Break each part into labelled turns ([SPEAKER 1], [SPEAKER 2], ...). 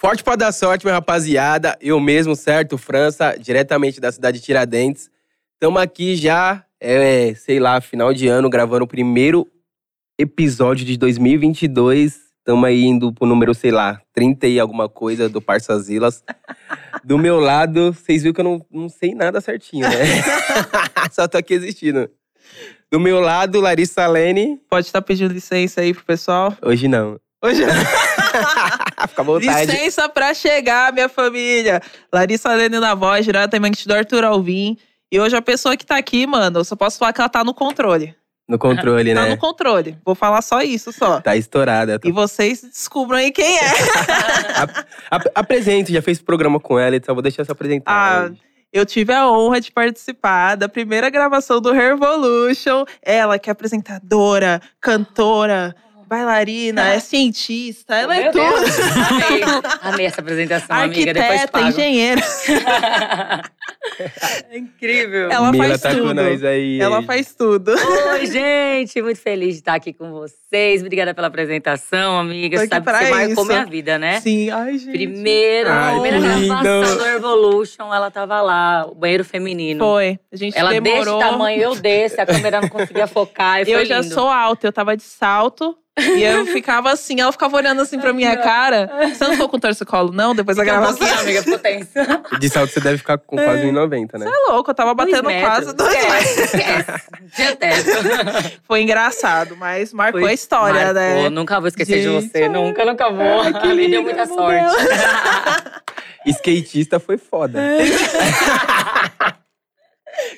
[SPEAKER 1] Sorte pra dar sorte, minha rapaziada. Eu mesmo, certo? França, diretamente da cidade de Tiradentes. Estamos aqui já, é, sei lá, final de ano, gravando o primeiro episódio de 2022. Estamos aí indo pro número, sei lá, 30 e alguma coisa do Parçazilas. Do meu lado, vocês viram que eu não, não sei nada certinho, né? Só tô aqui existindo. Do meu lado, Larissa Lene.
[SPEAKER 2] Pode estar pedindo licença aí pro pessoal.
[SPEAKER 1] Hoje não.
[SPEAKER 2] Hoje. é
[SPEAKER 1] Fica à vontade.
[SPEAKER 2] licença pra chegar, minha família. Larissa Lene na voz, diretamente do Arthur Alvim. E hoje a pessoa que tá aqui, mano, eu só posso falar que ela tá no controle.
[SPEAKER 1] No controle,
[SPEAKER 2] Tá
[SPEAKER 1] né?
[SPEAKER 2] no controle. Vou falar só isso, só.
[SPEAKER 1] Tá estourada. Tá
[SPEAKER 2] E vocês descubram aí quem é.
[SPEAKER 1] Ap- Apresente, já fez programa com ela, então vou deixar você apresentar.
[SPEAKER 2] Ah, Eu tive a honra de participar da primeira gravação do Revolution. Ela que é apresentadora, cantora, bailarina, é cientista, ela é
[SPEAKER 3] Meu
[SPEAKER 2] tudo.
[SPEAKER 3] Deus, Amei. Amei essa apresentação, amiga. Depois
[SPEAKER 2] Arquiteta,
[SPEAKER 3] pago.
[SPEAKER 2] engenheira.
[SPEAKER 3] É Incrível.
[SPEAKER 2] Ela
[SPEAKER 1] Mila
[SPEAKER 2] faz
[SPEAKER 1] tá com
[SPEAKER 2] tudo.
[SPEAKER 1] nós aí.
[SPEAKER 2] Ela faz tudo.
[SPEAKER 3] Oi, gente. Muito feliz de estar aqui com vocês. Obrigada pela apresentação, amiga.
[SPEAKER 2] Tô aqui
[SPEAKER 3] Você sabe que
[SPEAKER 2] pra
[SPEAKER 3] você marcou
[SPEAKER 2] isso.
[SPEAKER 3] minha vida, né?
[SPEAKER 2] Sim, ai, gente.
[SPEAKER 3] Primeiro,
[SPEAKER 1] Ai,
[SPEAKER 3] primeira
[SPEAKER 1] que
[SPEAKER 3] gravação
[SPEAKER 1] lindo.
[SPEAKER 3] do Revolution, ela tava lá, o banheiro feminino.
[SPEAKER 2] Foi. A gente
[SPEAKER 3] Ela desse
[SPEAKER 2] demorou.
[SPEAKER 3] tamanho, eu desse, a câmera não conseguia focar. E foi
[SPEAKER 2] eu já
[SPEAKER 3] lindo.
[SPEAKER 2] sou alta, eu tava de salto. E eu ficava assim, ela ficava olhando assim pra minha cara. Você não ficou com torcicolo, não? Depois da
[SPEAKER 3] Fica um
[SPEAKER 2] gravação.
[SPEAKER 1] assim.
[SPEAKER 3] pouquinho, amiga, ficou tenso.
[SPEAKER 1] De salto você deve ficar com quase 1,90, né?
[SPEAKER 2] Tá louco, eu tava batendo
[SPEAKER 3] Dois
[SPEAKER 2] quase
[SPEAKER 3] metros. É.
[SPEAKER 2] dois metros.
[SPEAKER 3] Esquece, esquece. Tinha teto.
[SPEAKER 2] Foi engraçado, mas marcou
[SPEAKER 3] Foi-
[SPEAKER 2] a história,
[SPEAKER 3] Marcou,
[SPEAKER 2] né?
[SPEAKER 3] Nunca vou esquecer de
[SPEAKER 2] Gente,
[SPEAKER 3] você. Nunca, nunca vou.
[SPEAKER 2] ai, que
[SPEAKER 3] Me deu
[SPEAKER 2] lindo,
[SPEAKER 3] muita
[SPEAKER 2] meu
[SPEAKER 3] sorte.
[SPEAKER 1] Skatista foi foda.
[SPEAKER 2] É,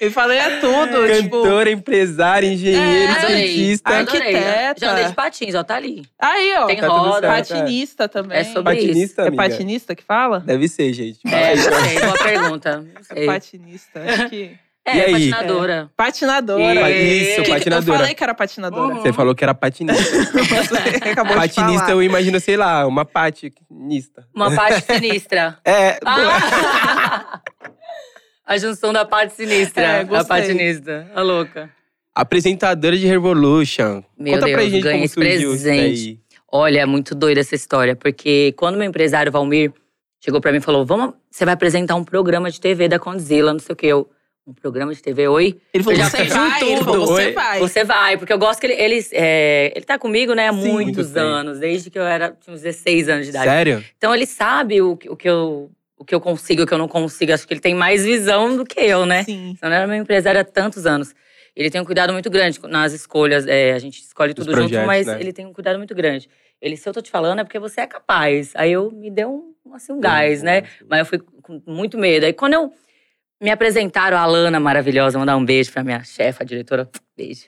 [SPEAKER 2] E falei é tudo, tipo.
[SPEAKER 1] Cantora, empresária, engenheiro,
[SPEAKER 2] É,
[SPEAKER 3] adorei.
[SPEAKER 1] skatista.
[SPEAKER 2] Ai,
[SPEAKER 3] Adorei.
[SPEAKER 2] Arquiteta.
[SPEAKER 3] Já andei de patins, ó, tá ali.
[SPEAKER 2] Aí, ó.
[SPEAKER 3] Tem
[SPEAKER 1] tá tudo
[SPEAKER 3] roda.
[SPEAKER 1] certo.
[SPEAKER 2] patinista também.
[SPEAKER 3] É sobre
[SPEAKER 1] Patinista,
[SPEAKER 2] É
[SPEAKER 1] amiga?
[SPEAKER 2] patinista que fala? É
[SPEAKER 1] Deve ser, gente.
[SPEAKER 3] É, não sei, boa pergunta. Não sei.
[SPEAKER 2] Patinista. Acho que.
[SPEAKER 3] É,
[SPEAKER 1] E aí?
[SPEAKER 3] patinadora.
[SPEAKER 2] Patinadora.
[SPEAKER 3] É.
[SPEAKER 1] Isso,
[SPEAKER 3] Que-
[SPEAKER 2] Eu
[SPEAKER 1] patinadora.
[SPEAKER 2] falei que era patinadora.
[SPEAKER 3] Uhum.
[SPEAKER 1] Você falou que era patinista.
[SPEAKER 2] Você acabou de
[SPEAKER 1] patinista,
[SPEAKER 2] falar.
[SPEAKER 1] eu imagino, sei lá, uma patinista.
[SPEAKER 3] Uma parte sinistra.
[SPEAKER 1] É,
[SPEAKER 3] Ah! A junção da parte sinistra.
[SPEAKER 2] É,
[SPEAKER 3] a
[SPEAKER 2] gostei.
[SPEAKER 3] patinista. A louca.
[SPEAKER 1] apresentadora de Revolution.
[SPEAKER 3] Meu
[SPEAKER 1] Conta pra
[SPEAKER 3] Deus,
[SPEAKER 1] gente
[SPEAKER 3] ganhei
[SPEAKER 1] como
[SPEAKER 3] esse
[SPEAKER 1] surgiu isso
[SPEAKER 3] presente.
[SPEAKER 1] daí.
[SPEAKER 3] Olha, é muito doida essa história, porque quando meu empresário Valmir chegou pra mim e falou: Vamos, você vai apresentar um programa de TV da Condzilla, não sei o quê. Eu, um programa de TV, oi?
[SPEAKER 2] Ele falou,
[SPEAKER 3] Eu já
[SPEAKER 2] você
[SPEAKER 3] fiz um
[SPEAKER 2] vai,
[SPEAKER 3] tudo.
[SPEAKER 2] ele falou, você
[SPEAKER 1] Oi.
[SPEAKER 2] vai.
[SPEAKER 3] Você vai, porque eu gosto que ele. Ele, é, ele tá comigo, né, há
[SPEAKER 1] Sim, muito
[SPEAKER 3] muitos
[SPEAKER 1] tempo.
[SPEAKER 3] anos, desde que eu era, tinha uns 16 anos de idade.
[SPEAKER 1] Sério?
[SPEAKER 3] Então ele sabe o, que- o que eu, o que eu consigo e o que eu não consigo. Acho que ele tem mais visão do que eu, né?
[SPEAKER 2] Sim.
[SPEAKER 3] Senão ele era meu empresário há tantos anos. Ele tem um cuidado muito grande nas escolhas. é, a gente escolhe
[SPEAKER 1] Dos
[SPEAKER 3] tudo junto,
[SPEAKER 1] projetos,
[SPEAKER 3] mas
[SPEAKER 1] né?
[SPEAKER 3] ele tem um cuidado muito grande. Ele, se eu tô te falando, é porque você é capaz. Aí eu me dei um, assim, um gás, né? Mas eu fui com muito medo. Aí quando eu me apresentaram, a Alana maravilhosa, mandar um beijo pra minha chefa, a diretora, beijo.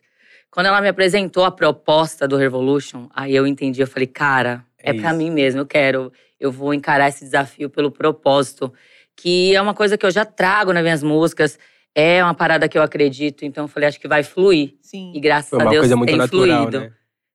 [SPEAKER 3] Quando ela me apresentou a proposta do Revolution, aí eu entendi, eu falei, cara,
[SPEAKER 1] É
[SPEAKER 3] é, pra
[SPEAKER 1] isso.
[SPEAKER 3] mim mesmo, eu quero, eu vou encarar esse desafio pelo propósito, que é uma coisa que eu já trago nas minhas músicas, é uma parada que eu acredito, então eu falei, acho que vai fluir.
[SPEAKER 2] Sim.
[SPEAKER 3] E graças
[SPEAKER 1] Foi
[SPEAKER 3] a
[SPEAKER 1] uma
[SPEAKER 3] Deus
[SPEAKER 1] coisa muito
[SPEAKER 3] tem
[SPEAKER 1] natural,
[SPEAKER 3] fluído.
[SPEAKER 1] né?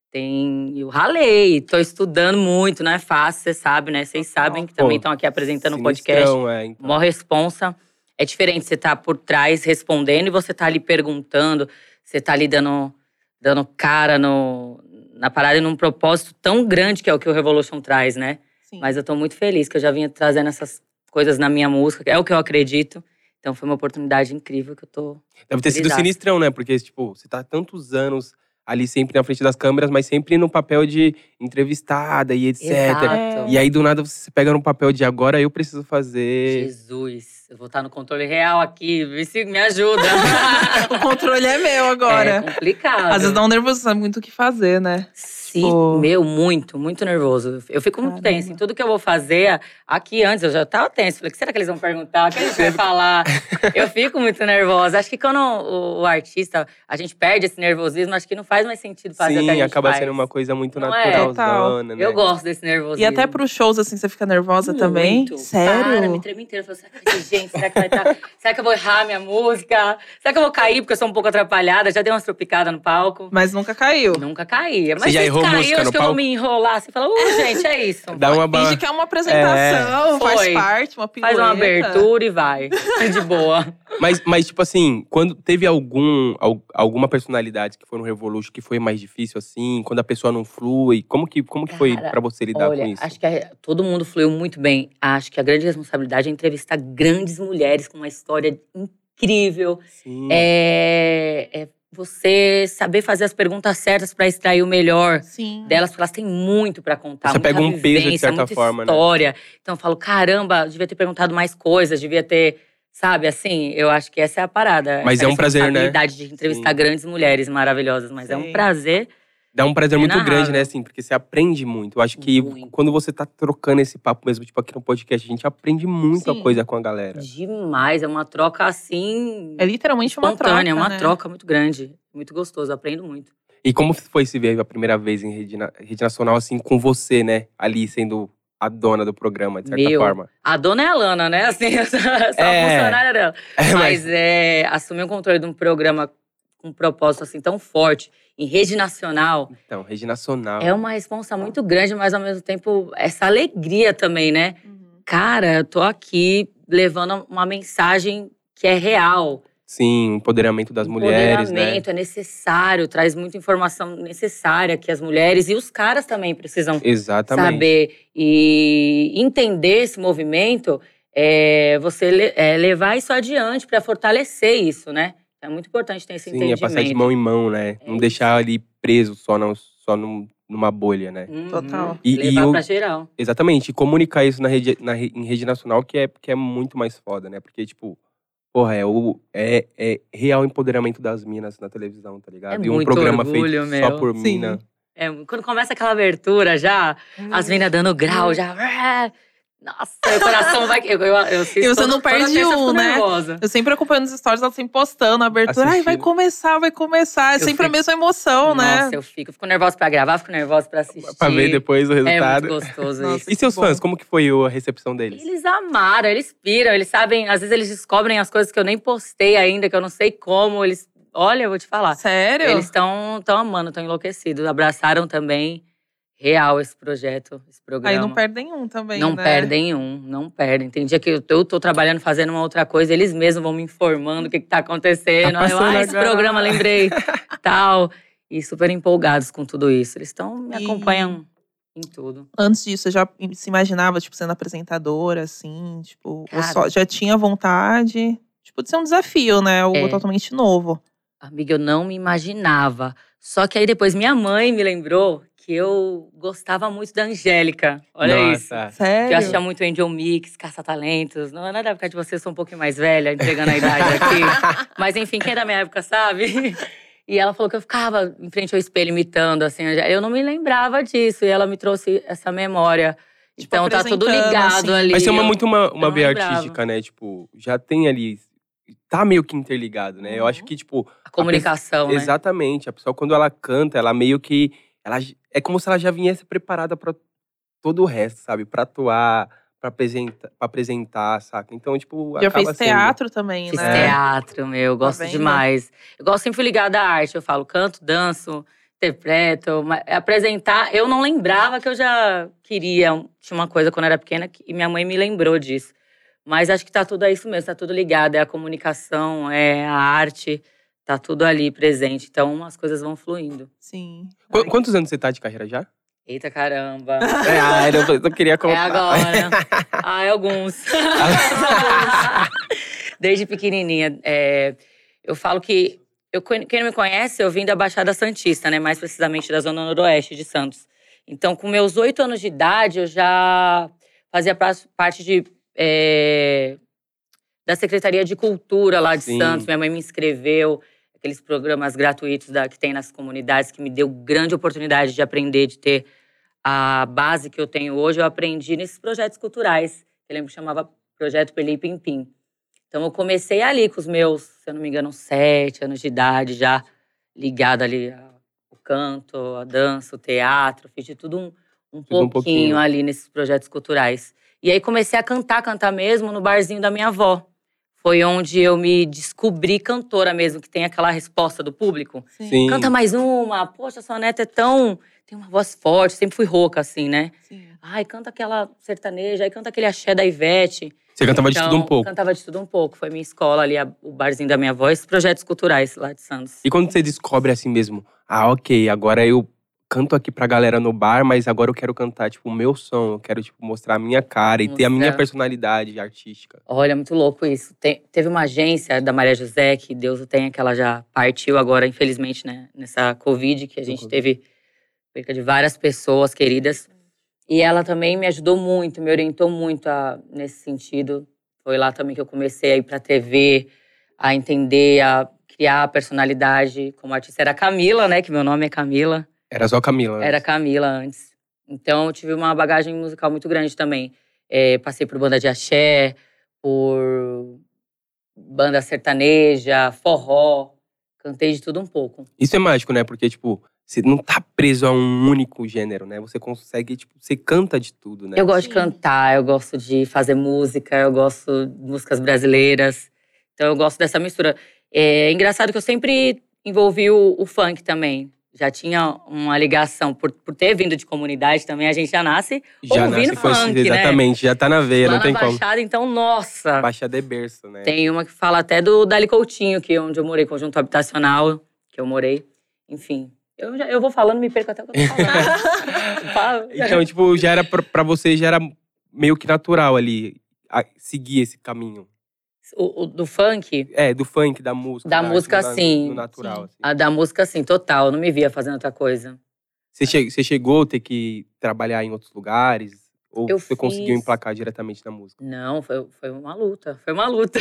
[SPEAKER 3] Tem, eu ralei, tô estudando muito, não é fácil, vocês sabem, né? Vocês
[SPEAKER 2] Total.
[SPEAKER 3] sabem que
[SPEAKER 1] Pô,
[SPEAKER 3] também estão aqui apresentando um podcast.
[SPEAKER 1] Sinistrão, é, então.
[SPEAKER 2] Tá.
[SPEAKER 3] Mó responsa. É diferente, você tá por trás respondendo e você tá ali perguntando, você tá ali dando, dando cara no, na parada e num propósito tão grande que é o que o Revolution traz, né?
[SPEAKER 2] Sim.
[SPEAKER 3] Mas eu tô muito feliz que eu já vinha trazendo essas coisas na minha música, que é o que eu acredito. Então foi uma oportunidade incrível que eu tô.
[SPEAKER 1] Deve ter sido
[SPEAKER 3] Exato.
[SPEAKER 1] sinistrão, né? Porque, tipo, você tá há tantos anos ali sempre na frente das câmeras, mas sempre no papel de entrevistada e etc.
[SPEAKER 3] Exato.
[SPEAKER 1] E aí, do nada, você se pega no papel de agora eu preciso
[SPEAKER 2] É.
[SPEAKER 1] fazer.
[SPEAKER 3] Jesus, eu vou estar no controle real aqui, vê se me ajuda.
[SPEAKER 2] o controle é meu
[SPEAKER 3] É
[SPEAKER 2] agora.
[SPEAKER 3] complicado.
[SPEAKER 2] Às vezes dá um nervoso, sabe muito o que fazer, né?
[SPEAKER 3] Sim,
[SPEAKER 2] Tipo-
[SPEAKER 3] meu, muito, muito nervoso. Eu fico muito
[SPEAKER 2] Caramba.
[SPEAKER 3] tensa em tudo que eu vou fazer. Aqui antes eu já tava tensa. Falei, o que será que eles vão perguntar? O que a gente vai falar? Eu fico muito nervosa. Acho que quando o, o artista, a gente perde esse nervosismo, acho que não faz mais sentido fazer o que a
[SPEAKER 1] Sim,
[SPEAKER 3] gente
[SPEAKER 1] acaba
[SPEAKER 3] faz.
[SPEAKER 1] sendo uma coisa muito
[SPEAKER 3] Não é?
[SPEAKER 1] naturalzona, né?
[SPEAKER 3] Eu gosto desse nervosismo.
[SPEAKER 2] E até pros shows, assim, você fica nervosa também?
[SPEAKER 3] Muito. Cara, me
[SPEAKER 2] Sério?
[SPEAKER 3] tremo inteiro. Falei, será que vai ter gente? Será que vai estar? será que eu vou errar minha música? Será que eu vou cair porque eu sou um pouco atrapalhada? Já dei umas tropicadas no palco.
[SPEAKER 2] Mas nunca caiu.
[SPEAKER 3] Nunca caí. Mas
[SPEAKER 1] Você já
[SPEAKER 3] vocês
[SPEAKER 1] errou colocou
[SPEAKER 3] cair,
[SPEAKER 1] música
[SPEAKER 3] eu acho
[SPEAKER 1] no
[SPEAKER 3] que eu vou
[SPEAKER 1] palco.
[SPEAKER 3] me enrolar. Você fala, ô, gente, é isso.
[SPEAKER 1] Dá uma ba...
[SPEAKER 2] Finge que é uma apresentação,
[SPEAKER 3] É.
[SPEAKER 2] faz
[SPEAKER 3] Foi.
[SPEAKER 2] parte, uma
[SPEAKER 3] Faz
[SPEAKER 2] pirueta.
[SPEAKER 3] uma abertura e vai. Tá De boa.
[SPEAKER 1] mas, mas, tipo assim, quando teve algum, al- alguma personalidade que foi no Revolution que foi mais difícil, assim, quando a pessoa não flui, como que, como que foi
[SPEAKER 3] Cara,
[SPEAKER 1] pra você lidar
[SPEAKER 3] Olha,
[SPEAKER 1] com isso?
[SPEAKER 3] acho que a- todo mundo fluiu muito bem. Acho que a grande responsabilidade é entrevistar grandes mulheres com uma história incrível.
[SPEAKER 1] Sim.
[SPEAKER 3] É, é você saber fazer as perguntas certas pra extrair o melhor
[SPEAKER 2] Sim.
[SPEAKER 3] delas, porque elas têm muito pra contar.
[SPEAKER 1] Você
[SPEAKER 3] muita
[SPEAKER 1] pega um peso, de
[SPEAKER 3] vivência,
[SPEAKER 1] certa
[SPEAKER 3] muita
[SPEAKER 1] forma, né?
[SPEAKER 3] história. Então eu falo, caramba, eu devia ter perguntado mais coisas, devia ter. Sabe, assim, eu acho que essa é a parada.
[SPEAKER 1] Mas
[SPEAKER 3] essa
[SPEAKER 1] é um prazer, né?
[SPEAKER 3] responsabilidade de entrevistar
[SPEAKER 1] Sim.
[SPEAKER 3] grandes mulheres maravilhosas, mas é
[SPEAKER 2] Sim.
[SPEAKER 3] um prazer.
[SPEAKER 1] Dá um prazer muito
[SPEAKER 3] inenarrável.
[SPEAKER 1] grande, né, assim, porque você aprende muito. Eu acho que
[SPEAKER 3] é Muito.
[SPEAKER 1] quando você tá trocando esse papo mesmo, tipo aqui no podcast, a gente aprende muita
[SPEAKER 2] Sim.
[SPEAKER 1] coisa com a galera.
[SPEAKER 3] Demais, é uma troca assim.
[SPEAKER 2] É literalmente uma troca,
[SPEAKER 3] espontânea, é uma
[SPEAKER 2] né?
[SPEAKER 3] troca muito grande. Muito gostoso, aprendo muito.
[SPEAKER 1] E como foi se ver a primeira vez em rede, na- rede nacional, assim, com você, né? Ali sendo a dona do programa, de certa
[SPEAKER 3] Meu.
[SPEAKER 1] forma.
[SPEAKER 3] A dona é a Lana, né? Assim, essa essa
[SPEAKER 1] É.
[SPEAKER 3] funcionária dela.
[SPEAKER 1] É, mas,
[SPEAKER 3] Mas é, assumir o controle de um programa com um propósito assim tão forte em rede nacional
[SPEAKER 1] então, rede nacional.
[SPEAKER 3] é uma responsa muito grande, mas ao mesmo tempo essa alegria também, né?
[SPEAKER 2] Uhum.
[SPEAKER 3] Cara, eu tô aqui levando uma mensagem que é real.
[SPEAKER 1] Sim, o empoderamento das mulheres, né?
[SPEAKER 3] Empoderamento é necessário, traz muita informação necessária que as mulheres e os caras também precisam
[SPEAKER 1] Exatamente.
[SPEAKER 3] saber e entender esse movimento, é, você le- é, levar isso adiante para fortalecer isso, né? É muito importante ter esse
[SPEAKER 1] Sim, é
[SPEAKER 3] entendimento. É
[SPEAKER 1] passar de mão em mão, né? não
[SPEAKER 3] isso.
[SPEAKER 1] deixar ali preso só, não, só num- numa bolha, né?
[SPEAKER 3] Uhum.
[SPEAKER 2] Total.
[SPEAKER 1] E- e
[SPEAKER 3] levar
[SPEAKER 1] eu-
[SPEAKER 3] pra geral.
[SPEAKER 1] Exatamente. E comunicar isso na rede, na, re- em rede nacional, que é, que é muito mais foda, né? Porque, tipo, porra, é, o, é, é real empoderamento das minas na televisão, tá ligado? e um
[SPEAKER 3] É muito
[SPEAKER 1] programa
[SPEAKER 3] orgulho,
[SPEAKER 1] feito só
[SPEAKER 3] meu.
[SPEAKER 1] por
[SPEAKER 2] Sim.
[SPEAKER 1] mina.
[SPEAKER 3] É, quando começa aquela abertura já,
[SPEAKER 2] Uhum.
[SPEAKER 3] as meninas dando grau, já. Nossa, meu coração vai. Eu, eu, eu assisto
[SPEAKER 2] E você não
[SPEAKER 3] toda- toda
[SPEAKER 2] perde
[SPEAKER 3] terça eu fico
[SPEAKER 2] um, né?
[SPEAKER 3] Nervosa.
[SPEAKER 2] Eu sempre acompanho nos stories, elas sempre postando a abertura. Ai, vai
[SPEAKER 1] Assistindo.
[SPEAKER 2] começar, vai começar. É
[SPEAKER 3] Assim, Eu
[SPEAKER 2] sempre a
[SPEAKER 3] fico-
[SPEAKER 2] mesma emoção, né?
[SPEAKER 3] Nossa, eu fico. Eu Fico nervosa pra gravar, fico nervosa pra assistir.
[SPEAKER 1] Pra ver depois o
[SPEAKER 3] É muito
[SPEAKER 1] resultado.
[SPEAKER 3] gostoso
[SPEAKER 2] Nossa,
[SPEAKER 3] isso.
[SPEAKER 1] e seus
[SPEAKER 2] Bom.
[SPEAKER 1] fãs, como que foi a recepção deles?
[SPEAKER 3] Eles amaram, eles piram, eles sabem, às vezes eles descobrem as coisas que eu nem postei ainda, que eu não sei como, eles, olha, eu vou te falar.
[SPEAKER 2] Sério?
[SPEAKER 3] "Ah, Eles estão tão amando, estão enlouquecidos, abraçaram também real esse projeto, esse programa.
[SPEAKER 2] Aí não perdem nenhum também,
[SPEAKER 3] Não
[SPEAKER 2] né?
[SPEAKER 3] perdem um, não perdem. Tem dia que eu tô, eu tô trabalhando, fazendo uma outra coisa, eles mesmos vão me informando o que, que tá acontecendo.
[SPEAKER 1] Tá
[SPEAKER 3] Aí eu,
[SPEAKER 1] passando
[SPEAKER 3] ah, esse
[SPEAKER 1] agora."
[SPEAKER 3] programa, lembrei, tal. E super empolgados com tudo isso. Eles estão, me
[SPEAKER 2] E-
[SPEAKER 3] acompanham em tudo.
[SPEAKER 2] Antes disso, você já se imaginava, tipo, sendo apresentadora, assim, tipo, ou
[SPEAKER 3] Cara.
[SPEAKER 2] só já tinha vontade, tipo, de ser um desafio, né? Algo
[SPEAKER 3] É.
[SPEAKER 2] totalmente novo.
[SPEAKER 3] Amiga, eu não me imaginava. Só que aí depois minha mãe me lembrou que eu gostava muito da Angélica. Olha isso.
[SPEAKER 1] Nossa.
[SPEAKER 3] Que eu assistia
[SPEAKER 2] Sério?
[SPEAKER 3] muito Angel Mix, Caça Talentos. Não é nada da época de você, eu sou um pouquinho mais velha, entregando a idade aqui. Mas enfim, quem é da minha época sabe? E ela falou que eu ficava em frente ao espelho imitando, assim. a Angélica. Eu não me lembrava disso. E ela me trouxe essa memória.
[SPEAKER 2] Tipo,
[SPEAKER 3] então tá tudo
[SPEAKER 2] apresentando,
[SPEAKER 3] ligado
[SPEAKER 2] assim.
[SPEAKER 3] ali.
[SPEAKER 1] Mas tem uma,
[SPEAKER 3] Eu-
[SPEAKER 1] muito uma, uma
[SPEAKER 3] eu não
[SPEAKER 1] veia
[SPEAKER 3] lembrava.
[SPEAKER 1] artística, né? Tipo, já tem ali. Tá meio que interligado, né? Eu acho
[SPEAKER 2] Uhum.
[SPEAKER 1] que, tipo,
[SPEAKER 3] A comunicação, né?
[SPEAKER 1] exatamente. A pessoa, quando ela canta, ela meio que. Ela, j- é como se ela já viesse preparada pra todo o resto, sabe? Pra atuar, pra apresentar, pra apresentar saca? Então, tipo.
[SPEAKER 2] Já
[SPEAKER 1] acaba
[SPEAKER 2] fez
[SPEAKER 1] sendo.
[SPEAKER 2] teatro também,
[SPEAKER 3] Fiz
[SPEAKER 2] né?
[SPEAKER 3] teatro, meu, eu
[SPEAKER 2] Tá
[SPEAKER 3] gosto
[SPEAKER 2] vendo?
[SPEAKER 3] demais. Eu gosto sempre fui ligada à arte, eu falo, canto, danço, interpreto, ma- apresentar. Eu não lembrava que eu já queria, um- tinha uma coisa quando eu era pequena que- e minha mãe me lembrou disso. Mas acho que tá tudo é isso mesmo, tá tudo ligado, é a comunicação, é a arte, tá tudo ali presente. Então as coisas vão fluindo.
[SPEAKER 2] Sim.
[SPEAKER 3] né?
[SPEAKER 1] Qu- quantos anos você tá de carreira já?
[SPEAKER 3] Eita caramba.
[SPEAKER 1] é, ah, eu, eu queria
[SPEAKER 3] É
[SPEAKER 1] contar.
[SPEAKER 3] agora. ah, é alguns. Desde pequenininha. é, eu falo que. Eu, conhe- quem não me conhece, eu vim da Baixada Santista, né? Mais precisamente da Zona Noroeste de Santos. Então, com meus oito anos de idade, eu já fazia pra- parte de. é, da Secretaria de Cultura lá de
[SPEAKER 1] Sim.
[SPEAKER 3] Santos. Minha mãe me inscreveu. Aqueles programas gratuitos da- que tem nas comunidades, que me deu grande oportunidade de aprender, de ter a base que eu tenho hoje, eu aprendi nesses projetos culturais. Eu lembro que chamava Projeto Pelim Pim Pim. Então, eu comecei ali com os meus, se eu não me engano, uns sete anos de idade, já ligado ali ao canto, a dança, o teatro. Fiz de tudo um, um
[SPEAKER 1] Tudo
[SPEAKER 3] pouquinho,
[SPEAKER 1] um pouquinho.
[SPEAKER 3] ali nesses projetos culturais. E aí comecei a cantar, cantar mesmo no barzinho da minha avó. Foi onde eu me descobri cantora mesmo, que tem aquela resposta do público.
[SPEAKER 1] Sim.
[SPEAKER 3] Canta mais uma, poxa, sua neta é tão. Tem uma voz forte, sempre fui rouca, assim, né?
[SPEAKER 2] Sim.
[SPEAKER 3] Ai, canta aquela sertaneja, aí canta aquele axé da Ivete.
[SPEAKER 1] Você cantava de
[SPEAKER 3] Então,
[SPEAKER 1] tudo um pouco.
[SPEAKER 3] Cantava de tudo um pouco. Foi minha escola ali, a- o barzinho da minha voz, projetos culturais lá de Santos.
[SPEAKER 1] E quando você descobre assim mesmo, ah, ok, agora eu canto aqui pra galera no bar, mas agora eu quero cantar, tipo, o meu som, eu quero, tipo, mostrar a minha cara e ter a minha
[SPEAKER 3] Mostrar.
[SPEAKER 1] personalidade artística.
[SPEAKER 3] Olha, muito louco isso. Tem- teve uma agência da Maria José, que Deus o tenha, que ela já partiu agora, infelizmente, né? Nessa Covid, que a gente
[SPEAKER 1] Covid.
[SPEAKER 3] teve perca de várias pessoas queridas. E ela também me ajudou muito, me orientou muito a- nesse sentido. Foi lá também que eu comecei a ir pra TV, a entender, a criar a personalidade como artista. Era a Camila, né? Que meu nome é Camila.
[SPEAKER 1] Era só Camila. né?
[SPEAKER 3] Era Camila antes. Então eu tive uma bagagem musical muito grande também. É, passei por banda de axé, por banda sertaneja, forró. Cantei de tudo um pouco.
[SPEAKER 1] Isso é mágico, né? Porque, tipo, você não tá preso a um único gênero, né? Você consegue, tipo, você canta de tudo, né?
[SPEAKER 3] Eu gosto de
[SPEAKER 2] Sim.
[SPEAKER 3] cantar, eu gosto de fazer música, eu gosto de músicas brasileiras. Então eu gosto dessa mistura. É engraçado que eu sempre envolvi o, o funk também. Já tinha uma ligação. Por, por ter vindo de comunidade também, a gente já nasce ouvindo
[SPEAKER 1] com esse-
[SPEAKER 3] funk, né?
[SPEAKER 1] Exatamente, já tá na veia,
[SPEAKER 3] lá
[SPEAKER 1] não tem
[SPEAKER 3] na
[SPEAKER 1] como.
[SPEAKER 3] Baixada, então, nossa.
[SPEAKER 1] Baixada é berço, né?
[SPEAKER 3] Tem uma que fala até do Dali Coutinho, que é onde eu morei, conjunto habitacional, que eu morei. Enfim, eu, já- eu vou falando, me perco até o que eu tô falando. Fala.
[SPEAKER 1] Então, tipo, já era pra, pra você, já era meio que natural ali a- seguir esse caminho.
[SPEAKER 3] o, o do funk,
[SPEAKER 1] É, do funk, da música.
[SPEAKER 3] Da
[SPEAKER 1] arte,
[SPEAKER 3] música,
[SPEAKER 1] do na-
[SPEAKER 3] sim.
[SPEAKER 1] do natural, assim.
[SPEAKER 3] a da música, assim, total, eu não me via fazendo outra coisa.
[SPEAKER 1] Você, che- você chegou a ter que trabalhar em outros lugares? Ou
[SPEAKER 3] Eu
[SPEAKER 1] você conseguiu
[SPEAKER 3] fiz.
[SPEAKER 1] emplacar diretamente na música?
[SPEAKER 3] Não, foi, foi uma luta, foi uma luta.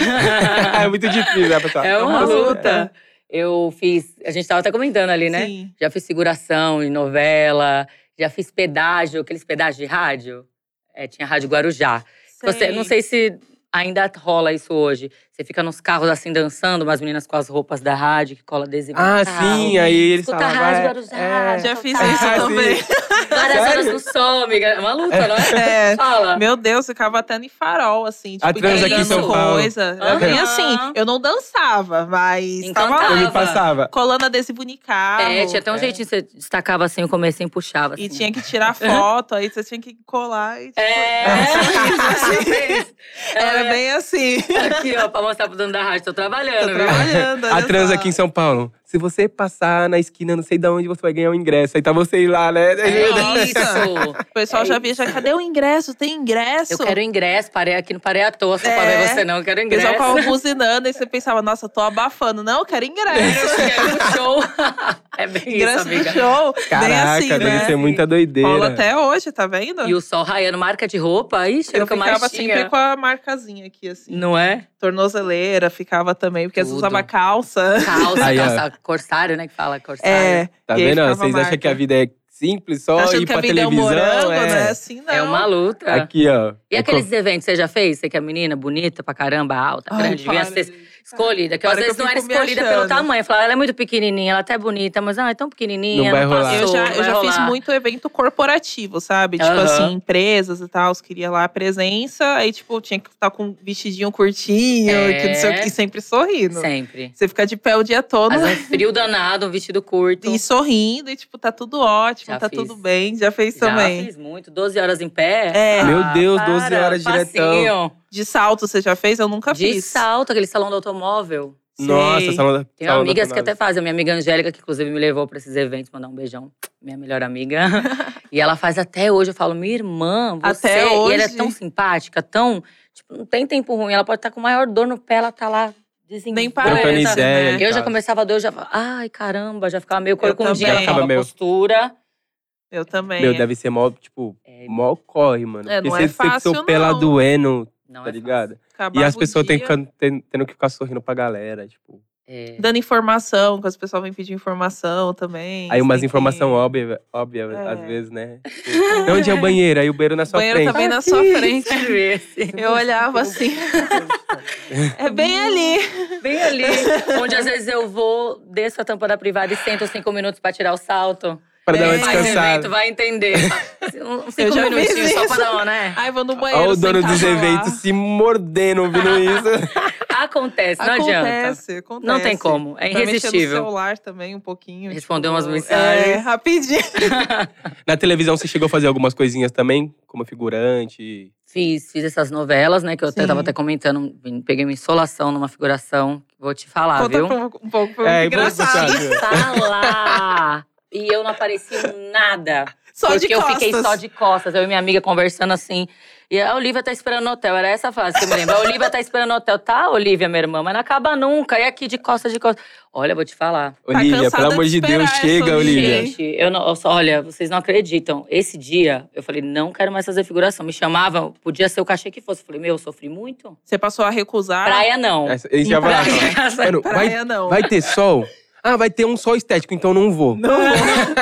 [SPEAKER 1] é muito difícil, né, pessoal?
[SPEAKER 3] é uma
[SPEAKER 2] uma luta.
[SPEAKER 3] luta. Eu fiz, a gente tava até comentando ali, né?
[SPEAKER 2] Sim.
[SPEAKER 3] Já fiz figuração em novela, já fiz pedágio, aqueles pedágios de rádio. É, tinha Rádio Guarujá. Que Você, não sei se ainda rola isso hoje. Você fica nos carros assim dançando, umas meninas com as roupas da rádio que cola adesivo. no
[SPEAKER 1] Ah,
[SPEAKER 3] carro.
[SPEAKER 1] sim, aí eles
[SPEAKER 3] Escuta
[SPEAKER 1] falavam,
[SPEAKER 3] rádio,
[SPEAKER 1] é,
[SPEAKER 3] Guarujá,
[SPEAKER 1] é.
[SPEAKER 3] rádio.
[SPEAKER 2] Já fiz
[SPEAKER 3] Ah,
[SPEAKER 2] isso
[SPEAKER 1] sim.
[SPEAKER 2] também.
[SPEAKER 3] Várias
[SPEAKER 1] Sério?
[SPEAKER 3] horas no sol, amiga. É uma luta, não é?
[SPEAKER 2] É.
[SPEAKER 3] Fala.
[SPEAKER 2] Meu Deus, ficava até em farol, assim. Tipo,
[SPEAKER 1] A trans
[SPEAKER 3] aqui em São
[SPEAKER 2] entregando
[SPEAKER 1] Paulo.
[SPEAKER 2] coisa.
[SPEAKER 3] Aham.
[SPEAKER 2] E assim, eu não dançava, mas estava
[SPEAKER 1] Eu
[SPEAKER 3] Encantava.
[SPEAKER 2] lá
[SPEAKER 1] me passava.
[SPEAKER 2] colando adesivo em carro.
[SPEAKER 3] É, tinha até um
[SPEAKER 1] É.
[SPEAKER 3] jeitinho, você destacava assim o começo e puxava.
[SPEAKER 2] E
[SPEAKER 3] assim.
[SPEAKER 2] tinha que tirar foto, aí você tinha que colar. E, tipo, É.
[SPEAKER 3] É,
[SPEAKER 2] Era bem assim.
[SPEAKER 3] aqui, ó, pra mostrar pro dono da rádio. Tô
[SPEAKER 2] Tô
[SPEAKER 3] trabalhando, viu?
[SPEAKER 2] trabalhando.
[SPEAKER 1] A
[SPEAKER 2] olha
[SPEAKER 1] trans
[SPEAKER 2] só.
[SPEAKER 1] aqui em São Paulo. Se você passar na esquina, não sei de onde, você vai ganhar o ingresso. Aí tá você lá, né?
[SPEAKER 3] É
[SPEAKER 2] Nossa.
[SPEAKER 3] isso.
[SPEAKER 2] O pessoal
[SPEAKER 3] É
[SPEAKER 2] já via, já, cadê o ingresso? Tem ingresso?
[SPEAKER 3] Eu quero ingresso, parei aqui, não parei à toa, só pra
[SPEAKER 2] É.
[SPEAKER 3] ver você não, eu quero
[SPEAKER 2] o pessoal
[SPEAKER 3] ingresso.
[SPEAKER 2] ficava buzinando e você pensava, nossa, eu tô abafando. Não, eu quero ingresso.
[SPEAKER 3] Quero pro um show. É bem isso,
[SPEAKER 2] ingresso do
[SPEAKER 3] amiga.
[SPEAKER 2] show. bem
[SPEAKER 1] Caraca,
[SPEAKER 2] assim,
[SPEAKER 1] deve
[SPEAKER 2] né?
[SPEAKER 1] ser muita doideira.
[SPEAKER 2] Rola até hoje, tá vendo?
[SPEAKER 3] E o sol raiando, marca de roupa, aí chega
[SPEAKER 2] eu
[SPEAKER 3] que eu mais
[SPEAKER 2] ficava assim,
[SPEAKER 3] tinha.
[SPEAKER 2] sempre com a marcazinha aqui, assim.
[SPEAKER 3] Não é?
[SPEAKER 2] Tornozeleira ficava também, porque às vezes
[SPEAKER 3] Tudo.
[SPEAKER 2] usava calça.
[SPEAKER 3] Calça,
[SPEAKER 1] Aí, ó.
[SPEAKER 3] calça, corsário, né, que fala corsário.
[SPEAKER 2] É,
[SPEAKER 1] Tá
[SPEAKER 2] E aí
[SPEAKER 1] vendo?
[SPEAKER 2] ficava
[SPEAKER 1] Vocês acham
[SPEAKER 2] marca.
[SPEAKER 1] que a vida é simples, só
[SPEAKER 2] tá achando
[SPEAKER 1] ir
[SPEAKER 2] que a
[SPEAKER 1] pra
[SPEAKER 2] vida é um
[SPEAKER 1] televisão?
[SPEAKER 2] morango,
[SPEAKER 1] é.
[SPEAKER 2] né? Assim não.
[SPEAKER 3] É uma luta.
[SPEAKER 1] Aqui, ó. é
[SPEAKER 3] E
[SPEAKER 1] Eu
[SPEAKER 3] aqueles eventos que você já fez? Você que é menina, bonita pra caramba, alta,
[SPEAKER 2] Ai,
[SPEAKER 3] grande, devia
[SPEAKER 2] para,
[SPEAKER 3] ser
[SPEAKER 2] gente.
[SPEAKER 3] escolhida. Que eu, às
[SPEAKER 2] Para que
[SPEAKER 3] vezes
[SPEAKER 2] eu
[SPEAKER 3] não era
[SPEAKER 2] fico me
[SPEAKER 3] escolhida
[SPEAKER 2] achando.
[SPEAKER 3] pelo tamanho. Eu falava, ela é muito pequenininha, ela até é bonita, mas ah, é tão pequenininha,
[SPEAKER 1] Não
[SPEAKER 3] não,
[SPEAKER 1] vai rolar.
[SPEAKER 2] Eu
[SPEAKER 3] passou,
[SPEAKER 2] já,
[SPEAKER 3] não
[SPEAKER 2] eu
[SPEAKER 3] vai
[SPEAKER 2] já fiz
[SPEAKER 3] rolar.
[SPEAKER 2] muito evento corporativo, sabe? Tipo
[SPEAKER 3] Aham.
[SPEAKER 2] assim, empresas e tal, os queria lá a presença, aí tipo, tinha que estar com um vestidinho curtinho,
[SPEAKER 3] É.
[SPEAKER 2] que não sei o que, e sempre sorrindo.
[SPEAKER 3] Sempre.
[SPEAKER 2] Você fica de pé o dia todo
[SPEAKER 3] Mas é um frio danado, um vestido curto.
[SPEAKER 2] e sorrindo, e tipo, tá tudo ótimo,
[SPEAKER 3] Já
[SPEAKER 2] tá
[SPEAKER 3] fiz.
[SPEAKER 2] tudo bem, já fez
[SPEAKER 3] já
[SPEAKER 2] também.
[SPEAKER 3] fiz muito, 12 horas em pé. Ah,
[SPEAKER 2] É.
[SPEAKER 1] Meu Deus, 12
[SPEAKER 3] para,
[SPEAKER 1] horas diretão.
[SPEAKER 3] passinho.
[SPEAKER 2] De salto você já fez? Eu nunca
[SPEAKER 3] De
[SPEAKER 2] fiz.
[SPEAKER 3] salto, aquele salão do automóvel.
[SPEAKER 2] Sei.
[SPEAKER 1] Nossa, salão da
[SPEAKER 3] Tenho
[SPEAKER 1] salão da
[SPEAKER 3] amigas que
[SPEAKER 1] Tonali.
[SPEAKER 3] até fazem. A minha amiga Angélica, que inclusive me levou pra esses eventos, mandar um beijão. Minha melhor amiga. e ela faz até hoje. Eu falo, minha irmã, você.
[SPEAKER 2] Até
[SPEAKER 3] E ela é
[SPEAKER 2] hoje.
[SPEAKER 3] tão simpática, tão. Tipo, não tem tempo ruim. Ela pode estar com maior dor no pé, ela tá lá desenvolta.
[SPEAKER 2] Nem parece,
[SPEAKER 1] Trocando
[SPEAKER 2] né?
[SPEAKER 1] ideia,
[SPEAKER 3] Eu já
[SPEAKER 1] Cara.
[SPEAKER 3] começava a dor, eu já falava, ai caramba, já ficava meio corcundinha.
[SPEAKER 2] também.
[SPEAKER 3] Ela ficava
[SPEAKER 1] Ficava meio-
[SPEAKER 3] postura. É,
[SPEAKER 2] Eu também.
[SPEAKER 1] Meu,
[SPEAKER 2] é.
[SPEAKER 1] deve ser mó, tipo, mó corre, mano.
[SPEAKER 2] É, não
[SPEAKER 1] Porque
[SPEAKER 2] é
[SPEAKER 1] você fica
[SPEAKER 2] fácil,
[SPEAKER 1] seu pé lá
[SPEAKER 2] não.
[SPEAKER 1] doendo,
[SPEAKER 3] Não
[SPEAKER 1] tá
[SPEAKER 3] é
[SPEAKER 1] ligado?
[SPEAKER 2] Acabava
[SPEAKER 1] E as
[SPEAKER 2] o
[SPEAKER 1] pessoas têm que
[SPEAKER 2] dia
[SPEAKER 1] ficar- ten- tendo que ficar sorrindo pra galera, tipo.
[SPEAKER 3] fácil. É.
[SPEAKER 2] Dando informação, quando as pessoas vêm pedir informação também.
[SPEAKER 1] Aí
[SPEAKER 2] você
[SPEAKER 1] umas
[SPEAKER 2] tem que-
[SPEAKER 1] informações óbvias, óbvia,
[SPEAKER 2] É.
[SPEAKER 1] às vezes, né? Tipo, onde é o banheiro? Aí o banheiro na sua
[SPEAKER 2] Banheiro
[SPEAKER 1] frente.
[SPEAKER 3] Tá
[SPEAKER 2] também Tá na sua frente. Eu olhava
[SPEAKER 3] tipo,
[SPEAKER 2] assim. é bem
[SPEAKER 3] Hum.
[SPEAKER 2] ali.
[SPEAKER 3] Bem ali, onde às vezes eu vou, desço a tampa da privada e sento cinco minutos pra tirar o salto.
[SPEAKER 1] Pra dar uma
[SPEAKER 2] É.
[SPEAKER 3] Faz evento,
[SPEAKER 1] descansada.
[SPEAKER 3] vai entender. Um- Cinco
[SPEAKER 2] já fiz
[SPEAKER 3] minutinhos só pra
[SPEAKER 2] isso.
[SPEAKER 3] dar uma, né?
[SPEAKER 2] Ai, vou no banheiro.
[SPEAKER 1] Olha o dono dos
[SPEAKER 2] sentava lá.
[SPEAKER 1] eventos se mordendo ouvindo isso.
[SPEAKER 3] Acontece, não
[SPEAKER 2] acontece,
[SPEAKER 3] adianta.
[SPEAKER 2] acontece.
[SPEAKER 3] Não tem como, é
[SPEAKER 2] Pra mexer no
[SPEAKER 3] irresistível.
[SPEAKER 2] celular também um pouquinho.
[SPEAKER 3] Responder umas
[SPEAKER 2] É,
[SPEAKER 3] mensagens.
[SPEAKER 2] rapidinho.
[SPEAKER 1] Na televisão você chegou a fazer algumas coisinhas também, como figurante.
[SPEAKER 3] Fiz, fiz essas novelas, né? Que eu até
[SPEAKER 2] Sim.
[SPEAKER 3] tava até comentando. Peguei uma insolação numa figuração. Vou te falar,
[SPEAKER 2] Conta
[SPEAKER 3] Ah, viu?
[SPEAKER 2] um pouco, um pouco foi muito
[SPEAKER 1] É, e vou
[SPEAKER 2] engraçado.
[SPEAKER 1] escutar.
[SPEAKER 3] Falar! E eu não apareci em nada.
[SPEAKER 2] Só
[SPEAKER 3] porque
[SPEAKER 2] de
[SPEAKER 3] eu
[SPEAKER 2] costas.
[SPEAKER 3] fiquei só de costas. Eu e minha amiga conversando assim. E a Olivia tá esperando no hotel. Era essa a frase que eu me lembro. A Olivia tá esperando no hotel. Tá, Olivia, minha irmã, mas não acaba nunca. E aqui de costas, de costas. Olha, vou te falar.
[SPEAKER 1] Olivia,
[SPEAKER 2] Tá cansada
[SPEAKER 1] pelo amor
[SPEAKER 2] de
[SPEAKER 1] de Deus,
[SPEAKER 2] esperar essa,
[SPEAKER 1] chega,
[SPEAKER 2] Olivia.
[SPEAKER 1] Olivia.
[SPEAKER 3] Gente, eu não, eu só- olha, vocês não acreditam. Esse dia, eu falei, não quero mais fazer figuração. Me chamavam, podia ser o cachê que fosse. Eu falei, meu, eu sofri muito.
[SPEAKER 2] Você passou a recusar.
[SPEAKER 3] Praia não.
[SPEAKER 2] É
[SPEAKER 1] Essa- Ele já vai lá.
[SPEAKER 3] Praia,
[SPEAKER 2] assim,
[SPEAKER 1] Mano, vai,
[SPEAKER 2] praia não.
[SPEAKER 1] vai ter sol? Ah, vai ter um sol estético, então não vou.
[SPEAKER 2] Não,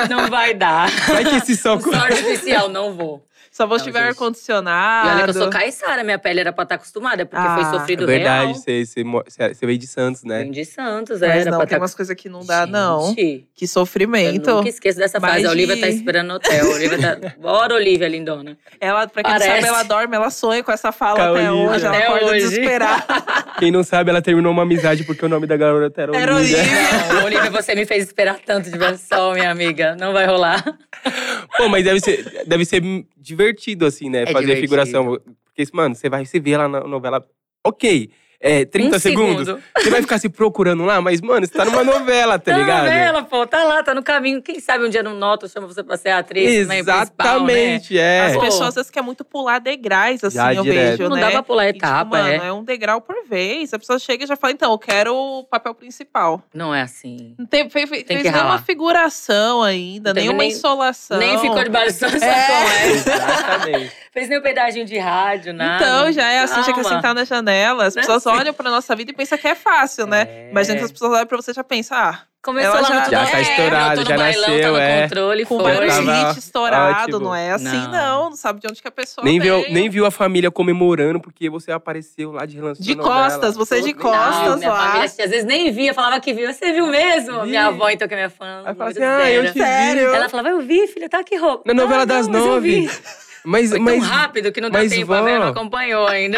[SPEAKER 3] não vai dar.
[SPEAKER 1] Vai ter esse sol.
[SPEAKER 3] Um sol artificial, não vou.
[SPEAKER 2] só vou
[SPEAKER 3] Não,
[SPEAKER 2] se tiver
[SPEAKER 3] gente.
[SPEAKER 2] ar-condicionado.
[SPEAKER 3] E olha que eu sou caiçara, minha pele era pra estar acostumada, porque foi
[SPEAKER 2] Ah.
[SPEAKER 1] É
[SPEAKER 3] sofrido
[SPEAKER 1] verdade,
[SPEAKER 3] real.
[SPEAKER 1] você, você, mo- você você veio de Santos, né?
[SPEAKER 3] Vim de Santos,
[SPEAKER 2] Mas
[SPEAKER 3] era
[SPEAKER 2] não,
[SPEAKER 3] pra
[SPEAKER 2] tem
[SPEAKER 3] estar
[SPEAKER 2] umas coisas que não dá, não.
[SPEAKER 3] Gente,
[SPEAKER 2] Que
[SPEAKER 3] eu
[SPEAKER 2] sofrimento.
[SPEAKER 3] nunca esqueço dessa frase.
[SPEAKER 2] mais
[SPEAKER 3] A Olivia
[SPEAKER 2] de-
[SPEAKER 3] tá esperando no hotel. A Olivia tá... Bora, Olivia, lindona.
[SPEAKER 2] Ela, pra quem
[SPEAKER 3] Parece.
[SPEAKER 2] não sabe, ela dorme, ela sonha com essa fala até
[SPEAKER 1] Caolina.
[SPEAKER 2] hoje. Ela
[SPEAKER 3] Até
[SPEAKER 2] acorda
[SPEAKER 3] hoje.
[SPEAKER 2] desesperada.
[SPEAKER 1] Quem não sabe, ela terminou uma amizade porque o nome da garota era
[SPEAKER 2] Era
[SPEAKER 1] Olivia.
[SPEAKER 2] Olivia.
[SPEAKER 3] Não, Olivia, você me fez esperar tanto de ver o sol, minha amiga. Não vai rolar.
[SPEAKER 1] Pô, mas deve ser, deve ser divertido, assim, né?
[SPEAKER 3] É
[SPEAKER 1] fazer
[SPEAKER 3] divertido.
[SPEAKER 1] figuração. Porque, mano, você vai se ver lá na novela. Ok, é 30
[SPEAKER 3] Um
[SPEAKER 1] segundos.
[SPEAKER 3] segundo.
[SPEAKER 1] Você vai ficar se procurando lá, mas, mano, você tá numa novela, tá ligado?
[SPEAKER 3] Tá vela, pô. Tá lá, tá no caminho. Quem sabe um dia não nota, chama você pra ser atriz. também, né, principal, né?
[SPEAKER 1] Exatamente, é.
[SPEAKER 2] As
[SPEAKER 3] Pô.
[SPEAKER 2] pessoas às vezes querem muito pular degraus, assim,
[SPEAKER 1] Já
[SPEAKER 2] eu
[SPEAKER 1] direto.
[SPEAKER 2] vejo,
[SPEAKER 3] Não
[SPEAKER 2] né?
[SPEAKER 3] dá pra pular
[SPEAKER 2] E, tipo,
[SPEAKER 3] etapa,
[SPEAKER 2] mano,
[SPEAKER 1] né?
[SPEAKER 3] é.
[SPEAKER 2] é um degrau por vez. A pessoa chega e já fala, então, eu quero o papel principal.
[SPEAKER 3] Não é assim.
[SPEAKER 2] Não teve, fez,
[SPEAKER 3] Tem que
[SPEAKER 2] fez nenhuma
[SPEAKER 3] ralar.
[SPEAKER 2] figuração ainda,
[SPEAKER 3] Não teve
[SPEAKER 2] nenhuma
[SPEAKER 3] nem-
[SPEAKER 2] insolação.
[SPEAKER 3] Nem ficou de baixo do sol,
[SPEAKER 2] É.
[SPEAKER 3] é.
[SPEAKER 1] Exatamente.
[SPEAKER 3] Fez nem um pedaginho de rádio, nada.
[SPEAKER 2] Então, já é assim, já quer
[SPEAKER 3] Calma.
[SPEAKER 2] sentar na janela. As
[SPEAKER 3] Não é
[SPEAKER 2] pessoas
[SPEAKER 3] assim.
[SPEAKER 2] olham pra nossa vida e pensam que é fácil, né?
[SPEAKER 3] É.
[SPEAKER 2] Imagina que as pessoas olham pra você e já pensam, ah,
[SPEAKER 3] Começou
[SPEAKER 2] Ela
[SPEAKER 3] lá
[SPEAKER 2] já-
[SPEAKER 3] no tudo-
[SPEAKER 1] Já tá
[SPEAKER 3] é,
[SPEAKER 1] estourado,
[SPEAKER 3] eu tô no
[SPEAKER 1] já
[SPEAKER 3] bailão,
[SPEAKER 1] nasceu,
[SPEAKER 3] tá no
[SPEAKER 1] é.
[SPEAKER 3] controle,
[SPEAKER 2] com
[SPEAKER 3] foi.
[SPEAKER 2] vários
[SPEAKER 1] tava
[SPEAKER 2] hits estourado,
[SPEAKER 1] ótimo.
[SPEAKER 2] não é assim
[SPEAKER 3] Não.
[SPEAKER 2] não. não, sabe de onde que a pessoa
[SPEAKER 1] nem,
[SPEAKER 2] veio.
[SPEAKER 1] viu, nem viu a família comemorando porque você apareceu lá de relance
[SPEAKER 2] De
[SPEAKER 1] da novela.
[SPEAKER 2] costas, você de
[SPEAKER 1] Todo-
[SPEAKER 3] Não,
[SPEAKER 2] costas
[SPEAKER 3] minha
[SPEAKER 2] lá.
[SPEAKER 3] família às vezes nem via, falava que via. Você viu mesmo?
[SPEAKER 1] Vi.
[SPEAKER 3] Minha avó, então, que é minha fã.
[SPEAKER 1] Aí fala
[SPEAKER 3] muito
[SPEAKER 1] assim, ah, eu
[SPEAKER 3] sincera.
[SPEAKER 1] te vi.
[SPEAKER 2] Sério?
[SPEAKER 1] eu-
[SPEAKER 3] Ela falava, eu vi, filha, tá aqui roupa.
[SPEAKER 1] Na novela das nove. Mas,
[SPEAKER 3] Foi
[SPEAKER 1] mas
[SPEAKER 3] tão rápido que não deu
[SPEAKER 1] mas,
[SPEAKER 3] tempo, a
[SPEAKER 1] vó-
[SPEAKER 3] velha não acompanhou ainda.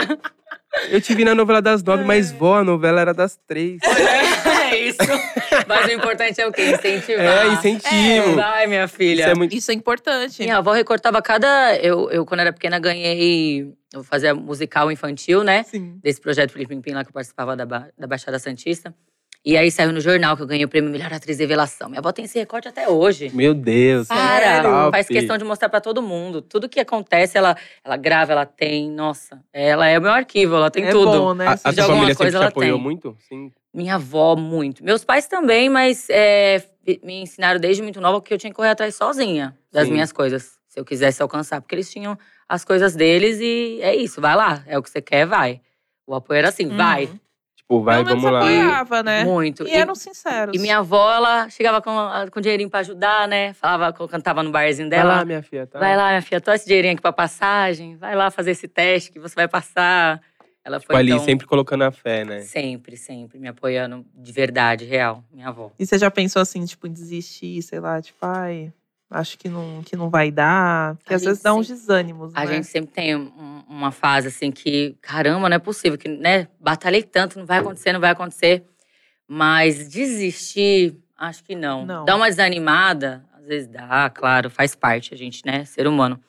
[SPEAKER 1] eu te vi na novela das nove, mas vó, a novela era das três.
[SPEAKER 3] é isso. Mas o importante é o quê? Incentivar.
[SPEAKER 1] É, incentivo.
[SPEAKER 3] Vai, minha filha.
[SPEAKER 1] Isso é muito.
[SPEAKER 2] Isso é importante.
[SPEAKER 3] Minha avó recortava cada. Eu, eu, quando era pequena, ganhei. Eu fazia musical infantil, né?
[SPEAKER 2] Sim.
[SPEAKER 3] Desse projeto Felipe Pimpim lá que eu participava da, Ba- da Baixada Santista. E aí saiu no jornal que eu ganhei o prêmio Melhor Atriz Revelação. Minha avó tem esse recorte até hoje.
[SPEAKER 1] Meu Deus.
[SPEAKER 3] Para!
[SPEAKER 1] top.
[SPEAKER 3] Faz questão de mostrar pra todo mundo. Tudo que acontece, ela, ela grava, ela tem. Nossa, ela é o meu arquivo, ela tem
[SPEAKER 2] é
[SPEAKER 3] tudo.
[SPEAKER 2] bom, né?
[SPEAKER 1] A, a
[SPEAKER 2] Assim,
[SPEAKER 1] sua
[SPEAKER 3] de
[SPEAKER 2] já-
[SPEAKER 3] alguma
[SPEAKER 1] família sempre
[SPEAKER 3] coisa
[SPEAKER 1] te
[SPEAKER 3] ela
[SPEAKER 1] apoiou
[SPEAKER 3] tem.
[SPEAKER 1] muito? Sim.
[SPEAKER 3] Minha avó, muito. Meus pais também, mas é, fi- me ensinaram desde muito nova que eu tinha que correr atrás sozinha das
[SPEAKER 1] Sim.
[SPEAKER 3] minhas coisas, se eu quisesse alcançar. Porque eles tinham as coisas deles e é isso, vai lá. É o que você quer, vai. O apoio era assim,
[SPEAKER 2] Uhum.
[SPEAKER 3] vai.
[SPEAKER 1] Tipo, vai,
[SPEAKER 2] Pelo menos
[SPEAKER 1] vamos lá.
[SPEAKER 2] apoiava, né?
[SPEAKER 3] Muito.
[SPEAKER 2] E eram sinceros.
[SPEAKER 3] e minha avó, ela chegava com, ah, com dinheirinho pra ajudar, né? Falava, cantava no barzinho
[SPEAKER 1] Vai
[SPEAKER 3] dela.
[SPEAKER 1] lá, minha filha, tá?
[SPEAKER 3] Vai lá, minha filha, toma esse dinheirinho aqui pra passagem. Vai lá fazer esse teste que você vai passar. Ela
[SPEAKER 1] Tipo,
[SPEAKER 3] foi
[SPEAKER 1] ali,
[SPEAKER 3] então,
[SPEAKER 1] sempre colocando a fé, né?
[SPEAKER 3] sempre, sempre me apoiando de verdade, real, minha avó.
[SPEAKER 2] E você já pensou assim, tipo, em desistir, sei lá, tipo, ai, acho que não, que não vai dar. Porque
[SPEAKER 3] A
[SPEAKER 2] às vezes
[SPEAKER 3] gente
[SPEAKER 2] dá uns
[SPEAKER 3] sim.
[SPEAKER 2] desânimos,
[SPEAKER 3] A
[SPEAKER 2] né?
[SPEAKER 3] gente sempre tem um- uma fase assim que, caramba, não é possível, que, né? Batalhei tanto, não vai acontecer, não vai acontecer. Mas desistir, acho que não.
[SPEAKER 2] Não.
[SPEAKER 3] Dá uma desanimada, às vezes dá, claro, faz parte, a gente, né? Ser humano.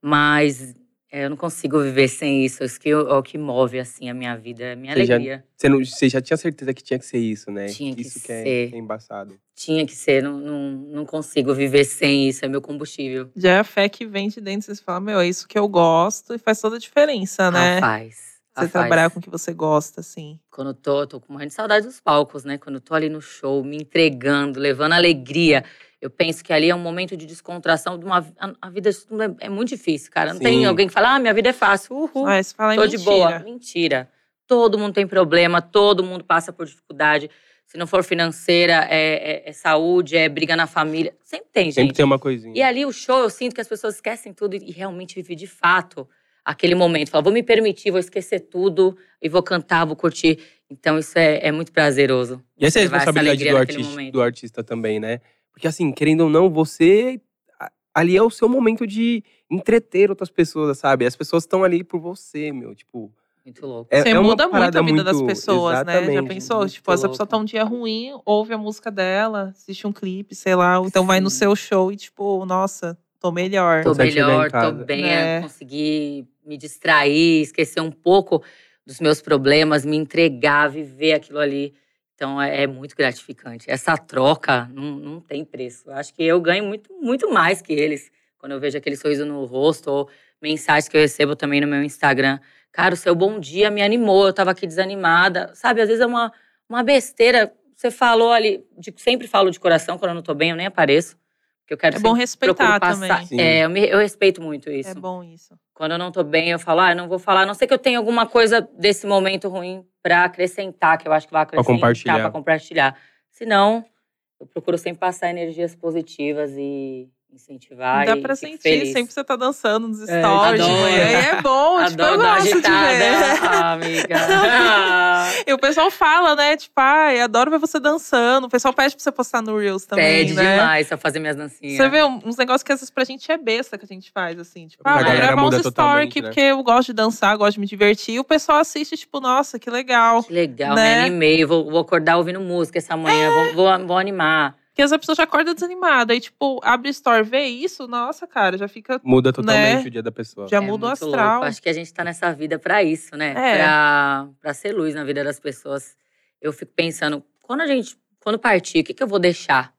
[SPEAKER 3] Mas é, eu não consigo viver sem isso. Isso que eu- é o que move, assim, a minha vida, a minha
[SPEAKER 1] Você já-
[SPEAKER 3] alegria.
[SPEAKER 1] Você, não- você já tinha certeza que tinha que ser isso, né?
[SPEAKER 3] Tinha que
[SPEAKER 1] isso que é,
[SPEAKER 3] ser.
[SPEAKER 1] que é embaçado.
[SPEAKER 3] Tinha que ser, não, não, não consigo viver sem isso, é meu combustível.
[SPEAKER 2] Já é a fé que vem de dentro, você fala, meu, é isso que eu gosto e faz toda a diferença, né?
[SPEAKER 3] Ah, faz. Ah,
[SPEAKER 2] Você
[SPEAKER 3] faz.
[SPEAKER 2] trabalhar com o que você gosta, assim.
[SPEAKER 3] Quando eu tô, tô com morrendo de saudade dos palcos, né? Quando eu tô ali no show, me entregando, levando alegria. Eu penso que ali é um momento de descontração. De uma, a, a vida é muito difícil, cara. Não tem
[SPEAKER 1] Sim.
[SPEAKER 3] alguém que fala, ah, minha vida é fácil. Uhul.
[SPEAKER 2] Ah, você fala, é
[SPEAKER 3] Tô de boa.
[SPEAKER 2] mentira.
[SPEAKER 3] Mentira. Todo mundo tem problema, todo mundo passa por dificuldade. Se não for financeira, é, é- é saúde, é briga na família. Sempre tem, gente.
[SPEAKER 1] Sempre tem uma coisinha.
[SPEAKER 3] E ali o show, eu sinto que as pessoas esquecem tudo e realmente vivem de fato aquele momento. Fala, vou me permitir, vou esquecer tudo e vou cantar, vou curtir. Então isso é, é muito prazeroso.
[SPEAKER 1] E essa é a
[SPEAKER 3] Levar essa
[SPEAKER 1] responsabilidade
[SPEAKER 3] alegria
[SPEAKER 1] do
[SPEAKER 3] naquele
[SPEAKER 1] artista,
[SPEAKER 3] momento.
[SPEAKER 1] do artista também, né? Porque assim, querendo ou não, você… a- Ali é o seu momento de entreter outras pessoas, sabe? As pessoas estão ali por você, meu. Tipo,
[SPEAKER 3] Muito louco.
[SPEAKER 1] É,
[SPEAKER 2] Você
[SPEAKER 1] é uma
[SPEAKER 2] muda muito
[SPEAKER 1] parada
[SPEAKER 2] a vida das
[SPEAKER 1] muito-
[SPEAKER 2] pessoas, né? Já
[SPEAKER 1] exatamente,
[SPEAKER 2] pensou?
[SPEAKER 3] muito
[SPEAKER 2] Tipo, essa
[SPEAKER 3] louco.
[SPEAKER 2] pessoa tá um dia ruim, ouve a música dela, assiste um clipe, sei lá, ou então vai no
[SPEAKER 3] Sim.
[SPEAKER 2] seu show e, tipo, nossa, tô melhor. É
[SPEAKER 3] Tô
[SPEAKER 1] Consegue chegar em
[SPEAKER 3] melhor, tô
[SPEAKER 1] casa.
[SPEAKER 3] bem,
[SPEAKER 2] Né?
[SPEAKER 3] eu consegui me distrair, esquecer um pouco dos meus problemas, me entregar, viver aquilo ali. Então é, é muito gratificante. Essa troca não, não tem preço. Eu Acho que eu ganho muito, muito mais que eles. Quando eu vejo aquele sorriso no rosto ou mensagens que eu recebo também no meu Instagram. Cara, o seu bom dia me animou, eu tava aqui desanimada. Sabe, às vezes é uma, uma besteira. Você falou ali, de- sempre falo de coração, quando eu não tô bem eu nem apareço. Porque eu quero
[SPEAKER 2] É bom respeitar
[SPEAKER 3] procuro
[SPEAKER 2] também.
[SPEAKER 3] passar-
[SPEAKER 1] Sim.
[SPEAKER 3] É, eu, me- eu respeito muito isso.
[SPEAKER 2] É bom isso.
[SPEAKER 3] Quando eu não tô bem, eu falo, ah, eu não vou falar. A não ser que eu tenha alguma coisa desse momento ruim pra acrescentar, que eu acho que vai acrescentar,
[SPEAKER 1] compartilhar.
[SPEAKER 3] pra compartilhar. Se não, eu procuro sempre passar energias positivas e incentivar.
[SPEAKER 2] Dá
[SPEAKER 3] e
[SPEAKER 2] pra
[SPEAKER 3] fico
[SPEAKER 2] sentir,
[SPEAKER 3] feliz.
[SPEAKER 2] sempre você tá dançando nos
[SPEAKER 3] É,
[SPEAKER 2] stories.
[SPEAKER 3] adoro.
[SPEAKER 2] né? E é bom, tipo, eu
[SPEAKER 3] Adoro dar
[SPEAKER 2] gosto de
[SPEAKER 3] agitada,
[SPEAKER 2] ver.
[SPEAKER 3] ah, amiga. Ah,
[SPEAKER 2] E o pessoal fala, né? Tipo, ai, adoro ver você dançando. O pessoal pede pra você postar no Reels também,
[SPEAKER 3] Pede
[SPEAKER 2] né?
[SPEAKER 3] demais pra fazer minhas dancinhas.
[SPEAKER 2] Você vê um- uns negócios que às vezes pra gente é besta que a gente faz, assim. Tipo,
[SPEAKER 1] A
[SPEAKER 2] ah, vou
[SPEAKER 3] galera
[SPEAKER 2] gravar uns
[SPEAKER 1] muda
[SPEAKER 2] story
[SPEAKER 1] totalmente,
[SPEAKER 2] aqui
[SPEAKER 1] né?
[SPEAKER 2] porque eu gosto de dançar, gosto de me divertir. E o pessoal assiste, tipo, nossa, que legal.
[SPEAKER 3] Que legal,
[SPEAKER 2] Né? É.
[SPEAKER 3] me animei. Vou, vou acordar ouvindo música essa manhã, vou, vou, vou animar.
[SPEAKER 2] Porque às vezes a pessoa já acorda desanimada. E, tipo, abre o story, vê isso, nossa, cara, já fica.
[SPEAKER 1] Muda totalmente
[SPEAKER 2] Né?
[SPEAKER 1] o dia da pessoa.
[SPEAKER 2] Já muda o
[SPEAKER 3] É muito
[SPEAKER 2] astral.
[SPEAKER 3] louco. Acho que a gente tá nessa vida pra isso, né?
[SPEAKER 2] É.
[SPEAKER 3] Pra, pra ser luz na vida das pessoas. Eu fico pensando, quando a gente, quando partir, o que, que eu vou deixar,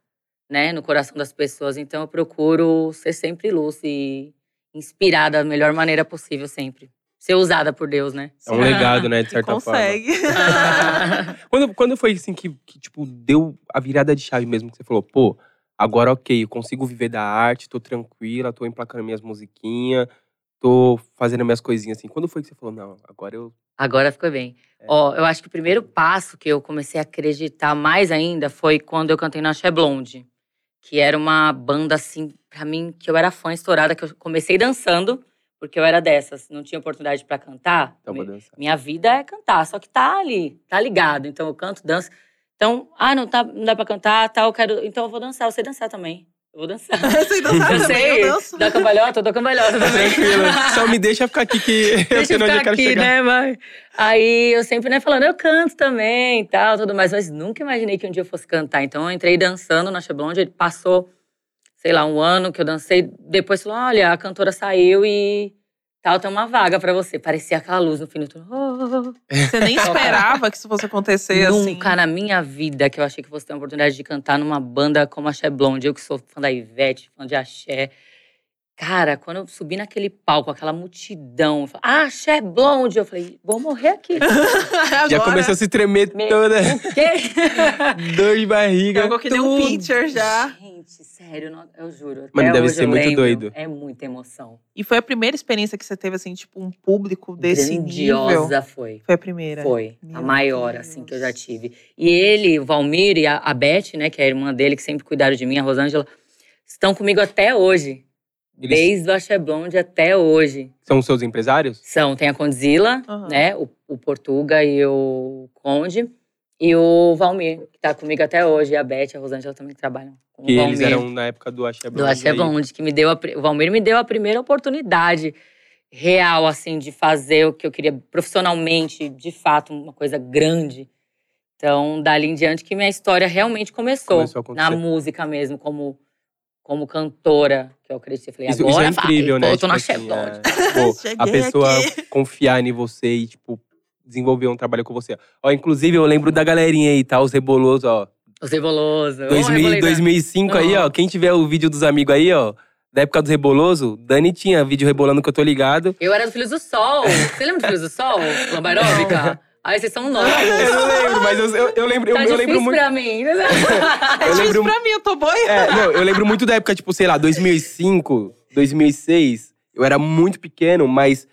[SPEAKER 3] né, no coração das pessoas? Então eu procuro ser sempre luz e inspirar da melhor maneira possível sempre. Ser usada por Deus, né?
[SPEAKER 1] É um legado, né, de certa
[SPEAKER 2] consegue.
[SPEAKER 1] forma. Quando, quando foi assim que, que, tipo, deu a virada de chave mesmo, que você falou, pô, agora ok, eu consigo viver da arte, tô tranquila, tô emplacando minhas musiquinhas, tô fazendo minhas coisinhas assim. Quando foi que você falou, não, agora eu.
[SPEAKER 3] Agora ficou bem.
[SPEAKER 1] É.
[SPEAKER 3] Ó, eu acho que o primeiro passo que eu comecei a acreditar mais ainda foi quando eu cantei na Ché Blonde, que era uma banda assim, pra mim, que eu era fã estourada, que eu comecei dançando, porque eu era dessas, não tinha oportunidade pra cantar.
[SPEAKER 1] Então, vou
[SPEAKER 3] Me-
[SPEAKER 1] dançar.
[SPEAKER 3] minha vida é cantar, só que tá ali, tá ligado. Então eu canto, danço. Então, ah, não, tá, não dá pra cantar, tal, eu quero. Então eu vou dançar, eu sei dançar também. Eu vou dançar.
[SPEAKER 2] Sem dançar
[SPEAKER 3] Eu
[SPEAKER 2] também,
[SPEAKER 3] sei.
[SPEAKER 2] eu danço.
[SPEAKER 3] Dá cambalhota, eu dou cambalhota também.
[SPEAKER 1] Tranquila, só me deixa ficar aqui que eu
[SPEAKER 3] Deixa
[SPEAKER 1] sei
[SPEAKER 3] eu
[SPEAKER 1] onde
[SPEAKER 3] ficar
[SPEAKER 1] eu quero
[SPEAKER 3] aqui,
[SPEAKER 1] chegar.
[SPEAKER 3] né, mãe? Aí eu sempre, né, falando, eu canto também e tal, tudo mais. Mas nunca imaginei que um dia eu fosse cantar. Então eu entrei dançando na Cheblonde, ele passou, sei lá, um ano que eu dancei. Depois falou, olha, a cantora saiu e tal, tem uma vaga pra você. Parecia aquela luz no fim do túnel. Oh,
[SPEAKER 2] Você nem esperava que isso fosse acontecer assim.
[SPEAKER 3] Nunca na minha vida que eu achei que fosse ter a oportunidade de cantar numa banda como a Ché Blonde. Eu que sou fã da Ivete, fã de Axé. Cara, quando eu subi naquele palco, aquela multidão, eu falei, ah, Axé Blonde! Eu falei, vou morrer aqui.
[SPEAKER 1] Já
[SPEAKER 2] Agora,
[SPEAKER 1] começou a se tremer
[SPEAKER 3] Me-
[SPEAKER 1] toda,
[SPEAKER 3] Quê?
[SPEAKER 1] dor de barriga.
[SPEAKER 2] Cagou que nem um
[SPEAKER 1] tudo.
[SPEAKER 2] pincher já.
[SPEAKER 3] Gente, sério, não- eu juro.
[SPEAKER 1] Mano,
[SPEAKER 3] até
[SPEAKER 1] deve
[SPEAKER 3] hoje
[SPEAKER 1] ser
[SPEAKER 3] eu
[SPEAKER 1] muito
[SPEAKER 3] lembro,
[SPEAKER 1] doido.
[SPEAKER 3] É muita emoção.
[SPEAKER 2] E foi a primeira experiência que você teve, assim, tipo, um público desse nível.
[SPEAKER 3] Grandiosa foi.
[SPEAKER 2] Foi a primeira.
[SPEAKER 3] Foi.
[SPEAKER 2] Meu
[SPEAKER 3] a maior,
[SPEAKER 2] Deus.
[SPEAKER 3] assim, que eu já tive. E ele, o Valmir e a, a Beth, né, que é a irmã dele, que sempre cuidaram de mim, a Rosângela, estão comigo até hoje.
[SPEAKER 1] Eles-
[SPEAKER 3] Desde o Axé Blonde até hoje.
[SPEAKER 1] São seus empresários?
[SPEAKER 3] São, tem a Condzilla,
[SPEAKER 2] Aham.
[SPEAKER 3] né, o, o Portuga e o Conde. E o Valmir, que tá comigo até hoje. E a Beth e a Rosângela também trabalham com
[SPEAKER 1] Que
[SPEAKER 3] o
[SPEAKER 1] eles
[SPEAKER 3] Valmir.
[SPEAKER 1] eram na época do Axé né? Blonde.
[SPEAKER 3] Do Axé
[SPEAKER 1] aí.
[SPEAKER 3] Blonde, que me deu a, pri- o Valmir me deu a primeira oportunidade real, assim, de fazer o que eu queria profissionalmente, de fato, uma coisa grande. Então, dali em diante que minha história realmente começou,
[SPEAKER 1] Começou a acontecer.
[SPEAKER 3] na música mesmo, como, como cantora, que eu acreditei. Falei,
[SPEAKER 1] Isso, isso
[SPEAKER 3] agora
[SPEAKER 1] é incrível,
[SPEAKER 3] vai,
[SPEAKER 1] né?
[SPEAKER 3] pô, eu tô na
[SPEAKER 1] Tipo
[SPEAKER 3] Axé
[SPEAKER 1] assim,
[SPEAKER 3] Blonde.
[SPEAKER 1] é, pô, a
[SPEAKER 2] Cheguei
[SPEAKER 1] pessoa
[SPEAKER 2] aqui.
[SPEAKER 1] confiar em você e, tipo, desenvolver um trabalho com você. Ó, inclusive, eu lembro da galerinha aí, tá? Os rebolosos, ó.
[SPEAKER 3] O Ceboloso. Ô,
[SPEAKER 1] 2000,
[SPEAKER 3] Reboleda.
[SPEAKER 1] 2005 aí, ó. Quem tiver o vídeo dos amigos aí, ó. Da época dos rebolosos, Dani tinha vídeo rebolando que eu tô ligado.
[SPEAKER 3] Eu era do Filhos do Sol. Você lembra do Filhos do Sol? Lamba aeróbica? Aí vocês são novos.
[SPEAKER 1] Eu não lembro, mas eu, eu, eu lembro, eu,
[SPEAKER 3] tá
[SPEAKER 1] eu
[SPEAKER 3] difícil
[SPEAKER 1] lembro muito.
[SPEAKER 3] pra mim.
[SPEAKER 2] É
[SPEAKER 1] eu
[SPEAKER 2] difícil
[SPEAKER 1] lembro-
[SPEAKER 2] pra mim, eu tô boiando.
[SPEAKER 1] É, não, eu lembro muito da época, tipo, sei lá, 2005, 2006. Eu era muito pequeno, mas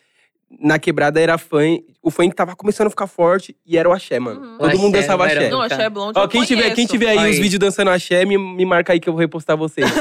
[SPEAKER 1] na quebrada era fã. O funk tava começando a ficar forte e era o axé, mano.
[SPEAKER 2] Uhum.
[SPEAKER 1] Todo
[SPEAKER 3] O
[SPEAKER 1] mundo
[SPEAKER 3] axé,
[SPEAKER 1] dançava
[SPEAKER 3] não era
[SPEAKER 1] axé.
[SPEAKER 2] Não,
[SPEAKER 3] Não,
[SPEAKER 2] achei
[SPEAKER 3] achei
[SPEAKER 2] blonde.
[SPEAKER 1] Ó, quem tiver, quem tiver aí, os
[SPEAKER 3] Aí.
[SPEAKER 1] vídeos dançando axé, me, me marca aí que eu vou repostar vocês.
[SPEAKER 3] Você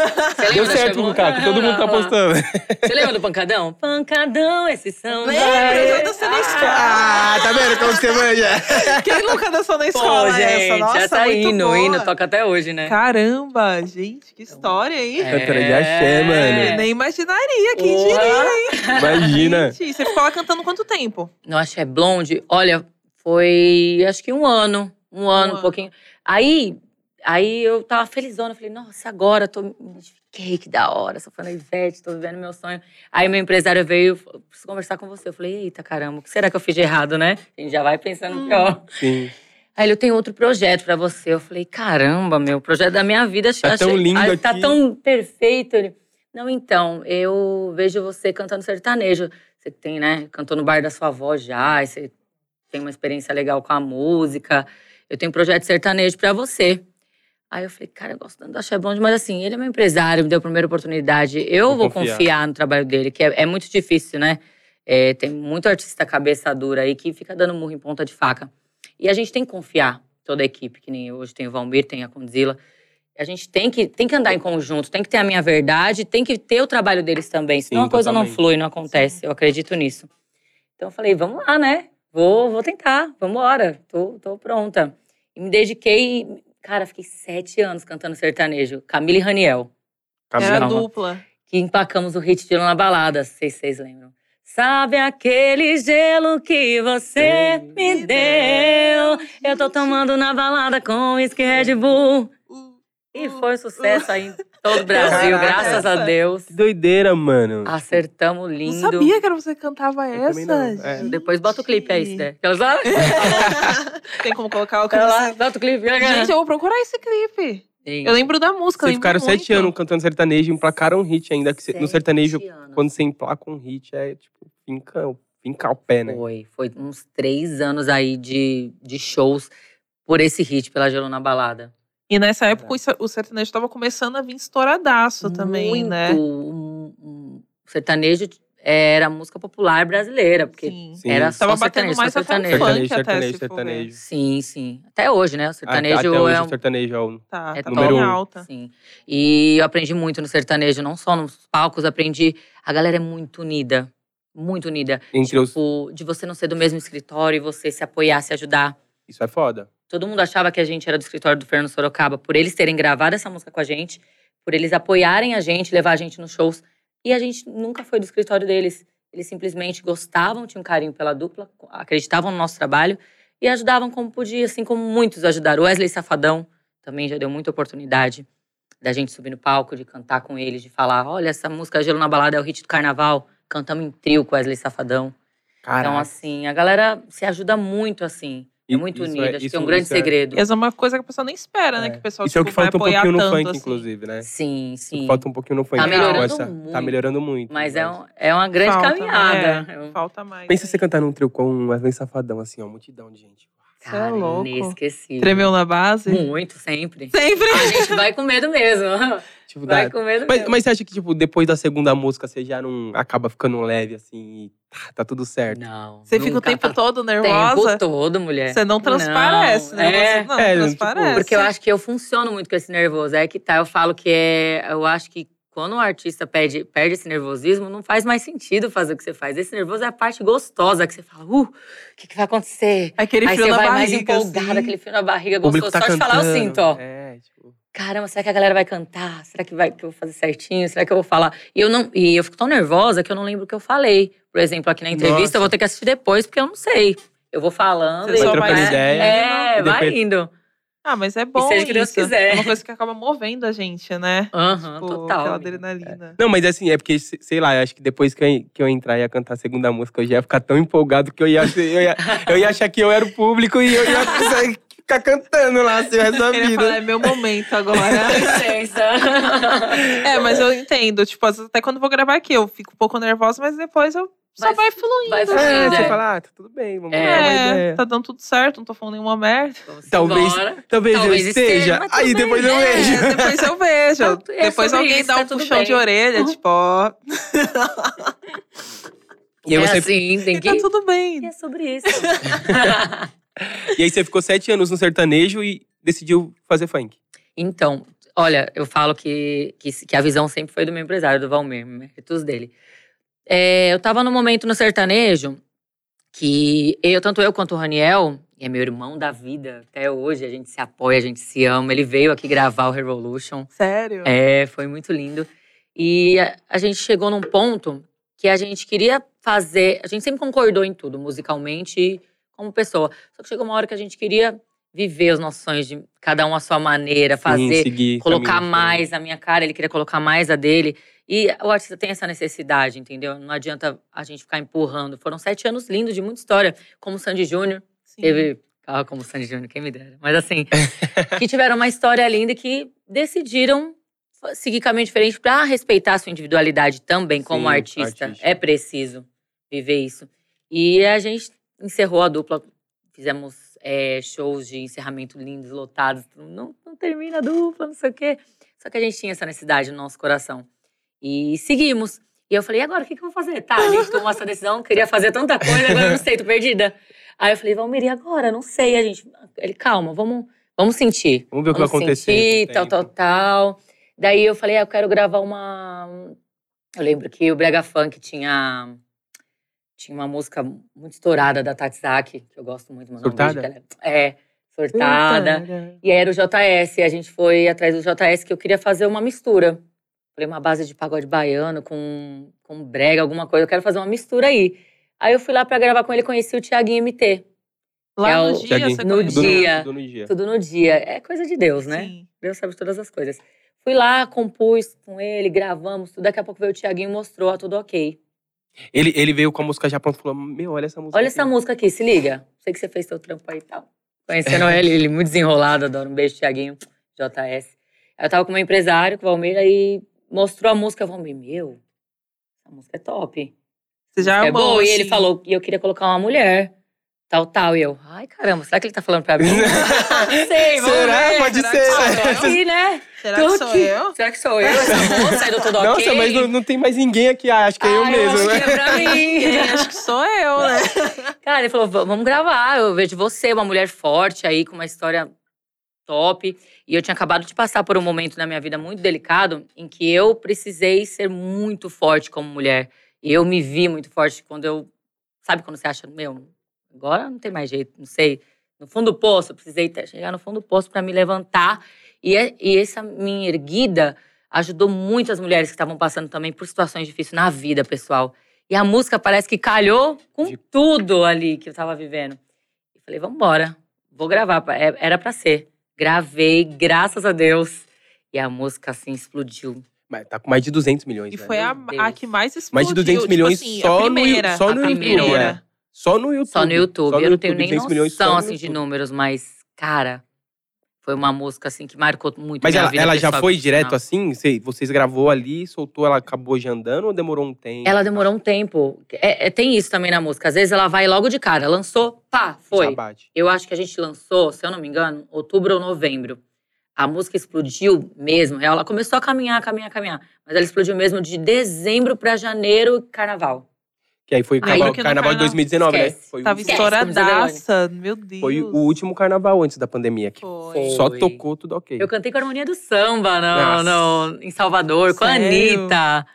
[SPEAKER 1] Deu
[SPEAKER 3] lembra da
[SPEAKER 1] certo,
[SPEAKER 3] Xebon?
[SPEAKER 1] Lukaku. Todo mundo tá postando.
[SPEAKER 3] Você lembra do pancadão? Pancadão, esses são.
[SPEAKER 2] Lembro,
[SPEAKER 3] daí.
[SPEAKER 2] eu dancei na escola.
[SPEAKER 1] Ah, tá vendo como você manja?
[SPEAKER 2] Quem nunca dançou na
[SPEAKER 3] Pô,
[SPEAKER 2] escola é
[SPEAKER 3] gente,
[SPEAKER 2] essa? Nossa,
[SPEAKER 3] já tá
[SPEAKER 2] muito
[SPEAKER 3] hino,
[SPEAKER 2] boa.
[SPEAKER 3] hino, toca até hoje, né?
[SPEAKER 2] Caramba, gente, que história, hein?
[SPEAKER 3] É.
[SPEAKER 1] Cantora de axé,
[SPEAKER 2] Eu
[SPEAKER 1] mano.
[SPEAKER 2] nem imaginaria, quem
[SPEAKER 3] Porra.
[SPEAKER 2] diria, hein?
[SPEAKER 1] Imagina.
[SPEAKER 2] Gente, você ficou lá cantando quanto tempo?
[SPEAKER 3] No Axé é Blonde, olha, foi acho que um ano, um ano, um
[SPEAKER 2] ano.
[SPEAKER 3] pouquinho. Aí, aí eu tava felizona, falei, nossa, agora eu tô, me identifiquei, que da hora, sou fã da Ivete, tô vivendo meu sonho. Aí meu empresário veio, falou, preciso conversar com você. Eu falei, eita caramba, o que será que eu fiz de errado, né? A gente já vai pensando
[SPEAKER 2] Hum.
[SPEAKER 3] pior.
[SPEAKER 1] Sim.
[SPEAKER 3] Aí ele, eu tenho outro projeto pra você. Eu falei, caramba, meu, o projeto da minha vida.
[SPEAKER 1] Tá tão lindo
[SPEAKER 3] Ai, Tá
[SPEAKER 1] aqui.
[SPEAKER 3] tão perfeito. Ele, não, então, eu vejo você cantando sertanejo. Você tem, né, cantou no bar da sua avó já, e você tem uma experiência legal com a música. Eu tenho um projeto sertanejo pra você. Aí eu falei, cara, eu gosto tanto do Axé Blonde, mas assim, ele é meu empresário, me deu a primeira oportunidade. Eu
[SPEAKER 1] Vou
[SPEAKER 3] vou,
[SPEAKER 1] confiar.
[SPEAKER 3] confiar. no trabalho dele, que é, é muito difícil, né? É, tem muito artista cabeça dura aí que fica dando murro em ponta de faca. E a gente tem que confiar, toda a equipe, que nem hoje tem o Valmir, tem a Condzilla. A gente tem que, tem que andar em conjunto, tem que ter a minha verdade, tem que ter o trabalho deles também. Senão
[SPEAKER 1] Sim,
[SPEAKER 3] a coisa
[SPEAKER 1] totalmente.
[SPEAKER 3] não flui, não acontece. Eu acredito nisso. Então eu falei, vamos lá, né? Vou, vou tentar, vamos embora, tô, tô pronta. E me dediquei, e, cara, fiquei sete anos cantando sertanejo. Camila e Raniel,
[SPEAKER 2] Era
[SPEAKER 1] Camila,
[SPEAKER 3] Cabelo.
[SPEAKER 2] dupla.
[SPEAKER 3] que empacamos o hit de Lula na Balada, vocês, vocês lembram. Sabe aquele gelo que você
[SPEAKER 1] Sim.
[SPEAKER 3] me deu? Eu tô tomando na balada com whisky Red Bull. E foi um sucesso aí em todo o Brasil,
[SPEAKER 1] Caraca.
[SPEAKER 3] graças a Deus.
[SPEAKER 1] que doideira, mano.
[SPEAKER 3] Ah, é Acertamos
[SPEAKER 2] Não
[SPEAKER 3] lindo.
[SPEAKER 2] sabia que era você que cantava
[SPEAKER 1] Eu também
[SPEAKER 2] essa.
[SPEAKER 1] não, é.
[SPEAKER 2] gente.
[SPEAKER 3] Depois bota o clipe aí, Sté. Aquelas lá.
[SPEAKER 2] Tem como colocar o clipe?
[SPEAKER 3] Vai lá, Bota o clipe.
[SPEAKER 2] Gente, eu vou procurar esse clipe. Eu lembro da música.
[SPEAKER 1] Vocês
[SPEAKER 2] lembro
[SPEAKER 1] ficaram
[SPEAKER 2] muito.
[SPEAKER 1] sete anos cantando sertanejo e emplacaram um hit ainda. Que cê- no sertanejo,
[SPEAKER 3] Sete anos.
[SPEAKER 1] quando você emplaca um hit, é tipo, finca, finca o pé, né?
[SPEAKER 3] Foi, foi uns três anos aí de, de shows por esse hit, pela Gelo na Balada.
[SPEAKER 2] E nessa época o ser- o sertanejo tava começando a vir estouradaço também,
[SPEAKER 3] Muito,
[SPEAKER 2] né?
[SPEAKER 3] um- um- o sertanejo é, era música popular brasileira, é porque
[SPEAKER 2] Sim.
[SPEAKER 1] Sim.
[SPEAKER 3] era só
[SPEAKER 2] Tava batendo
[SPEAKER 3] sertanejo,
[SPEAKER 2] mais
[SPEAKER 3] só
[SPEAKER 2] até o
[SPEAKER 3] sertanejo.
[SPEAKER 2] É funk
[SPEAKER 1] Sertanejo,
[SPEAKER 2] até,
[SPEAKER 1] sertanejo,
[SPEAKER 2] se for ver.
[SPEAKER 1] sertanejo.
[SPEAKER 3] Sim, sim. Até hoje, né? O sertanejo
[SPEAKER 1] Ah, até hoje,
[SPEAKER 3] é um
[SPEAKER 1] o sertanejo é um...
[SPEAKER 2] Tá,
[SPEAKER 3] É
[SPEAKER 2] tá
[SPEAKER 1] número
[SPEAKER 2] bem
[SPEAKER 1] um.
[SPEAKER 2] alta.
[SPEAKER 3] Sim. E eu aprendi muito no sertanejo, não só nos palcos, aprendi. A galera é muito unida. Muito unida.
[SPEAKER 1] Entre os...
[SPEAKER 3] Tipo, de você não ser do mesmo escritório e você se apoiar, se ajudar.
[SPEAKER 1] Isso é foda.
[SPEAKER 3] Todo mundo achava que a gente era do escritório do Fernando Sorocaba por eles terem gravado essa música com a gente, por eles apoiarem a gente, levar a gente nos shows. E a gente nunca foi do escritório deles. Eles simplesmente gostavam, tinham um carinho pela dupla, acreditavam no nosso trabalho e ajudavam como podia, assim como muitos ajudaram. O Wesley Safadão também já deu muita oportunidade da gente subir no palco, de cantar com eles, de falar: olha, essa música Gelo na Balada é o hit do carnaval. Cantamos em trio com o Wesley Safadão.
[SPEAKER 1] Caraca.
[SPEAKER 3] Então, assim, a galera se ajuda muito, assim. É
[SPEAKER 1] E-
[SPEAKER 3] muito
[SPEAKER 1] isso
[SPEAKER 3] unida.
[SPEAKER 1] é-
[SPEAKER 3] Acho
[SPEAKER 1] isso-
[SPEAKER 3] que é um grande
[SPEAKER 1] isso é-
[SPEAKER 3] segredo.
[SPEAKER 2] E essa é uma coisa que a pessoa nem espera, né? Que o pessoal
[SPEAKER 1] Isso é o que
[SPEAKER 2] tipo, vai
[SPEAKER 1] falta um
[SPEAKER 2] apoiar
[SPEAKER 1] pouquinho no
[SPEAKER 2] tanto,
[SPEAKER 1] funk,
[SPEAKER 2] assim.
[SPEAKER 1] inclusive, né?
[SPEAKER 3] Sim, sim.
[SPEAKER 1] Falta um pouquinho no funk.
[SPEAKER 3] Tá
[SPEAKER 1] com
[SPEAKER 2] melhorando
[SPEAKER 1] Tá
[SPEAKER 3] muito.
[SPEAKER 1] melhorando muito. né?
[SPEAKER 3] Mas é, um- é uma grande
[SPEAKER 2] Falta,
[SPEAKER 3] caminhada.
[SPEAKER 2] né?
[SPEAKER 3] É um-
[SPEAKER 2] Falta mais.
[SPEAKER 1] Pensa
[SPEAKER 2] né?
[SPEAKER 1] você cantar num trio com um Wesley Safadão, assim, ó, multidão de gente.
[SPEAKER 2] Cê é louco.
[SPEAKER 3] inesquecível.
[SPEAKER 2] Tremeu na base?
[SPEAKER 3] Muito, sempre.
[SPEAKER 2] Sempre.
[SPEAKER 3] A gente vai com medo mesmo.
[SPEAKER 1] Tipo, dá-
[SPEAKER 3] Vai com medo
[SPEAKER 1] Mas,
[SPEAKER 3] mesmo.
[SPEAKER 1] mas você acha que, tipo, depois da segunda música, você já não acaba ficando leve, assim, e tá, tá tudo certo?
[SPEAKER 3] Não.
[SPEAKER 2] Você fica o
[SPEAKER 3] nunca.
[SPEAKER 2] tempo todo
[SPEAKER 3] O tempo
[SPEAKER 2] nervosa.
[SPEAKER 3] todo, mulher.
[SPEAKER 2] Você não transparece, né?
[SPEAKER 3] é.
[SPEAKER 2] Você não
[SPEAKER 1] É, tipo,
[SPEAKER 2] transparece.
[SPEAKER 3] Porque eu acho que eu funciono muito com esse nervoso. É que tá, eu falo que é. Eu acho que quando o artista perde, perde esse nervosismo, não faz mais sentido fazer o que você faz. Esse nervoso é a parte gostosa que você fala, uh, o que, que vai acontecer?
[SPEAKER 2] Aquele
[SPEAKER 3] Aí
[SPEAKER 2] frio
[SPEAKER 3] você
[SPEAKER 2] na
[SPEAKER 3] vai mais
[SPEAKER 2] barriga,
[SPEAKER 3] empolgada,
[SPEAKER 2] assim.
[SPEAKER 3] aquele frio na barriga
[SPEAKER 1] O público
[SPEAKER 3] gostoso.
[SPEAKER 1] tá
[SPEAKER 3] Só de
[SPEAKER 1] cantando.
[SPEAKER 3] falar, eu sinto, ó.
[SPEAKER 1] É, tipo...
[SPEAKER 3] Caramba, será que a galera vai cantar? Será que, vai, que eu vou fazer certinho? Será que eu vou falar? E eu, não, e eu fico tão nervosa que eu não lembro o que eu falei. Por exemplo, aqui na entrevista,
[SPEAKER 1] Nossa.
[SPEAKER 3] eu vou ter que assistir depois, porque eu não sei. Eu vou falando
[SPEAKER 2] Você
[SPEAKER 3] e
[SPEAKER 2] só
[SPEAKER 1] vai trocando
[SPEAKER 3] vai-
[SPEAKER 1] ideia.
[SPEAKER 3] É,
[SPEAKER 1] E
[SPEAKER 3] vai
[SPEAKER 1] depois-
[SPEAKER 3] indo.
[SPEAKER 2] Ah, mas é bom
[SPEAKER 3] seja o que Deus
[SPEAKER 2] isso.
[SPEAKER 3] quiser.
[SPEAKER 2] É uma coisa que acaba movendo a gente, né?
[SPEAKER 3] Aham,
[SPEAKER 2] Tipo, Aquela
[SPEAKER 3] total.
[SPEAKER 2] adrenalina.
[SPEAKER 1] Não, mas assim, é porque, se- sei lá, eu acho que depois que eu, que eu entrar e ia cantar a segunda música, eu já ia ficar tão empolgado que eu ia, ser- eu ia, eu ia achar que eu era o público e eu ia precisar ficar cantando lá, assim, o resto da
[SPEAKER 2] Eu ia falar,
[SPEAKER 1] vida.
[SPEAKER 2] é meu momento agora.
[SPEAKER 3] Dá licença.
[SPEAKER 2] É, mas eu entendo. Tipo, às vezes até quando eu vou gravar aqui, eu fico um pouco nervosa, mas depois eu só vai,
[SPEAKER 3] Vai-
[SPEAKER 2] fluindo.
[SPEAKER 3] vai
[SPEAKER 2] assim,
[SPEAKER 1] É,
[SPEAKER 3] fluindo,
[SPEAKER 1] você
[SPEAKER 3] É.
[SPEAKER 1] fala, ah, tá tudo bem, vamos
[SPEAKER 3] É.
[SPEAKER 1] lá, uma
[SPEAKER 2] É,
[SPEAKER 1] ideia.
[SPEAKER 2] tá dando tudo certo, não tô falando nenhuma merda.
[SPEAKER 3] Vamos
[SPEAKER 1] Talvez-
[SPEAKER 3] embora.
[SPEAKER 1] Talvez,
[SPEAKER 3] Talvez
[SPEAKER 1] eu
[SPEAKER 3] esteja,
[SPEAKER 1] esteja,
[SPEAKER 3] mas tudo
[SPEAKER 1] aí
[SPEAKER 3] bem,
[SPEAKER 1] depois eu
[SPEAKER 3] né?
[SPEAKER 1] vejo.
[SPEAKER 2] É, depois eu vejo.
[SPEAKER 3] Então, é
[SPEAKER 2] depois
[SPEAKER 3] sobre
[SPEAKER 2] alguém
[SPEAKER 3] isso,
[SPEAKER 2] dá
[SPEAKER 3] tá
[SPEAKER 2] um
[SPEAKER 3] tudo
[SPEAKER 2] puxão
[SPEAKER 3] bem.
[SPEAKER 2] de orelha, tipo, ó.
[SPEAKER 1] E aí,
[SPEAKER 3] é
[SPEAKER 1] você,
[SPEAKER 3] assim,
[SPEAKER 2] E
[SPEAKER 3] tem
[SPEAKER 2] tá
[SPEAKER 3] que...
[SPEAKER 2] tudo
[SPEAKER 3] E
[SPEAKER 2] bem.
[SPEAKER 3] é sobre isso.
[SPEAKER 1] e aí você ficou sete anos no sertanejo e decidiu fazer funk.
[SPEAKER 3] Então, olha, eu falo que, que, que a visão sempre foi do meu empresário, do Valmir, méritos dele. É, eu tava num momento no sertanejo que eu, tanto eu quanto o Raniel, que é meu irmão da vida até hoje, a gente se apoia, a gente se ama. Ele veio aqui gravar o Revolution.
[SPEAKER 2] Sério?
[SPEAKER 3] É, foi muito lindo. E a, a gente chegou num ponto que a gente queria fazer. A gente sempre concordou em tudo, musicalmente e como pessoa. Só que chegou uma hora que a gente queria viver os nossos sonhos de cada um à sua maneira, fazer,
[SPEAKER 1] seguir então.
[SPEAKER 3] colocar
[SPEAKER 1] caminhos
[SPEAKER 3] mais na minha cara, ele queria colocar mais a dele. E o artista tem essa necessidade, entendeu? Não adianta a gente ficar empurrando. Foram sete anos lindos de muita história, como o Sandy Júnior.
[SPEAKER 2] Sim.
[SPEAKER 3] Teve carro como o Sandy Júnior, quem me dera. Mas assim, que tiveram uma história linda e que decidiram seguir caminho diferente para respeitar a sua individualidade também como
[SPEAKER 1] Sim,
[SPEAKER 3] artista.
[SPEAKER 1] artista.
[SPEAKER 3] É preciso viver isso. E a gente encerrou a dupla, fizemos é, shows de encerramento lindos, lotados. Não, não termina a dupla, não sei o quê. Só que a gente tinha essa necessidade no nosso coração. E seguimos. E eu falei, e agora o que, que eu vou fazer? Tá, a gente tomou essa decisão, queria fazer tanta coisa, agora eu não sei, tô perdida. Aí eu falei, Valmir, e agora? Não sei. A gente, ele, calma, vamos, vamos sentir.
[SPEAKER 1] Vamos ver o que vai
[SPEAKER 3] Vamos
[SPEAKER 1] acontecer.
[SPEAKER 3] sentir,
[SPEAKER 1] com o
[SPEAKER 3] tal,
[SPEAKER 1] tempo.
[SPEAKER 3] tal, tal. Daí eu falei, ah, eu quero gravar uma. Eu lembro que o Brega Funk tinha. Tinha uma música muito estourada da Tati Zaki, que eu gosto muito, mas
[SPEAKER 1] Surtada?
[SPEAKER 3] não vejo que ela é. É, surtada. E aí era o JS, e a gente foi atrás do JS que eu queria fazer uma mistura. Falei, uma base de pagode baiano com, com brega, alguma coisa. Eu quero fazer uma mistura aí. Aí eu fui lá pra gravar com ele, conheci o Tiaguinho MT.
[SPEAKER 2] Lá
[SPEAKER 3] É
[SPEAKER 2] no
[SPEAKER 3] o-
[SPEAKER 2] dia,
[SPEAKER 1] Tiaguinho.
[SPEAKER 2] você
[SPEAKER 3] No
[SPEAKER 1] Tudo
[SPEAKER 2] conheceu?
[SPEAKER 3] dia.
[SPEAKER 1] tudo no dia.
[SPEAKER 3] Tudo no dia. É coisa de Deus, né?
[SPEAKER 2] Sim.
[SPEAKER 3] Deus sabe de todas as coisas. Fui lá, compus com ele, gravamos tudo. Daqui a pouco veio o Tiaguinho e mostrou, ah, tudo ok.
[SPEAKER 1] Ele, ele veio com a música já pronta e falou: Meu, olha essa música.
[SPEAKER 3] Olha essa
[SPEAKER 1] aqui."
[SPEAKER 3] música aqui, se liga. Sei que você fez seu trampo aí e tal. Conhecendo ele, ele muito desenrolado, adoro. Um beijo, Tiaguinho, JS. Aí Eu tava com meu empresário, com o Valmir, aí mostrou a música. O Valmir, meu, essa música é top.
[SPEAKER 2] Você já
[SPEAKER 3] é
[SPEAKER 2] amou,
[SPEAKER 3] boa. E
[SPEAKER 2] assim.
[SPEAKER 3] ele falou, e eu queria colocar uma mulher. Tal, tal. E eu, ai, caramba, será que ele tá falando pra mim? Não sei, vamos
[SPEAKER 1] Será?
[SPEAKER 3] ver.
[SPEAKER 1] Pode
[SPEAKER 2] será
[SPEAKER 1] ser.
[SPEAKER 2] que
[SPEAKER 3] Ah, tô aqui, né?
[SPEAKER 2] Será
[SPEAKER 3] Tô
[SPEAKER 2] que sou
[SPEAKER 3] aqui.
[SPEAKER 2] eu?
[SPEAKER 3] Será que sou eu essa moça aí do Tudo
[SPEAKER 1] Nossa,
[SPEAKER 3] Ok?
[SPEAKER 1] mas não, não tem mais ninguém aqui. Ah, acho que é eu
[SPEAKER 3] Ah,
[SPEAKER 1] mesmo,
[SPEAKER 3] acho
[SPEAKER 1] né?
[SPEAKER 3] que é pra
[SPEAKER 2] É,
[SPEAKER 3] mim.
[SPEAKER 2] acho que sou eu, né?
[SPEAKER 3] Cara, ele falou, "Va- vamos gravar, eu vejo você, uma mulher forte aí, com uma história top. E eu tinha acabado de passar por um momento na minha vida muito delicado, em que eu precisei ser muito forte como mulher. E eu me vi muito forte quando eu... Sabe quando você acha, meu, agora não tem mais jeito, não sei. No fundo do poço, eu precisei até chegar no fundo do poço para me levantar. E, é- e essa minha erguida ajudou muitas mulheres que estavam passando também por situações difíceis na vida, pessoal. E a música parece que calhou com
[SPEAKER 1] De-
[SPEAKER 3] tudo ali que eu tava vivendo. E falei, vamos embora. Vou gravar. pa- é- Era pra ser. Gravei, graças a Deus. E a música, assim, explodiu.
[SPEAKER 1] Mas tá com mais de 200 milhões.
[SPEAKER 2] E
[SPEAKER 1] né?
[SPEAKER 2] foi a,
[SPEAKER 3] Deus.
[SPEAKER 2] a que mais
[SPEAKER 1] Mais
[SPEAKER 2] explodiu.
[SPEAKER 1] de 200
[SPEAKER 2] tipo
[SPEAKER 1] milhões
[SPEAKER 2] assim,
[SPEAKER 1] só
[SPEAKER 2] a
[SPEAKER 1] no-
[SPEAKER 2] primeira,
[SPEAKER 1] só
[SPEAKER 2] a
[SPEAKER 1] no
[SPEAKER 3] YouTube,
[SPEAKER 2] primeira.
[SPEAKER 1] Só no YouTube.
[SPEAKER 3] Só no YouTube.
[SPEAKER 1] Só no
[SPEAKER 3] eu não tenho
[SPEAKER 1] YouTube,
[SPEAKER 3] nem
[SPEAKER 1] 200 milhões só
[SPEAKER 3] noção,
[SPEAKER 1] no
[SPEAKER 3] assim, de
[SPEAKER 1] YouTube.
[SPEAKER 3] números, mas, cara, foi uma música, assim, que marcou muito
[SPEAKER 1] Mas
[SPEAKER 3] minha
[SPEAKER 1] ela,
[SPEAKER 3] vida
[SPEAKER 1] ela já
[SPEAKER 3] pessoal e
[SPEAKER 1] foi
[SPEAKER 3] profissional.
[SPEAKER 1] direto assim? Você- Vocês gravou ali, soltou, ela acabou já andando ou demorou um tempo?
[SPEAKER 3] Ela demorou um tempo. É- é- tem isso também na música. Às vezes ela vai logo de cara. Lançou, pá,
[SPEAKER 1] Já
[SPEAKER 3] foi.
[SPEAKER 1] bate.
[SPEAKER 3] Eu acho que a gente lançou, se eu não me engano, outubro ou novembro. A música explodiu mesmo. real. Ela começou a caminhar, caminhar, caminhar. Mas ela explodiu mesmo de dezembro pra janeiro, carnaval.
[SPEAKER 1] Que aí foi o
[SPEAKER 2] Aí
[SPEAKER 1] carnaval,
[SPEAKER 2] que no
[SPEAKER 1] carnaval de
[SPEAKER 2] carnaval-
[SPEAKER 1] 2019, né?
[SPEAKER 3] Esquece.
[SPEAKER 1] Foi, o-
[SPEAKER 2] Tava
[SPEAKER 3] Esquece, como diz a
[SPEAKER 2] estouradaça, meu Deus.
[SPEAKER 1] foi o último carnaval antes da pandemia. Que
[SPEAKER 2] Foi.
[SPEAKER 1] Só
[SPEAKER 3] Foi.
[SPEAKER 1] tocou tudo ok.
[SPEAKER 3] Eu cantei com a harmonia do samba
[SPEAKER 1] Nossa.
[SPEAKER 3] no, no- em Salvador, com a
[SPEAKER 2] Sério?
[SPEAKER 3] Anitta.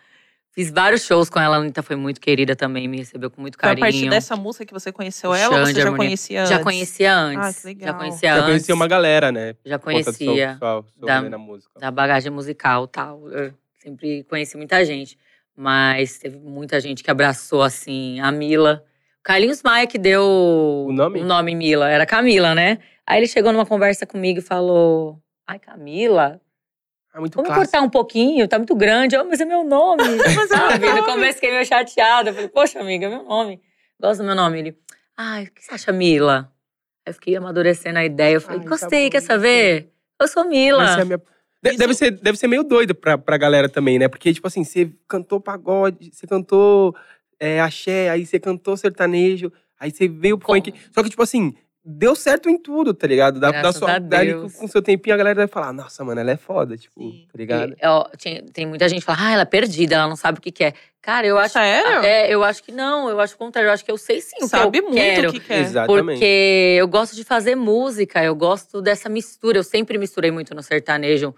[SPEAKER 3] Fiz vários shows com ela. A Anitta foi muito querida também, me recebeu com muito
[SPEAKER 2] Foi
[SPEAKER 3] carinho.
[SPEAKER 2] a partir dessa música que você conheceu ela ou
[SPEAKER 3] Xande,
[SPEAKER 2] você já
[SPEAKER 3] harmonia.
[SPEAKER 2] conhecia antes?
[SPEAKER 3] Já conhecia antes.
[SPEAKER 2] Ah, que legal.
[SPEAKER 3] Já conhecia
[SPEAKER 1] Já
[SPEAKER 3] antes.
[SPEAKER 1] conhecia uma galera, né?
[SPEAKER 3] Já
[SPEAKER 1] Por conta do seu-
[SPEAKER 3] conhecia.
[SPEAKER 1] sua- seu
[SPEAKER 3] da-
[SPEAKER 1] rolê na música.
[SPEAKER 3] da bagagem musical tal. Eu sempre conheci muita gente. Mas teve muita gente que abraçou, assim, a Mila. O Carlinhos Maia que deu
[SPEAKER 1] O nome?
[SPEAKER 3] Mila, era Camila, né? Aí ele chegou numa conversa comigo e falou: Ai, Camila,
[SPEAKER 1] Ah, muito
[SPEAKER 3] vamos
[SPEAKER 1] clássico.
[SPEAKER 3] cortar um pouquinho, tá muito grande. Eu, mas é meu nome.
[SPEAKER 2] Mas é
[SPEAKER 3] Sabe?
[SPEAKER 1] um
[SPEAKER 2] legal.
[SPEAKER 3] No começo fiquei meio chateada. Eu falei, poxa, amiga, é meu nome. Gosto do meu nome. Ele, ai, o que você acha, Mila? Aí eu fiquei amadurecendo a ideia. Eu falei,
[SPEAKER 1] Ai, tá
[SPEAKER 3] gostei, quer
[SPEAKER 1] bom.
[SPEAKER 3] saber? Eu sou Mila.
[SPEAKER 1] Mas é a minha- De-
[SPEAKER 2] Isso-
[SPEAKER 1] Deve ser, deve ser meio doido pra, pra galera também, né? Porque, tipo assim, você cantou pagode, você cantou é, axé, aí você cantou sertanejo, aí você veio pro
[SPEAKER 3] Como?
[SPEAKER 1] funk. Só que, tipo assim, deu certo em tudo, tá ligado? Da, da
[SPEAKER 3] Graças
[SPEAKER 1] sua,
[SPEAKER 3] a
[SPEAKER 1] dali
[SPEAKER 3] Deus.
[SPEAKER 1] com, com seu tempinho, a galera vai falar, nossa, mano, ela é foda, tipo,
[SPEAKER 2] Sim.
[SPEAKER 1] tá ligado?
[SPEAKER 3] E, ó, tinha- tem muita gente que fala, ah, ela é perdida, ela não sabe o que quer. Cara, eu acho.
[SPEAKER 2] Sério?
[SPEAKER 3] É, eu acho que não, eu acho o contrário, eu acho que eu sei sim o
[SPEAKER 2] Sabe
[SPEAKER 3] que eu
[SPEAKER 2] muito
[SPEAKER 3] quero.
[SPEAKER 2] o que quer.
[SPEAKER 1] Exatamente.
[SPEAKER 3] Porque eu gosto de fazer música, eu gosto dessa mistura. Eu sempre misturei muito no sertanejo,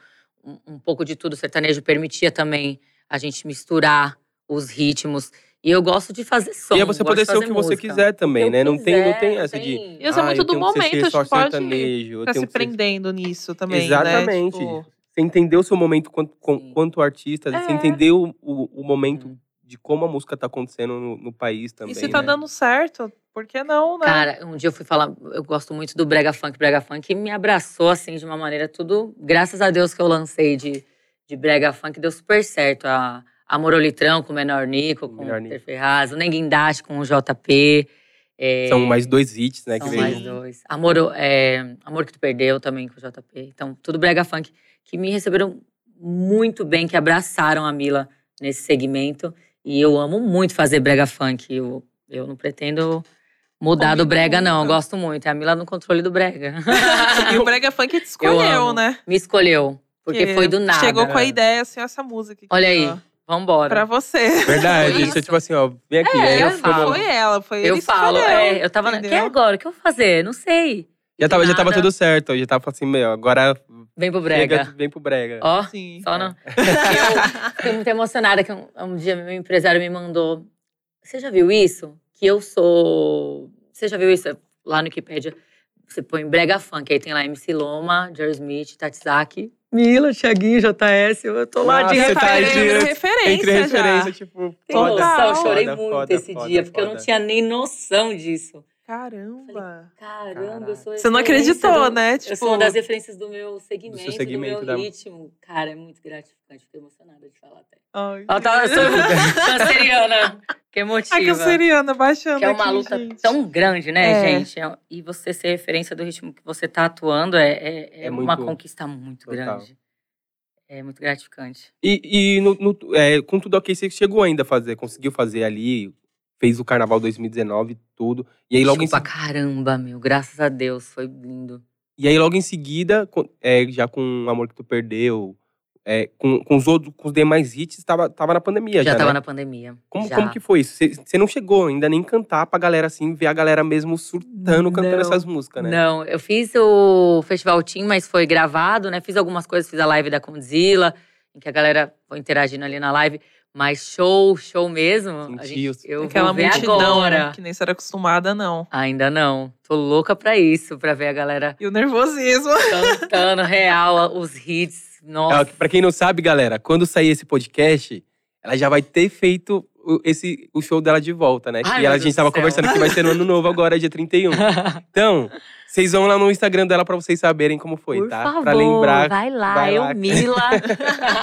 [SPEAKER 3] um, um pouco de tudo. O sertanejo permitia também a gente misturar os ritmos. E eu gosto de fazer som.
[SPEAKER 1] e é você
[SPEAKER 3] gosto
[SPEAKER 1] poder
[SPEAKER 3] de
[SPEAKER 1] ser o
[SPEAKER 3] fazer
[SPEAKER 1] que você
[SPEAKER 3] música.
[SPEAKER 1] quiser também,
[SPEAKER 3] Eu
[SPEAKER 1] né? Não, tem, não
[SPEAKER 3] quiser,
[SPEAKER 1] tem essa de.
[SPEAKER 2] E isso é
[SPEAKER 1] "Ah,
[SPEAKER 2] muito
[SPEAKER 1] eu
[SPEAKER 2] do
[SPEAKER 1] tenho que ser
[SPEAKER 2] momento,
[SPEAKER 1] só
[SPEAKER 2] acho que pode
[SPEAKER 1] sertanejo, eu
[SPEAKER 2] Tá se
[SPEAKER 1] tenho que ser
[SPEAKER 2] prendendo nisso também,
[SPEAKER 1] Exatamente.
[SPEAKER 2] né? Tipo,
[SPEAKER 1] Você entendeu o seu momento quanto, com-
[SPEAKER 3] Sim.
[SPEAKER 1] quanto artista, assim, você
[SPEAKER 2] É.
[SPEAKER 1] entendeu o, o momento
[SPEAKER 3] Hum.
[SPEAKER 1] de como a música tá acontecendo no, no país também.
[SPEAKER 2] e se tá
[SPEAKER 1] né?
[SPEAKER 2] dando certo, por que não, né?
[SPEAKER 3] Cara, um dia eu fui falar, eu gosto muito do Brega Funk, Brega Funk, e me abraçou assim de uma maneira tudo. Graças a Deus que eu lancei de, de Brega Funk, deu super certo. A, a Morolitrão com o Menor Nico, com
[SPEAKER 1] Menor
[SPEAKER 3] o
[SPEAKER 1] Nico.
[SPEAKER 3] Peter Ferraz, o Nenguindaste com o JP. é,
[SPEAKER 1] São mais dois hits, né?
[SPEAKER 3] são
[SPEAKER 1] que
[SPEAKER 3] mais
[SPEAKER 1] veio.
[SPEAKER 3] dois. Amor, é, Amor que tu perdeu também com o JP. Então, tudo brega funk que me receberam muito bem, que abraçaram a Mila nesse segmento. E eu amo muito fazer brega funk. Eu, eu não pretendo mudar
[SPEAKER 2] Combina
[SPEAKER 3] do brega não,
[SPEAKER 2] muito.
[SPEAKER 3] Eu gosto muito. É a Mila no controle do brega.
[SPEAKER 2] e o Brega Funk te escolheu,
[SPEAKER 3] amo.
[SPEAKER 2] né?
[SPEAKER 3] me escolheu, porque
[SPEAKER 2] Que
[SPEAKER 3] foi do nada.
[SPEAKER 2] Chegou com a
[SPEAKER 1] né?
[SPEAKER 2] ideia, assim, ó, essa música aqui.
[SPEAKER 3] Olha aí,
[SPEAKER 2] ó,
[SPEAKER 3] vambora.
[SPEAKER 2] Pra você.
[SPEAKER 1] Verdade,
[SPEAKER 3] Foi
[SPEAKER 1] isso é
[SPEAKER 3] isso.
[SPEAKER 1] tipo assim, ó, vem aqui.
[SPEAKER 3] É,
[SPEAKER 1] aí ela
[SPEAKER 3] eu
[SPEAKER 1] ficou-
[SPEAKER 3] falo.
[SPEAKER 2] Foi ela, foi ele
[SPEAKER 3] eu
[SPEAKER 2] que
[SPEAKER 3] falo,
[SPEAKER 2] escolheu,
[SPEAKER 3] é, eu tava na, que
[SPEAKER 2] entendeu?
[SPEAKER 3] agora? O que eu vou fazer? Não sei.
[SPEAKER 1] já, tava, já tava
[SPEAKER 3] nada.
[SPEAKER 1] tudo certo, eu já tava assim, meu, agora
[SPEAKER 3] Vem pro brega.
[SPEAKER 1] chega, vem pro brega.
[SPEAKER 3] Ó.
[SPEAKER 2] Sim.
[SPEAKER 1] É.
[SPEAKER 3] Só não. Eu fiquei muito emocionada que um, um dia meu empresário me mandou. Você já viu isso? Que eu sou. Você já viu isso lá no Wikipedia? Você põe brega funk, aí tem lá MC Loma, Jerry Smith, Tatizaki. Mila, Thiaguinho, JS, eu tô lá de
[SPEAKER 1] Nossa, tá aí
[SPEAKER 3] referência.
[SPEAKER 1] de-
[SPEAKER 2] Entre
[SPEAKER 1] Entre
[SPEAKER 2] referência
[SPEAKER 1] referência,
[SPEAKER 2] já.
[SPEAKER 1] tipo,
[SPEAKER 3] Tem
[SPEAKER 1] foda.
[SPEAKER 3] noção, eu chorei
[SPEAKER 1] Foda,
[SPEAKER 3] muito
[SPEAKER 1] foda,
[SPEAKER 3] esse
[SPEAKER 1] foda,
[SPEAKER 3] dia, porque eu não
[SPEAKER 1] foda.
[SPEAKER 3] tinha nem noção disso.
[SPEAKER 2] Caramba.
[SPEAKER 3] Caramba, eu sou
[SPEAKER 2] Você não
[SPEAKER 3] referência
[SPEAKER 2] acreditou,
[SPEAKER 3] do-
[SPEAKER 2] né?
[SPEAKER 3] Eu sou uma
[SPEAKER 2] Tipo,
[SPEAKER 3] das referências do meu segmento, do,
[SPEAKER 1] segmento,
[SPEAKER 3] meu
[SPEAKER 1] da-
[SPEAKER 3] ritmo. Cara, é muito gratificante, fiquei emocionada de falar até.
[SPEAKER 2] ai,
[SPEAKER 3] Ela tá eu sou
[SPEAKER 1] Tá
[SPEAKER 3] canceriana. Que emotiva.
[SPEAKER 2] a canceriana baixando
[SPEAKER 3] que é uma
[SPEAKER 2] aqui,
[SPEAKER 3] luta
[SPEAKER 2] gente.
[SPEAKER 3] tão grande, né,
[SPEAKER 2] É.
[SPEAKER 3] gente? É- E você ser referência do ritmo que você tá atuando é, é, é
[SPEAKER 1] É
[SPEAKER 3] uma
[SPEAKER 1] muito-
[SPEAKER 3] conquista muito
[SPEAKER 1] total.
[SPEAKER 3] grande. É muito gratificante.
[SPEAKER 1] E, e no, no- é, com tudo ok, você chegou ainda a fazer, conseguiu fazer ali, fez o Carnaval 2019 e tudo. E aí, logo em,
[SPEAKER 3] Chupa
[SPEAKER 1] segui-
[SPEAKER 3] Tipo, caramba, meu. Graças a Deus, foi lindo.
[SPEAKER 1] e aí, logo em seguida, com- é, já com O Amor Que Tu Perdeu, é, com, com os outros, com os demais hits, tava, tava na pandemia já,
[SPEAKER 3] já tava
[SPEAKER 1] né?
[SPEAKER 3] na pandemia.
[SPEAKER 1] Como,
[SPEAKER 3] já.
[SPEAKER 1] como que foi isso? Você- Você não chegou ainda nem cantar pra galera assim, ver a galera mesmo surtando, cantando
[SPEAKER 3] Não.
[SPEAKER 1] essas músicas, né?
[SPEAKER 3] Não, eu fiz o Festival Team, mas foi gravado, né? Fiz algumas coisas, fiz a live da Condzilla, em que a galera foi interagindo ali na live. Mas show, show mesmo. a
[SPEAKER 1] Senti os-
[SPEAKER 3] eu
[SPEAKER 2] Aquela
[SPEAKER 3] vou ver
[SPEAKER 2] multidão
[SPEAKER 3] agora.
[SPEAKER 2] né, que nem você era acostumada, não.
[SPEAKER 3] Ainda não. Tô louca pra isso, pra ver a galera
[SPEAKER 2] E o nervosismo.
[SPEAKER 3] cantando real, os hits.
[SPEAKER 1] Ó,
[SPEAKER 3] Nossa.
[SPEAKER 1] Pra quem não sabe, galera, quando sair esse podcast, ela já vai ter feito o, esse, o show dela de volta, né?
[SPEAKER 3] Ai,
[SPEAKER 1] e
[SPEAKER 3] meu
[SPEAKER 1] ela, a
[SPEAKER 3] Deus
[SPEAKER 1] gente
[SPEAKER 3] do
[SPEAKER 1] tava
[SPEAKER 3] céu.
[SPEAKER 1] conversando que vai ser no ano novo agora, dia 31. Então, vocês vão lá no Instagram dela pra vocês saberem como foi,
[SPEAKER 3] Por
[SPEAKER 1] tá?
[SPEAKER 3] favor,
[SPEAKER 1] pra lembrar.
[SPEAKER 3] vai lá,
[SPEAKER 1] vai
[SPEAKER 3] eu
[SPEAKER 1] lá.
[SPEAKER 3] Mila.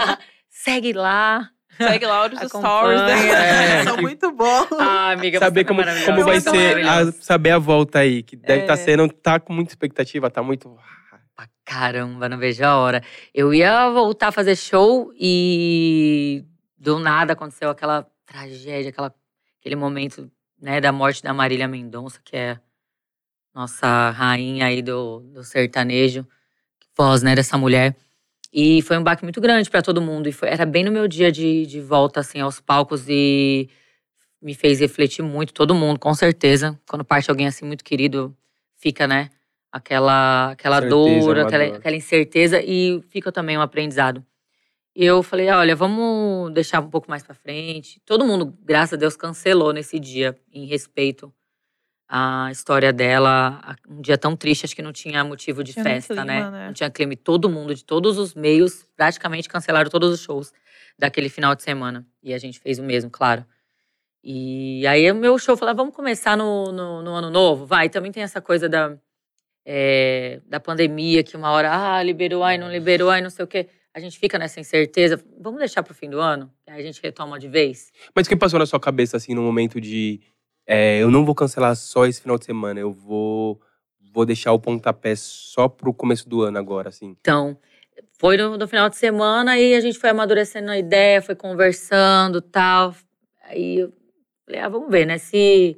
[SPEAKER 3] Segue lá.
[SPEAKER 2] Segue lá os
[SPEAKER 3] Acompanha.
[SPEAKER 2] stories, né?
[SPEAKER 1] É.
[SPEAKER 2] São muito bons.
[SPEAKER 3] Ah, amiga,
[SPEAKER 1] Saber
[SPEAKER 3] você
[SPEAKER 1] como,
[SPEAKER 3] tá maravilhosa.
[SPEAKER 1] como vai
[SPEAKER 2] Vocês são
[SPEAKER 1] ser, a- saber a volta aí, que deve estar
[SPEAKER 2] É.
[SPEAKER 1] sendo, tá com muita expectativa, tá muito.
[SPEAKER 3] pra caramba, não vejo a hora. Eu ia voltar a fazer show e do nada aconteceu aquela tragédia, aquela, aquele momento né, da morte da Marília Mendonça, que é nossa rainha aí do, do sertanejo, voz né, dessa mulher. E foi um baque muito grande pra todo mundo. E foi- era bem no meu dia de, de volta assim, aos palcos e me fez refletir muito, todo mundo, com certeza. Quando parte alguém assim muito querido, fica, né? Aquela, aquela
[SPEAKER 1] Certeza, é
[SPEAKER 3] dor,
[SPEAKER 1] uma
[SPEAKER 3] aquela,
[SPEAKER 1] dor.
[SPEAKER 3] aquela incerteza e fica também um aprendizado. E eu falei, olha, vamos deixar um pouco mais pra frente. Todo mundo, graças a Deus, cancelou nesse dia, em respeito à história dela. a- Um dia tão triste, acho que não tinha motivo de
[SPEAKER 2] Tinha nem
[SPEAKER 3] festa,
[SPEAKER 2] clima, né?
[SPEAKER 3] né? Não tinha clima. E todo mundo, de todos os meios, praticamente cancelaram todos os shows daquele final de semana. E a gente fez o mesmo, claro. E aí o meu show falava, vamos começar no, no, no ano novo? Vai, também tem essa coisa da, eh, da pandemia, que uma hora, ah, liberou, ai, não liberou, ai, não sei o quê. A gente fica nessa incerteza. Vamos deixar pro fim do ano? Aí a gente retoma de vez?
[SPEAKER 1] Mas o que passou na sua cabeça, assim, no momento de. é, eu não vou cancelar só esse final de semana, eu vou. Vou deixar o pontapé só pro começo do ano agora, assim.
[SPEAKER 3] Então, foi no, no final de semana e a gente foi amadurecendo a ideia, foi conversando tal. Aí eu falei, ah, vamos ver, né? Se,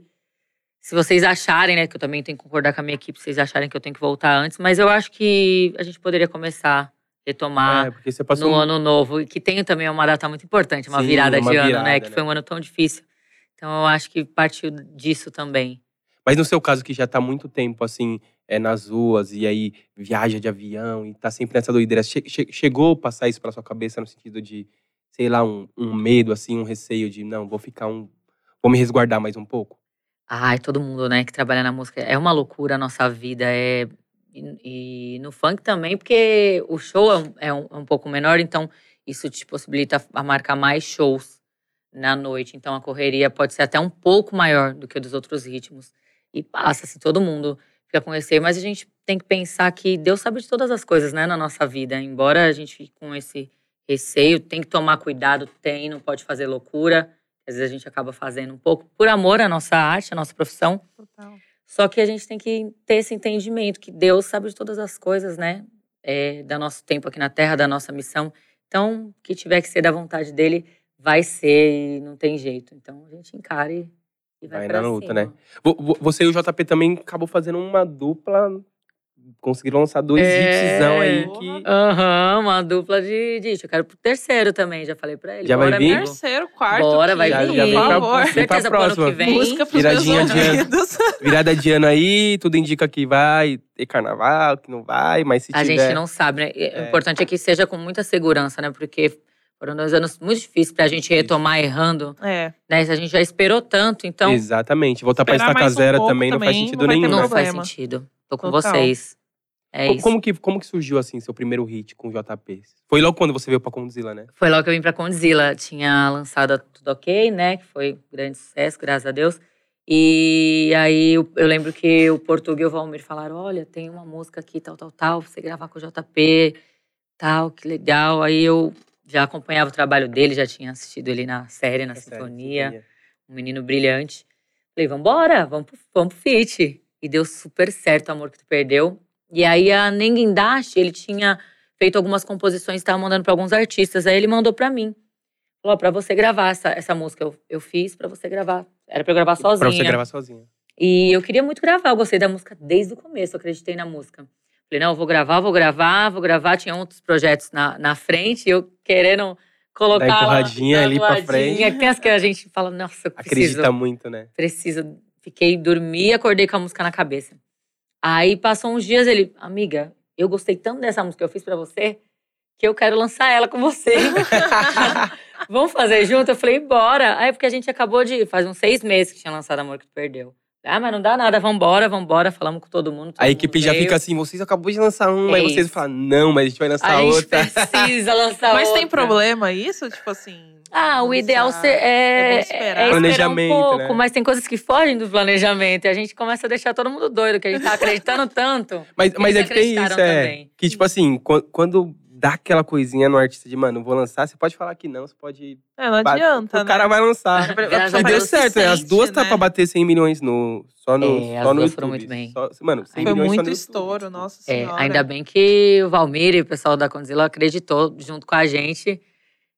[SPEAKER 3] se vocês acharem, né? Que eu também tenho que concordar com a minha equipe, se vocês acharem que eu tenho que voltar antes, mas eu acho que a gente poderia começar, retomar
[SPEAKER 1] é, porque você passou.
[SPEAKER 3] Ah, no ano novo, e que tem também uma data muito importante, uma
[SPEAKER 1] Sim,
[SPEAKER 3] virada
[SPEAKER 1] uma
[SPEAKER 3] de ano,
[SPEAKER 1] virada,
[SPEAKER 3] né? Que
[SPEAKER 1] né?
[SPEAKER 3] foi um ano tão difícil. Então eu acho que partiu disso também.
[SPEAKER 1] Mas no seu caso, que já tá muito tempo, assim, é, nas ruas, e aí viaja de avião, e tá sempre nessa doideira, che- che- chegou a passar isso pela sua cabeça no sentido de, sei lá, um, um medo, assim, um receio de, não, vou ficar um. Vou me resguardar mais um pouco?
[SPEAKER 3] Ai, todo mundo, né, que trabalha na música. É uma loucura a nossa vida. É... E, e no funk também, porque o show é um, é um- é um pouco menor, então isso te possibilita a marcar mais shows. na noite. Então a correria pode ser até um pouco maior do que a dos outros ritmos. E passa, assim, todo mundo fica com receio. Mas a gente tem que pensar que Deus sabe de todas as coisas, né, na nossa vida. Embora a gente fique com esse receio, tem que tomar cuidado, tem, não pode fazer loucura. Às vezes a gente acaba fazendo um pouco por amor à nossa arte, à nossa profissão.
[SPEAKER 2] Total.
[SPEAKER 3] Só que a gente tem que ter esse entendimento que Deus sabe de todas as coisas, né? É, da nosso tempo aqui na Terra, da nossa missão. Então, o que tiver que ser da vontade dele, vai ser e não tem jeito. Então, a gente encara e, e vai,
[SPEAKER 1] Vai
[SPEAKER 3] pra
[SPEAKER 1] na luta,
[SPEAKER 3] cima.
[SPEAKER 1] né? Vo- vo- Você e o JP também acabou fazendo uma dupla. Conseguiram lançar dois
[SPEAKER 3] É.
[SPEAKER 1] hitsão aí que.
[SPEAKER 3] Aham, uma dupla de de hit. Eu quero pro terceiro também, já falei pra ele.
[SPEAKER 1] Já vai
[SPEAKER 3] Bora,
[SPEAKER 1] vir?
[SPEAKER 3] amigo.
[SPEAKER 2] Terceiro, quarto,
[SPEAKER 3] Bora, vai
[SPEAKER 1] Já-
[SPEAKER 2] quinto,
[SPEAKER 1] já
[SPEAKER 3] vir.
[SPEAKER 1] vem
[SPEAKER 2] por
[SPEAKER 1] pra-
[SPEAKER 2] favor.
[SPEAKER 1] vem pra
[SPEAKER 3] Certeza pro ano
[SPEAKER 1] próxima.
[SPEAKER 3] que vem.
[SPEAKER 2] Música pros
[SPEAKER 1] Viradinha
[SPEAKER 2] meus
[SPEAKER 1] de ano.
[SPEAKER 2] ouvidos.
[SPEAKER 1] Virada de ano aí, tudo indica que vai ter carnaval, que não vai, mas se
[SPEAKER 3] A
[SPEAKER 1] tiver.
[SPEAKER 3] gente não sabe, né? E
[SPEAKER 1] É.
[SPEAKER 3] O importante é que seja com muita segurança, né? Porque foram dois anos muito difíceis pra gente
[SPEAKER 1] Difícil.
[SPEAKER 3] retomar errando,
[SPEAKER 2] É,
[SPEAKER 3] né? A gente já esperou tanto, então
[SPEAKER 1] Exatamente. Voltar pra
[SPEAKER 2] Esperar
[SPEAKER 1] estaca
[SPEAKER 2] mais um
[SPEAKER 1] zero
[SPEAKER 2] pouco
[SPEAKER 1] também não faz
[SPEAKER 2] também, não
[SPEAKER 1] sentido
[SPEAKER 2] vai ter
[SPEAKER 1] nenhum.
[SPEAKER 3] não
[SPEAKER 1] né?
[SPEAKER 2] problema.
[SPEAKER 3] faz sentido. Tô com
[SPEAKER 2] Total.
[SPEAKER 3] vocês. É
[SPEAKER 1] Co-
[SPEAKER 3] isso.
[SPEAKER 1] Como que, como que surgiu assim seu primeiro hit com o JP? Foi logo quando você veio pra Conduzila, né?
[SPEAKER 3] Foi logo que eu vim pra Condzilla. Tinha lançado a Tudo Ok, né? Que foi um grande sucesso, graças a Deus. E aí eu, eu lembro que o Portuga e o Valmir falaram: olha, tem uma música aqui, tal, tal, tal, pra você gravar com o JP, tal, que legal. Aí eu já acompanhava o trabalho dele, já tinha assistido ele na série, na sintonia um menino brilhante. Falei, vambora, vamos pro, vamos pro fit. E deu super certo o Amor Que Tu Perdeu. E aí a Nenguindashi, ele tinha feito algumas composições, estava mandando para alguns artistas. Aí ele mandou para mim. Falou, para você gravar essa, essa música. Eu, eu fiz para você gravar. Era para eu gravar sozinha.
[SPEAKER 1] Pra você gravar sozinha.
[SPEAKER 3] E eu queria muito gravar, eu gostei da música desde o começo, eu acreditei na música. Falei, não, eu vou gravar, vou gravar, vou gravar. Tinha outros projetos na, na frente, e eu querendo colocar.
[SPEAKER 1] Dá
[SPEAKER 3] uma-
[SPEAKER 1] empurradinha
[SPEAKER 3] uma
[SPEAKER 1] ali pra
[SPEAKER 3] voadinha.
[SPEAKER 1] frente.
[SPEAKER 3] Aquelas que a gente fala, nossa, eu preciso
[SPEAKER 1] Acredita muito, né?
[SPEAKER 3] preciso. Fiquei, dormi e acordei com a música na cabeça. Aí passou uns dias, ele, amiga, eu gostei tanto dessa música que eu fiz pra você que eu quero lançar ela com você. Vamos fazer junto? Eu falei, bora. Aí, porque a gente acabou de. Faz uns seis meses que tinha lançado Amor que tu perdeu. Ah, mas não dá nada, vambora, vambora. Falamos com todo mundo. todo
[SPEAKER 1] A equipe
[SPEAKER 3] mundo
[SPEAKER 1] já
[SPEAKER 3] veio.
[SPEAKER 1] fica assim, vocês acabou de lançar uma,
[SPEAKER 3] Então, É
[SPEAKER 1] aí vocês
[SPEAKER 3] isso.
[SPEAKER 1] falam, não, mas a gente vai lançar
[SPEAKER 3] A gente
[SPEAKER 1] outra.
[SPEAKER 3] precisa lançar
[SPEAKER 2] Mas tem
[SPEAKER 3] Tá outra.
[SPEAKER 2] problema isso? Tipo assim.
[SPEAKER 3] Ah, o
[SPEAKER 2] lançar-
[SPEAKER 3] ideal se-
[SPEAKER 2] é bom
[SPEAKER 3] é, é,
[SPEAKER 2] esperar.
[SPEAKER 3] esperar
[SPEAKER 1] Planejamento,
[SPEAKER 3] um pouco,
[SPEAKER 1] né?
[SPEAKER 3] mas tem coisas que fogem do planejamento e a gente começa a deixar todo mundo doido, que a gente tá acreditando tanto.
[SPEAKER 1] Mas, mas é
[SPEAKER 3] Eles
[SPEAKER 1] que tem isso,
[SPEAKER 3] acreditaram
[SPEAKER 1] é.
[SPEAKER 3] também.
[SPEAKER 1] Que tipo assim, qu- quando dá aquela coisinha no artista de, mano, vou lançar, você pode falar que não, você pode.
[SPEAKER 2] É, não
[SPEAKER 1] bater,
[SPEAKER 2] adianta,
[SPEAKER 1] o cara vai lançar.
[SPEAKER 3] Graças a
[SPEAKER 1] E deu
[SPEAKER 3] Deus se
[SPEAKER 1] certo, né? As duas tá pra bater 100 milhões no, só no.
[SPEAKER 3] É,
[SPEAKER 1] só
[SPEAKER 3] as
[SPEAKER 1] no
[SPEAKER 3] duas foram
[SPEAKER 1] YouTube.
[SPEAKER 3] muito
[SPEAKER 1] Só-
[SPEAKER 3] bem.
[SPEAKER 1] mano, 100
[SPEAKER 2] Foi
[SPEAKER 1] milhões só no
[SPEAKER 2] muito
[SPEAKER 1] YouTube,
[SPEAKER 2] estouro,
[SPEAKER 1] tipo.
[SPEAKER 2] nossa
[SPEAKER 3] É,
[SPEAKER 2] senhora.
[SPEAKER 3] ainda bem que o Valmir e o pessoal da Condzilla acreditou junto com a gente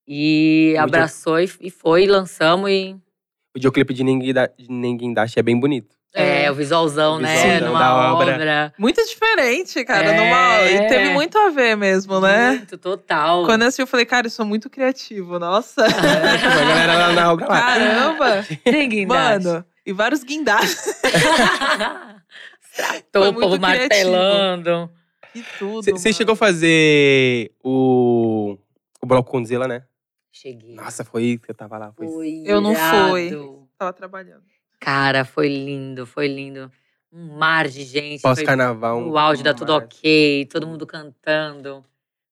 [SPEAKER 3] e
[SPEAKER 1] Muito.
[SPEAKER 3] abraçou e, e foi, lançamos e
[SPEAKER 1] O videoclipe de Ninguém, da, de Ninguém Dash é bem bonito.
[SPEAKER 3] é,
[SPEAKER 2] É.
[SPEAKER 3] o visualzão,
[SPEAKER 1] O
[SPEAKER 3] né,
[SPEAKER 1] visualzão
[SPEAKER 3] numa
[SPEAKER 1] da obra.
[SPEAKER 3] obra.
[SPEAKER 2] Muito diferente, cara.
[SPEAKER 3] É.
[SPEAKER 2] numa- E teve muito a ver mesmo, né?
[SPEAKER 3] Muito, total. É.
[SPEAKER 2] Quando eu assisti, eu falei, cara, eu sou muito criativo, nossa.
[SPEAKER 1] Tipo, a galera lá na obra lá.
[SPEAKER 2] Caramba!
[SPEAKER 3] Mano.
[SPEAKER 2] Mano, e vários guindastes
[SPEAKER 3] Tô
[SPEAKER 2] Foi
[SPEAKER 3] o povo
[SPEAKER 2] muito criativo.
[SPEAKER 3] martelando.
[SPEAKER 2] e tudo.
[SPEAKER 1] Você
[SPEAKER 2] mano.
[SPEAKER 1] chegou a fazer o. O Bloco Condzilla, né?
[SPEAKER 3] Cheguei.
[SPEAKER 1] Nossa, foi. Eu tava lá. Foi.
[SPEAKER 3] Foi
[SPEAKER 2] Eu não fui.
[SPEAKER 3] irado.
[SPEAKER 2] Tava trabalhando.
[SPEAKER 3] Cara, foi lindo, foi lindo. Um mar de gente. foi
[SPEAKER 1] Pós-carnaval. um-
[SPEAKER 3] O áudio da
[SPEAKER 1] uma
[SPEAKER 3] Tudo
[SPEAKER 1] maravilha.
[SPEAKER 3] Ok, todo mundo cantando.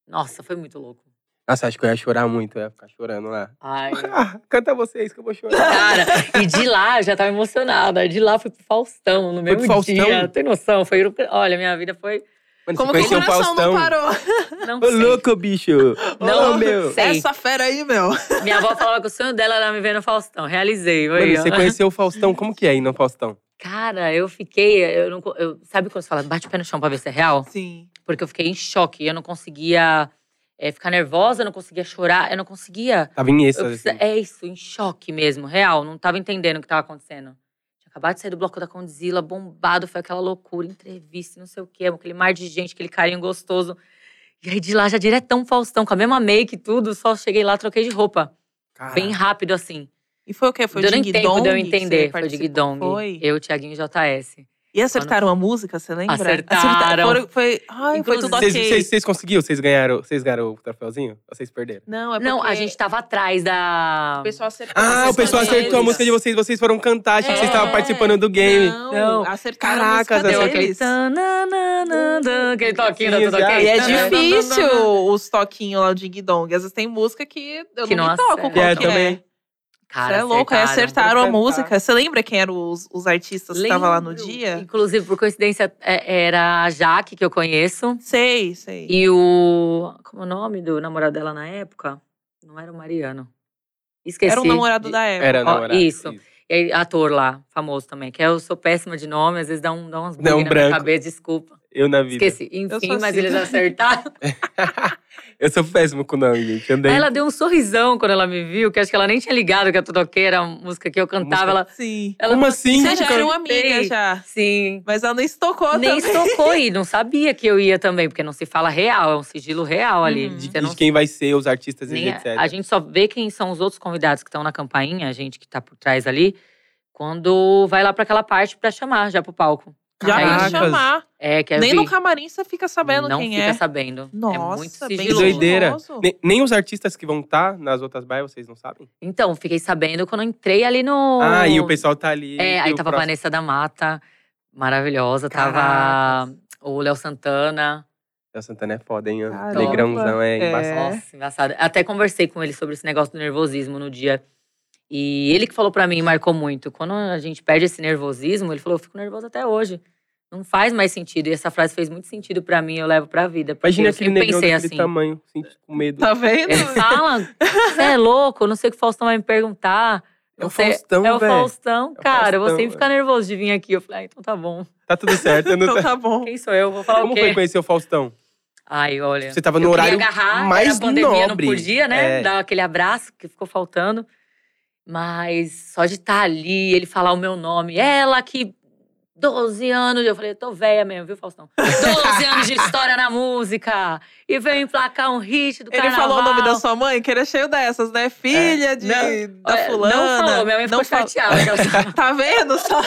[SPEAKER 3] Nossa, foi muito louco.
[SPEAKER 1] Nossa, acho que eu ia chorar muito. Eu ia ficar chorando lá.
[SPEAKER 3] Ai.
[SPEAKER 1] Ah, canta vocês que eu vou chorar.
[SPEAKER 3] Cara, e de lá eu já tava emocionada. De lá fui pro Faustão no mesmo
[SPEAKER 1] pro Faustão?
[SPEAKER 3] dia. Tem noção? Foi, olha, minha vida foi.
[SPEAKER 1] Mano,
[SPEAKER 2] Como
[SPEAKER 1] você
[SPEAKER 2] que o
[SPEAKER 1] conheceu
[SPEAKER 2] coração não parou?
[SPEAKER 3] Não
[SPEAKER 1] Ô,
[SPEAKER 3] sei.
[SPEAKER 1] louco, bicho.
[SPEAKER 3] Não,
[SPEAKER 1] Ô, meu.
[SPEAKER 3] sei.
[SPEAKER 2] Essa fera aí, meu.
[SPEAKER 3] Minha avó falava que o sonho dela era me ver no Faustão. Realizei. Foi,
[SPEAKER 1] Mano,
[SPEAKER 3] ó.
[SPEAKER 1] você conheceu o Faustão. Como que é aí no Faustão?
[SPEAKER 3] Cara, eu fiquei. Eu não, co- eu, sabe quando você fala, bate o pé no chão pra ver se é real?
[SPEAKER 2] Sim.
[SPEAKER 3] porque eu fiquei em choque. Eu não conseguia eh, ficar nervosa, eu não conseguia chorar, eu não conseguia.
[SPEAKER 1] Tava em
[SPEAKER 3] Eu
[SPEAKER 1] êxtase.
[SPEAKER 3] precisa-
[SPEAKER 1] assim.
[SPEAKER 3] É isso, em choque mesmo, real. Não tava entendendo o que tava acontecendo. Tinha acabado de sair do bloco da Condzilla, bombado, foi aquela loucura, entrevista, não sei o quê, aquele mar de gente, aquele carinho gostoso. E aí de lá já diretão Faustão, com a mesma make e tudo, só cheguei lá, troquei de roupa.
[SPEAKER 1] Cara,
[SPEAKER 3] Bem rápido assim.
[SPEAKER 2] E foi o quê? Foi
[SPEAKER 3] Deu
[SPEAKER 2] o
[SPEAKER 3] nem
[SPEAKER 2] Ding
[SPEAKER 3] tempo
[SPEAKER 2] Dong?
[SPEAKER 3] de eu
[SPEAKER 2] que você
[SPEAKER 3] entender. Foi o
[SPEAKER 2] participou?
[SPEAKER 3] Dig Dong.
[SPEAKER 2] Foi.
[SPEAKER 3] Eu, Thiaguinho e JS.
[SPEAKER 2] E acertaram a música, você lembra?
[SPEAKER 3] Acertaram.
[SPEAKER 2] Foram- foi, ai, foi tudo ok.
[SPEAKER 1] Vocês, vocês, vocês conseguiram? Vocês ganharam, vocês ganharam o troféuzinho? Ou Vocês perderam?
[SPEAKER 2] Não, é porque
[SPEAKER 3] Não, a gente tava atrás da.
[SPEAKER 2] o pessoal acertou.
[SPEAKER 1] Ah,
[SPEAKER 2] Vocês
[SPEAKER 1] o pessoal
[SPEAKER 2] foram
[SPEAKER 1] acertou a
[SPEAKER 2] eles.
[SPEAKER 1] música de vocês. Vocês foram cantar. Achei que vocês
[SPEAKER 3] É.
[SPEAKER 1] estavam participando do game. É.
[SPEAKER 2] Não, acertaram
[SPEAKER 1] Caracas,
[SPEAKER 2] a
[SPEAKER 3] Deu
[SPEAKER 2] música
[SPEAKER 1] acertou.
[SPEAKER 3] aquele.
[SPEAKER 2] deles.
[SPEAKER 3] tananana, Aquele toquinho da
[SPEAKER 1] Sim,
[SPEAKER 3] tudo
[SPEAKER 1] exato.
[SPEAKER 3] ok.
[SPEAKER 2] E é
[SPEAKER 1] Não, não,
[SPEAKER 2] difícil os toquinhos lá, o Ding Dong. Às vezes tem música que eu
[SPEAKER 3] Que
[SPEAKER 2] não me
[SPEAKER 3] não
[SPEAKER 2] toco.
[SPEAKER 3] acerta.
[SPEAKER 2] qual
[SPEAKER 1] É,
[SPEAKER 2] que
[SPEAKER 1] também.
[SPEAKER 3] Cara,
[SPEAKER 2] Você é louco, aí acertaram a
[SPEAKER 1] Vou tentar.
[SPEAKER 2] música. Você lembra quem eram os, os artistas que estavam lá no
[SPEAKER 3] Lembro.
[SPEAKER 2] dia?
[SPEAKER 3] Inclusive, por coincidência, é- era a Jaque, que eu conheço.
[SPEAKER 2] Sei, sei.
[SPEAKER 3] E o. Como é o nome do namorado dela na época? Não era o Mariano. Esqueci.
[SPEAKER 2] Era o namorado da época.
[SPEAKER 1] Era, né? não,
[SPEAKER 3] Ó,
[SPEAKER 1] era.
[SPEAKER 3] isso. E aí, ator lá, famoso também. Que é, eu sou péssima de nome, às vezes dá, um, dá uns bug
[SPEAKER 1] Dá um
[SPEAKER 3] na minha
[SPEAKER 1] branco.
[SPEAKER 3] cabeça, desculpa.
[SPEAKER 1] Eu na vida.
[SPEAKER 3] Esqueci.
[SPEAKER 2] sou
[SPEAKER 3] Enfim, mas
[SPEAKER 2] assim.
[SPEAKER 3] eles acertaram.
[SPEAKER 1] Eu sou péssimo com nome, gente. Andei.
[SPEAKER 3] Aí ela deu um sorrisão quando ela me viu, que acho que ela nem tinha ligado que a Todoqueira, a música que eu cantava, ela.
[SPEAKER 2] Sim.
[SPEAKER 3] ela
[SPEAKER 1] Como assim?
[SPEAKER 2] Vocês já
[SPEAKER 3] nunca
[SPEAKER 2] eram
[SPEAKER 3] vi.
[SPEAKER 2] amigas já.
[SPEAKER 3] Sim.
[SPEAKER 2] Mas ela nem estocou
[SPEAKER 3] Nem
[SPEAKER 2] também.
[SPEAKER 3] estocou e não sabia que eu ia também, porque não se fala real, é um sigilo real ali.
[SPEAKER 2] Uhum.
[SPEAKER 1] de,
[SPEAKER 3] Você
[SPEAKER 1] de
[SPEAKER 3] não
[SPEAKER 1] quem vai ser os artistas e
[SPEAKER 3] Nem a-
[SPEAKER 1] etc.
[SPEAKER 3] a gente só vê quem são os outros convidados que estão na campainha, a gente que tá por trás ali, quando vai lá pra aquela parte pra chamar já pro palco.
[SPEAKER 2] Já pra
[SPEAKER 1] Caracas.
[SPEAKER 2] chamar.
[SPEAKER 3] É, quer
[SPEAKER 2] Nem
[SPEAKER 3] ver?
[SPEAKER 2] no camarim você fica sabendo
[SPEAKER 3] Não
[SPEAKER 2] quem
[SPEAKER 3] fica
[SPEAKER 2] é.
[SPEAKER 3] sabendo. é muito
[SPEAKER 2] Nossa, bem
[SPEAKER 3] sigiloso.
[SPEAKER 1] doideira.
[SPEAKER 2] sigiloso.
[SPEAKER 1] nem, nem os artistas que vão estar nas outras baias, vocês não sabem?
[SPEAKER 3] Então, fiquei sabendo quando eu entrei ali no.
[SPEAKER 1] Ah, e o pessoal tá ali.
[SPEAKER 3] Oh. É, aí
[SPEAKER 1] o
[SPEAKER 3] tava a
[SPEAKER 1] próximo-
[SPEAKER 3] Vanessa da Mata, maravilhosa.
[SPEAKER 2] Caracas.
[SPEAKER 3] Tava o Léo Santana.
[SPEAKER 1] Léo Santana é foda, hein? Ana?
[SPEAKER 2] Caramba.
[SPEAKER 1] Negrãozão é
[SPEAKER 2] É.
[SPEAKER 1] embaçado.
[SPEAKER 3] Nossa, engraçado. Até conversei com ele sobre esse negócio do nervosismo no dia. E ele que falou pra mim, marcou muito. Quando a gente perde esse nervosismo, ele falou: eu fico nervoso até hoje. Não faz mais sentido. E essa frase fez muito sentido pra mim, eu levo pra vida. Porque
[SPEAKER 1] Imagina
[SPEAKER 3] eu
[SPEAKER 1] aquele
[SPEAKER 3] sempre
[SPEAKER 1] negrão
[SPEAKER 3] pensei
[SPEAKER 1] daquele
[SPEAKER 3] assim.
[SPEAKER 1] tamanho, assim, com medo.
[SPEAKER 2] Tá vendo?
[SPEAKER 3] Ele fala, você é louco, eu não sei o que o Faustão vai me perguntar.
[SPEAKER 1] É o
[SPEAKER 3] Você-
[SPEAKER 1] Faustão,
[SPEAKER 3] É o
[SPEAKER 1] velho.
[SPEAKER 3] Faustão,
[SPEAKER 1] o
[SPEAKER 3] cara.
[SPEAKER 1] Faustão,
[SPEAKER 3] Você sempre fica nervoso de vir aqui. Eu falei, ah, então tá bom.
[SPEAKER 1] Tá tudo certo. eu não
[SPEAKER 2] Então
[SPEAKER 1] tá-
[SPEAKER 2] tá bom.
[SPEAKER 3] Quem sou eu? Vou falar
[SPEAKER 1] Como
[SPEAKER 3] o quê?
[SPEAKER 1] foi conhecer o Faustão?
[SPEAKER 3] Ai, olha.
[SPEAKER 1] Você tava no
[SPEAKER 3] eu queria
[SPEAKER 1] horário
[SPEAKER 3] agarrar,
[SPEAKER 1] mais
[SPEAKER 3] era a pandemia
[SPEAKER 1] nobre.
[SPEAKER 3] não podia, né?
[SPEAKER 1] É.
[SPEAKER 3] Dar aquele abraço que ficou faltando. Mas só de estar ali, ele falar o meu nome, ela que 12 anos, eu falei, eu tô velha mesmo, viu, Faustão? 12 anos de história na música. E veio emplacar um hit do
[SPEAKER 2] Ele
[SPEAKER 3] carnaval.
[SPEAKER 2] falou o nome da sua mãe, que ele é cheio dessas, né? Filha de,
[SPEAKER 3] Não,
[SPEAKER 2] da
[SPEAKER 3] É,
[SPEAKER 2] fulana.
[SPEAKER 3] Não falou, minha mãe ficou
[SPEAKER 2] Não fal-
[SPEAKER 3] chateada. que ela-
[SPEAKER 2] Tá vendo só?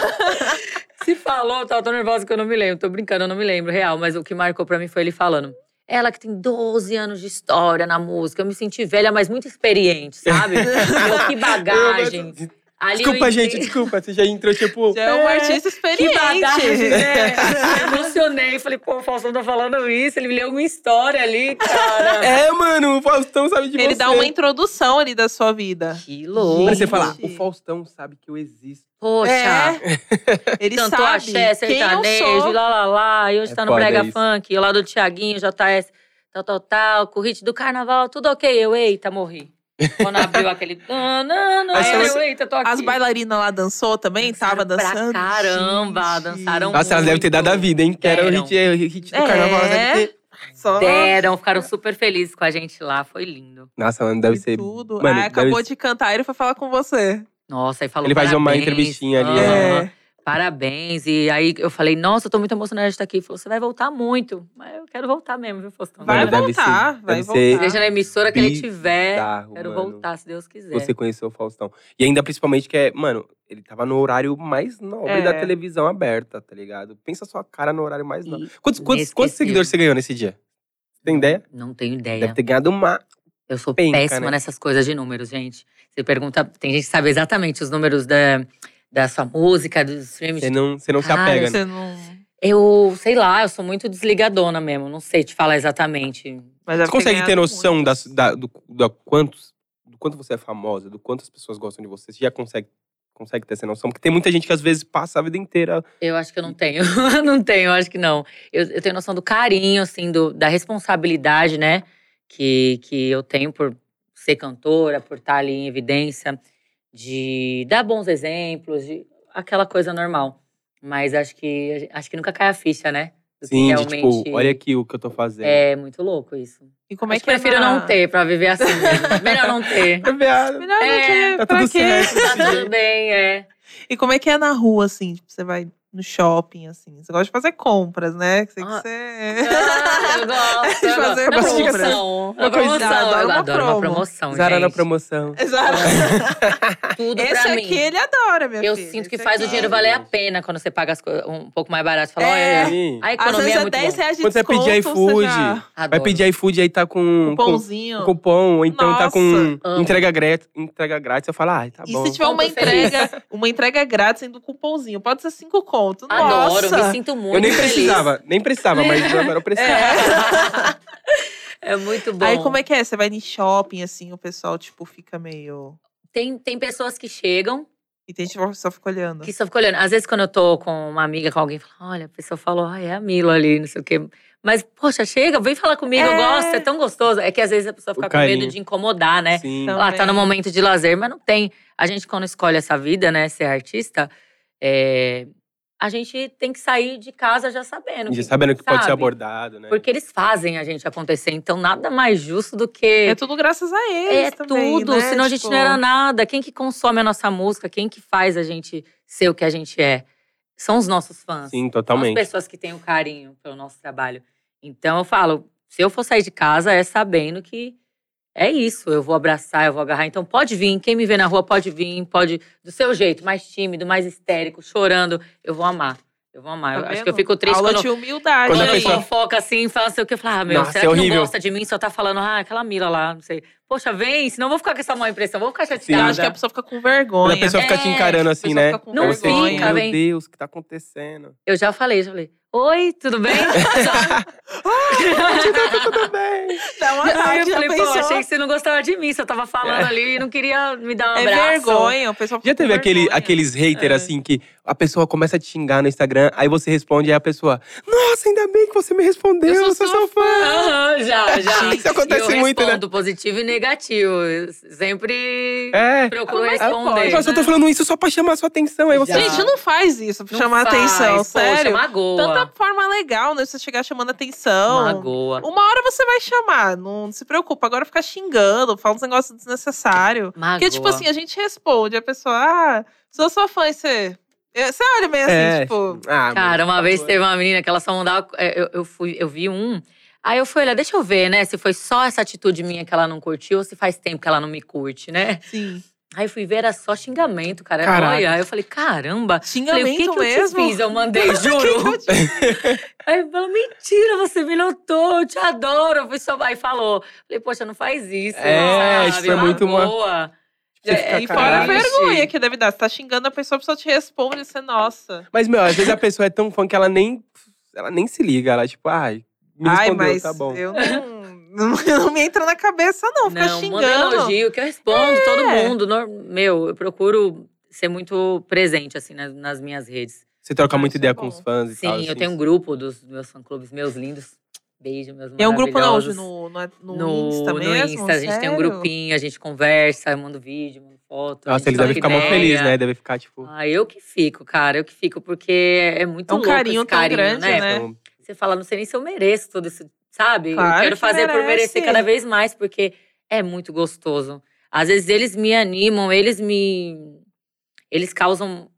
[SPEAKER 3] Se falou, tá, eu tô nervosa que eu não me lembro. Tô brincando, eu não me lembro, real. Mas o que marcou pra mim foi ele falando. Ela que tem 12 anos de história na música. Eu me senti velha, mas muito experiente, sabe? Eu, que bagagem. Ali eu
[SPEAKER 1] Desculpa,
[SPEAKER 3] entrei-
[SPEAKER 1] gente, desculpa. Você já entrou, tipo.
[SPEAKER 2] Já é um artista
[SPEAKER 3] Que
[SPEAKER 2] experiente. É.
[SPEAKER 3] bagagem, né? Eu emocionei. Falei, pô, o Faustão tá falando isso. Ele me leu uma história ali, cara.
[SPEAKER 1] É, mano, o Faustão sabe de você.
[SPEAKER 2] Ele dá uma introdução ali da sua vida.
[SPEAKER 3] Que louco.
[SPEAKER 1] Mano, você fala,
[SPEAKER 2] Gente.
[SPEAKER 1] o Faustão sabe que eu existo.
[SPEAKER 3] Poxa.
[SPEAKER 2] É. Ele
[SPEAKER 3] Cantou
[SPEAKER 2] sabe
[SPEAKER 3] axé, tá
[SPEAKER 2] quem eu
[SPEAKER 3] sertanejo,
[SPEAKER 2] sou.
[SPEAKER 3] lá, lá, lá. E hoje
[SPEAKER 1] É
[SPEAKER 3] tá no
[SPEAKER 1] foda
[SPEAKER 3] Brega
[SPEAKER 1] isso.
[SPEAKER 3] Funk, lá do Tiaguinho, JS, tal, tal, tal. Corrite do Carnaval, tudo ok. Eu, eita, morri. Quando abriu aquele... Não, não, não.
[SPEAKER 1] Mas
[SPEAKER 3] Eu,
[SPEAKER 1] são-
[SPEAKER 3] eita, tô aqui.
[SPEAKER 2] As bailarinas lá dançou também, tava
[SPEAKER 3] Dançaram pra
[SPEAKER 2] dançando.
[SPEAKER 3] caramba,
[SPEAKER 2] Gente.
[SPEAKER 3] dançaram
[SPEAKER 1] Nossa, elas devem ter dado a vida, hein? Que era o hit, é, o hit do
[SPEAKER 2] É.
[SPEAKER 1] carnaval. elas devem ter-
[SPEAKER 2] Só
[SPEAKER 3] Deram, ficaram super felizes com a gente lá. Foi lindo.
[SPEAKER 1] Nossa, mano, deve
[SPEAKER 2] de
[SPEAKER 1] ser.
[SPEAKER 2] tudo.
[SPEAKER 1] Mano,
[SPEAKER 2] Aí
[SPEAKER 1] deve-
[SPEAKER 2] acabou de cantar, ele foi falar com você.
[SPEAKER 3] Nossa, aí falou
[SPEAKER 1] Ele faz uma
[SPEAKER 3] parabéns,
[SPEAKER 1] entrevistinha ali,
[SPEAKER 3] aham.
[SPEAKER 1] né?
[SPEAKER 2] É.
[SPEAKER 3] Parabéns. E aí eu falei, nossa, eu tô muito emocionada de estar aqui. Ele falou, você vai voltar muito. Mas eu quero voltar mesmo, viu, Faustão?
[SPEAKER 2] Vai
[SPEAKER 1] Mano, deve
[SPEAKER 2] voltar,
[SPEAKER 1] ser-
[SPEAKER 2] vai
[SPEAKER 1] deve
[SPEAKER 2] voltar.
[SPEAKER 1] Ser
[SPEAKER 3] Seja na emissora que ele
[SPEAKER 1] é
[SPEAKER 3] tiver.
[SPEAKER 1] bizarro,
[SPEAKER 3] Quero
[SPEAKER 1] mano.
[SPEAKER 3] voltar, se Deus quiser.
[SPEAKER 1] Você conheceu o Faustão. E ainda principalmente que é, mano, ele tava no horário mais nobre
[SPEAKER 2] É.
[SPEAKER 1] da televisão aberta, tá ligado? Pensa sua cara no horário mais nobre.
[SPEAKER 3] E
[SPEAKER 1] Quantos, quantos, quantos
[SPEAKER 3] inesquecível.
[SPEAKER 1] seguidores você ganhou nesse dia? Tem ideia?
[SPEAKER 3] Não tenho
[SPEAKER 1] Deve
[SPEAKER 3] ideia.
[SPEAKER 1] ter ganhado uma.
[SPEAKER 3] Eu sou
[SPEAKER 1] penca,
[SPEAKER 3] péssima
[SPEAKER 1] né?
[SPEAKER 3] nessas coisas de números, gente. Você pergunta, tem gente que sabe exatamente os números da, da sua música, dos streams.
[SPEAKER 1] Você não, você não
[SPEAKER 3] Cara,
[SPEAKER 1] se apega, né?
[SPEAKER 2] Você não.
[SPEAKER 3] Eu, sei lá, eu sou muito desligadona mesmo. Não sei te falar exatamente.
[SPEAKER 2] Mas deve
[SPEAKER 1] Você consegue
[SPEAKER 2] ganhado
[SPEAKER 1] ter noção
[SPEAKER 2] muito.
[SPEAKER 1] da, da- do, da quantos, do quanto você é famosa, do quanto as pessoas gostam de você? Você já consegue, consegue ter essa noção? Porque tem muita gente que às vezes passa a vida inteira.
[SPEAKER 3] Eu acho que eu não tenho. não tenho, eu acho que não. Eu, eu tenho noção do carinho, assim, do, da responsabilidade, né? Que, que eu tenho por ser cantora, por estar ali em evidência, de dar bons exemplos, de aquela coisa normal. Mas acho que acho que nunca cai a ficha, né? Do que
[SPEAKER 1] Sim, de, tipo, olha aqui o que né? eu tô fazendo.
[SPEAKER 3] É muito louco isso.
[SPEAKER 2] E como é
[SPEAKER 3] Acho
[SPEAKER 2] que é
[SPEAKER 3] prefiro
[SPEAKER 2] na-
[SPEAKER 3] não ter pra viver assim mesmo. Melhor não ter.
[SPEAKER 1] É, viado.
[SPEAKER 2] Melhor
[SPEAKER 3] É,
[SPEAKER 2] não ter,
[SPEAKER 1] tá
[SPEAKER 2] pra
[SPEAKER 1] tudo
[SPEAKER 2] quê?
[SPEAKER 1] certo.
[SPEAKER 3] Tá tudo bem, é.
[SPEAKER 2] E como é que é na rua, assim? Tipo, você vai no shopping, assim. Você gosta de fazer compras, né? Que sei que
[SPEAKER 3] Ah.
[SPEAKER 2] você.
[SPEAKER 3] Ah, eu gosto. Eu gosto.
[SPEAKER 2] Fazer
[SPEAKER 3] Na
[SPEAKER 2] uma
[SPEAKER 3] promoção.
[SPEAKER 2] coisa-
[SPEAKER 3] Na promoção.
[SPEAKER 2] Adoro
[SPEAKER 3] Eu
[SPEAKER 2] uma
[SPEAKER 3] adoro
[SPEAKER 2] promo.
[SPEAKER 3] uma promoção,
[SPEAKER 1] Zara na
[SPEAKER 3] gente.
[SPEAKER 1] promoção.
[SPEAKER 2] Exato.
[SPEAKER 3] Tudo
[SPEAKER 2] Esse
[SPEAKER 3] pra
[SPEAKER 2] aqui
[SPEAKER 3] mim.
[SPEAKER 2] ele adora, minha
[SPEAKER 3] Eu
[SPEAKER 2] filha.
[SPEAKER 3] sinto que
[SPEAKER 2] Esse
[SPEAKER 3] faz o
[SPEAKER 2] aqui.
[SPEAKER 3] dinheiro
[SPEAKER 1] Ah,
[SPEAKER 3] valer a
[SPEAKER 1] gente.
[SPEAKER 3] pena quando você paga as coisas um pouco mais barato. Fala,
[SPEAKER 2] É.
[SPEAKER 3] olha,
[SPEAKER 1] Sim.
[SPEAKER 3] a
[SPEAKER 2] Às
[SPEAKER 3] economia
[SPEAKER 2] vezes
[SPEAKER 3] é
[SPEAKER 2] é
[SPEAKER 3] muito
[SPEAKER 2] 10
[SPEAKER 3] bom.
[SPEAKER 2] reais de
[SPEAKER 1] Quando você
[SPEAKER 2] desconto.
[SPEAKER 1] pedir iFood,
[SPEAKER 2] já-
[SPEAKER 1] Vai
[SPEAKER 3] Adoro.
[SPEAKER 1] pedir iFood aí tá
[SPEAKER 2] Um
[SPEAKER 1] com, com
[SPEAKER 2] Cupomzinho.
[SPEAKER 1] cupom, ou então tá com
[SPEAKER 3] Nossa.
[SPEAKER 1] entrega grátis, entrega grátis. Você fala, ah, tá
[SPEAKER 2] E
[SPEAKER 1] bom.
[SPEAKER 2] se tiver uma
[SPEAKER 3] Compra feliz.
[SPEAKER 2] entrega, uma entrega grátis ainda um cupomzinho, pode ser cinco conto.
[SPEAKER 3] Adoro,
[SPEAKER 2] Nossa.
[SPEAKER 3] me sinto muito
[SPEAKER 1] eu nem
[SPEAKER 3] feliz.
[SPEAKER 1] precisava, nem precisava, mas agora eu precisava.
[SPEAKER 3] É muito bom.
[SPEAKER 2] é? Aí como é que é? Você vai em shopping assim, o pessoal tipo fica meio
[SPEAKER 3] tem, tem pessoas que chegam
[SPEAKER 2] E tem gente que só fica
[SPEAKER 1] Né?
[SPEAKER 2] olhando.
[SPEAKER 3] que só fica olhando. Às vezes, quando eu tô com uma amiga, com alguém, fala, olha, a pessoa falou, ai, é a Mila ali, não sei o quê. Mas, poxa, chega, vem falar comigo, eu
[SPEAKER 2] É.
[SPEAKER 3] gosto, é tão gostoso. É que às vezes a pessoa fica com
[SPEAKER 4] carinho.
[SPEAKER 3] medo de incomodar, né?
[SPEAKER 1] Sim.
[SPEAKER 2] Então-
[SPEAKER 3] Ela tá no
[SPEAKER 2] Também.
[SPEAKER 3] momento de lazer, mas não tem. A gente, quando escolhe essa vida, né, ser artista, é, a gente tem que sair de casa já sabendo.
[SPEAKER 1] Já
[SPEAKER 3] que-
[SPEAKER 1] sabendo que pode ser
[SPEAKER 3] sabe?
[SPEAKER 1] abordado, né?
[SPEAKER 3] Porque eles fazem a gente acontecer, então nada mais justo do que.
[SPEAKER 2] É tudo graças a eles
[SPEAKER 3] É
[SPEAKER 2] também,
[SPEAKER 3] tudo,
[SPEAKER 2] né?
[SPEAKER 3] senão a gente
[SPEAKER 2] Tipo,
[SPEAKER 3] não era nada. Quem que consome a nossa música, quem que faz a gente ser o que a gente é? São os nossos fãs.
[SPEAKER 1] Sim,
[SPEAKER 3] são as
[SPEAKER 1] totalmente.
[SPEAKER 3] pessoas que têm o carinho pelo nosso trabalho. Então eu falo, se eu for sair de casa é sabendo que é isso, eu vou abraçar, eu vou agarrar. Então pode vir, quem me vê na rua pode vir, pode do seu jeito, mais tímido, mais histérico, chorando, eu vou amar. Eu vou amar.
[SPEAKER 2] tá
[SPEAKER 3] Eu acho que eu
[SPEAKER 2] vendo?
[SPEAKER 3] fico triste
[SPEAKER 2] Aula
[SPEAKER 3] quando
[SPEAKER 2] de humildade.
[SPEAKER 1] Quando a
[SPEAKER 3] quando
[SPEAKER 2] aí.
[SPEAKER 1] pessoa-
[SPEAKER 3] fofoca assim, fala não sei o que, eu falo, ah, meu,
[SPEAKER 1] Nossa,
[SPEAKER 3] será
[SPEAKER 1] é
[SPEAKER 3] que não
[SPEAKER 1] horrível.
[SPEAKER 3] gosta de mim? Só tá falando, ah, aquela Mila lá, não sei. Poxa, vem, senão eu vou ficar com essa má impressão, vou ficar
[SPEAKER 2] Eu
[SPEAKER 3] chateada.
[SPEAKER 2] acho que
[SPEAKER 1] é
[SPEAKER 2] a pessoa fica com
[SPEAKER 1] Quando
[SPEAKER 2] vergonha.
[SPEAKER 1] a pessoa fica te
[SPEAKER 3] É,
[SPEAKER 1] encarando assim, né?
[SPEAKER 2] com
[SPEAKER 3] Não
[SPEAKER 1] Você
[SPEAKER 2] vergonha.
[SPEAKER 1] fica,
[SPEAKER 3] vem.
[SPEAKER 1] Meu Deus, o que tá acontecendo?
[SPEAKER 3] Eu já falei, já falei, oi, tudo bem? Sabe?
[SPEAKER 1] Tudo bem.
[SPEAKER 2] Dá um
[SPEAKER 3] Aí
[SPEAKER 2] ataque,
[SPEAKER 3] eu
[SPEAKER 2] já
[SPEAKER 3] falei, pô,
[SPEAKER 2] pensou?
[SPEAKER 3] achei que você não gostava de mim, só tava falando
[SPEAKER 1] É.
[SPEAKER 3] ali e não queria me dar um
[SPEAKER 2] É
[SPEAKER 3] abraço.
[SPEAKER 2] vergonha, o pessoal
[SPEAKER 1] Já
[SPEAKER 2] fica
[SPEAKER 1] teve
[SPEAKER 2] com
[SPEAKER 1] aquele,
[SPEAKER 2] vergonha.
[SPEAKER 1] aqueles haters,
[SPEAKER 2] É.
[SPEAKER 1] assim, que a pessoa começa a te xingar no Instagram, aí você responde, aí a pessoa, nossa, ainda bem que você me respondeu, eu sou seu fã.
[SPEAKER 3] Aham, já, já.
[SPEAKER 1] Isso acontece
[SPEAKER 3] E eu
[SPEAKER 1] muito, né?
[SPEAKER 3] respondo positivo e negativo. Eu sempre
[SPEAKER 1] É.
[SPEAKER 3] procuro
[SPEAKER 2] Mas
[SPEAKER 3] responder. né?
[SPEAKER 2] pode,
[SPEAKER 1] Mas eu tô falando isso só pra chamar a sua atenção. Aí você.
[SPEAKER 3] Já.
[SPEAKER 2] Gente, não faz isso pra
[SPEAKER 3] né? Não
[SPEAKER 2] chamar
[SPEAKER 3] faz,
[SPEAKER 2] atenção,
[SPEAKER 3] poxa,
[SPEAKER 2] sério.
[SPEAKER 3] Magoa.
[SPEAKER 2] Tanta forma legal, né? Você chegar chamando atenção.
[SPEAKER 3] Magoa.
[SPEAKER 2] Uma hora você vai chamar, não se preocupa. Agora ficar xingando, fala uns negócios desnecessários.
[SPEAKER 3] Magoa.
[SPEAKER 2] Porque, tipo assim, a gente responde, a pessoa, ah, sou sua fã, e você. é, Você olha meio assim,
[SPEAKER 1] É,
[SPEAKER 2] tipo.
[SPEAKER 1] Ah,
[SPEAKER 3] Cara,
[SPEAKER 1] mano,
[SPEAKER 3] uma
[SPEAKER 1] por
[SPEAKER 3] vez
[SPEAKER 1] favor.
[SPEAKER 3] teve uma menina que ela só mandava. é, Eu, eu fui, eu vi um. Aí eu fui olhar, deixa eu ver, né? Se foi só essa atitude minha que ela não curtiu ou se faz tempo que ela não me curte, né?
[SPEAKER 2] Sim.
[SPEAKER 3] Aí eu fui ver, era só xingamento, cara.
[SPEAKER 1] Caraca.
[SPEAKER 3] Olha, aí eu falei, caramba. Falei,
[SPEAKER 2] Xingamento
[SPEAKER 3] o que, que
[SPEAKER 2] mesmo.
[SPEAKER 3] eu te fiz? Eu mandei, juro.
[SPEAKER 2] Que que eu te-
[SPEAKER 3] Aí ele falou, mentira, você me notou, eu te adoro. Eu fui só, aí falou. Falei, poxa, não faz isso.
[SPEAKER 1] É,
[SPEAKER 3] sabe?
[SPEAKER 1] isso foi muito uma-
[SPEAKER 3] Boa. É,
[SPEAKER 1] Você fica,
[SPEAKER 2] E fora a
[SPEAKER 1] "Caralho".
[SPEAKER 2] vergonha que deve dar. Você tá xingando a pessoa, a pessoa te responde, você, nossa.
[SPEAKER 1] Mas, meu, às vezes a pessoa é tão fã que ela nem, ela nem se liga. Ela, tipo, ai, me
[SPEAKER 2] Ai,
[SPEAKER 1] respondeu,
[SPEAKER 2] mas
[SPEAKER 1] tá bom.
[SPEAKER 2] eu não, não, não me entra na cabeça, não. Ficar
[SPEAKER 3] Não, manda
[SPEAKER 2] xingando. É.
[SPEAKER 3] elogio, que eu respondo todo mundo. Nor- Meu, eu procuro ser muito presente, assim, nas, nas minhas redes.
[SPEAKER 1] Você troca
[SPEAKER 2] Ah,
[SPEAKER 1] muita
[SPEAKER 2] isso é
[SPEAKER 1] ideia
[SPEAKER 2] bom.
[SPEAKER 1] com os fãs e
[SPEAKER 3] Sim,
[SPEAKER 1] tal.
[SPEAKER 3] eu
[SPEAKER 1] assim.
[SPEAKER 3] tenho um grupo dos meus fã-clubes, meus lindos. Beijo, meus
[SPEAKER 2] É um grupo não, hoje
[SPEAKER 3] maravilhosos.
[SPEAKER 2] no, no, no,
[SPEAKER 3] No-
[SPEAKER 2] Insta
[SPEAKER 3] no
[SPEAKER 2] mesmo?
[SPEAKER 3] Insta, a gente tem um
[SPEAKER 2] Sério?
[SPEAKER 3] grupinho, a gente conversa, eu mando vídeo, mando foto. a
[SPEAKER 1] Nossa,
[SPEAKER 3] gente
[SPEAKER 1] eles devem
[SPEAKER 3] troca
[SPEAKER 1] ficar muito
[SPEAKER 3] ideia.
[SPEAKER 1] felizes, né? Devem ficar, tipo.
[SPEAKER 3] Ah, eu que fico, cara, eu que fico, porque é muito
[SPEAKER 2] É um
[SPEAKER 3] louco esse
[SPEAKER 2] carinho tão grande,
[SPEAKER 3] né?
[SPEAKER 2] né?
[SPEAKER 1] então,
[SPEAKER 3] Você fala, não sei nem se eu mereço tudo isso, sabe?
[SPEAKER 2] Claro
[SPEAKER 3] eu quero
[SPEAKER 2] que
[SPEAKER 3] fazer por
[SPEAKER 2] merece.
[SPEAKER 3] merecer cada vez mais, porque é muito gostoso. Às vezes eles me animam, eles me. Eles causam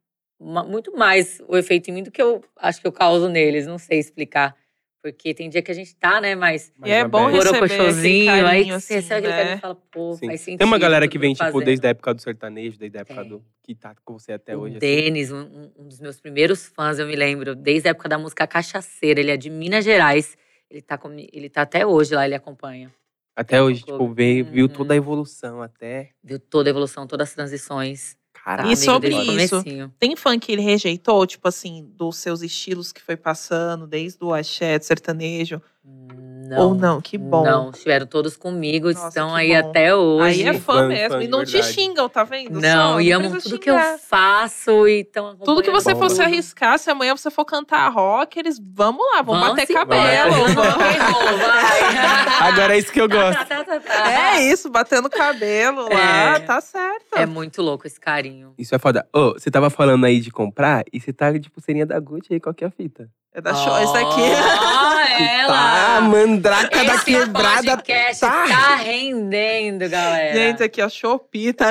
[SPEAKER 3] ma- muito mais o efeito em mim do que eu acho que eu causo neles, não sei explicar. Porque tem dia que a gente tá, né, mas.
[SPEAKER 1] mas
[SPEAKER 2] E é
[SPEAKER 1] aberto.
[SPEAKER 2] bom receber aquele
[SPEAKER 3] Borocochôzinho, aí
[SPEAKER 2] carinho,
[SPEAKER 3] que você
[SPEAKER 2] assim,
[SPEAKER 3] sabe aquele
[SPEAKER 2] né?
[SPEAKER 3] carinho e fala, pô,
[SPEAKER 1] Sim.
[SPEAKER 3] faz sentido.
[SPEAKER 1] Tem uma galera
[SPEAKER 3] tudo
[SPEAKER 1] que vem,
[SPEAKER 3] eu tô
[SPEAKER 1] tipo, desde
[SPEAKER 3] fazendo.
[SPEAKER 1] a época do sertanejo, desde a época
[SPEAKER 3] Tem.
[SPEAKER 1] do. Que tá com você até
[SPEAKER 3] o
[SPEAKER 1] hoje. assim.
[SPEAKER 3] Denis, um- um, um dos meus primeiros fãs, eu me lembro, desde a época da música Cachaceira. Ele é de Minas Gerais. Ele tá, comi- ele tá até hoje lá, ele acompanha.
[SPEAKER 1] Até hoje, tipo,
[SPEAKER 3] Uhum.
[SPEAKER 1] veio, viu toda a evolução até.
[SPEAKER 3] Viu toda a evolução, todas as transições. Tá
[SPEAKER 1] Caralho.
[SPEAKER 2] E
[SPEAKER 3] amigo
[SPEAKER 2] sobre
[SPEAKER 3] desde o
[SPEAKER 2] isso?
[SPEAKER 3] comecinho.
[SPEAKER 2] Tem fã que ele rejeitou, tipo assim, dos seus estilos que foi passando, desde o axé, do sertanejo.
[SPEAKER 3] Não.
[SPEAKER 2] Ou não, que bom.
[SPEAKER 3] Não, estiveram todos comigo,
[SPEAKER 2] Nossa,
[SPEAKER 3] estão
[SPEAKER 2] que
[SPEAKER 3] aí
[SPEAKER 2] bom.
[SPEAKER 3] até hoje.
[SPEAKER 2] Aí é fã
[SPEAKER 1] Fã,
[SPEAKER 2] mesmo.
[SPEAKER 1] fã,
[SPEAKER 2] e
[SPEAKER 1] de
[SPEAKER 2] não te
[SPEAKER 1] verdade.
[SPEAKER 2] xingam, tá vendo?
[SPEAKER 3] Não,
[SPEAKER 2] Só,
[SPEAKER 3] e
[SPEAKER 2] não
[SPEAKER 3] amam
[SPEAKER 2] precisa
[SPEAKER 3] tudo que eu
[SPEAKER 2] xingar.
[SPEAKER 3] faço e tão
[SPEAKER 2] Tudo que você
[SPEAKER 1] é Bom.
[SPEAKER 2] fosse arriscar, se amanhã você for cantar rock, eles vão lá, vão, bater cabelo.
[SPEAKER 1] Vão.
[SPEAKER 2] vão-
[SPEAKER 1] Agora é isso que eu
[SPEAKER 3] Tá,
[SPEAKER 1] gosto.
[SPEAKER 2] É isso, batendo cabelo lá,
[SPEAKER 3] É.
[SPEAKER 2] tá certo.
[SPEAKER 3] É muito louco esse carinho.
[SPEAKER 1] Isso é foda. Ô, você tava falando aí de comprar e você tá de pulseirinha da Gucci aí, qual que é a fita?
[SPEAKER 2] É da show, isso aqui.
[SPEAKER 3] Ah,
[SPEAKER 1] Tá,
[SPEAKER 3] ela!
[SPEAKER 1] a mandraca da
[SPEAKER 3] Esse é
[SPEAKER 1] quebrada.
[SPEAKER 3] podcast
[SPEAKER 1] tá.
[SPEAKER 3] tá. rendendo, galera.
[SPEAKER 2] Gente, aqui, ó, Shopee, tá?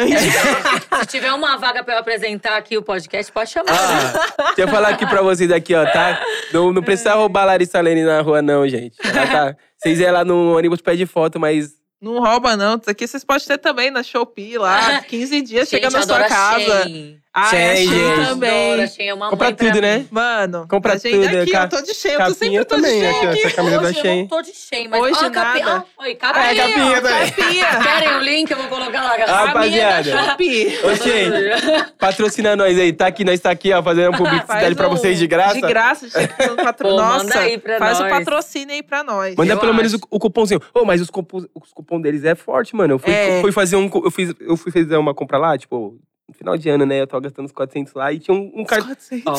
[SPEAKER 3] Se tiver uma vaga pra eu apresentar aqui o podcast, pode chamar.
[SPEAKER 1] Ah, deixa eu falar aqui pra vocês aqui, ó, tá? Não, não precisa roubar a Larissa Lene na rua, não, gente. Ela tá- Vocês é lá no ônibus pede foto, mas.
[SPEAKER 2] Não rouba, não. Isso aqui vocês podem ter também na Shopee lá. 15 dias, chega
[SPEAKER 3] Gente,
[SPEAKER 2] é na
[SPEAKER 3] eu
[SPEAKER 2] sua
[SPEAKER 3] adoro a
[SPEAKER 2] casa.
[SPEAKER 3] Shein.
[SPEAKER 2] Ah, é,
[SPEAKER 1] Sim,
[SPEAKER 2] Shein
[SPEAKER 1] gente.
[SPEAKER 2] também.
[SPEAKER 3] Adoro, Shein é uma
[SPEAKER 1] Compra
[SPEAKER 3] mãe pra
[SPEAKER 1] tudo,
[SPEAKER 3] mim.
[SPEAKER 1] né?
[SPEAKER 2] Mano,
[SPEAKER 1] Compra
[SPEAKER 2] a gente
[SPEAKER 1] tudo,
[SPEAKER 2] aqui,
[SPEAKER 1] ca-
[SPEAKER 2] eu tô de cheio, eu tô
[SPEAKER 1] Capinha
[SPEAKER 2] sempre tô de
[SPEAKER 1] também, né?
[SPEAKER 2] cheio.
[SPEAKER 1] aqui, ó, essa camisa tá da
[SPEAKER 3] Hoje eu não
[SPEAKER 1] Shein.
[SPEAKER 3] tô de Shein, mas
[SPEAKER 2] Hoje
[SPEAKER 3] ó, a capi...
[SPEAKER 2] nada.
[SPEAKER 3] ó, oi,
[SPEAKER 1] É,
[SPEAKER 3] capinha.
[SPEAKER 1] capinha também.
[SPEAKER 2] Capinha.
[SPEAKER 3] Querem o link? Eu vou colocar lá.
[SPEAKER 2] A minha é da
[SPEAKER 1] Rapaziada.
[SPEAKER 2] Shopee.
[SPEAKER 1] Ô, Shein, patrocina nós aí. Tá aqui, nós tá aqui, ó, fazendo um publicidade
[SPEAKER 2] Faz
[SPEAKER 1] pra
[SPEAKER 2] um-
[SPEAKER 1] vocês de graça.
[SPEAKER 2] De graça, a gente tá patro...
[SPEAKER 3] Pô,
[SPEAKER 2] Nossa,
[SPEAKER 3] manda aí pra
[SPEAKER 2] faz o
[SPEAKER 3] nós.
[SPEAKER 2] patrocínio aí pra nós.
[SPEAKER 1] Manda
[SPEAKER 3] Eu
[SPEAKER 1] pelo menos o,
[SPEAKER 3] acho.
[SPEAKER 1] o cupomzinho. Ô, mas os, cupom, os cupom deles é forte, mano. Eu fui,
[SPEAKER 2] É.
[SPEAKER 1] fui fazer um. co- Eu, fiz, eu fui fazer uma compra lá, tipo, no final de ano, né? Eu tava gastando uns 400 lá e tinha um, um cartão.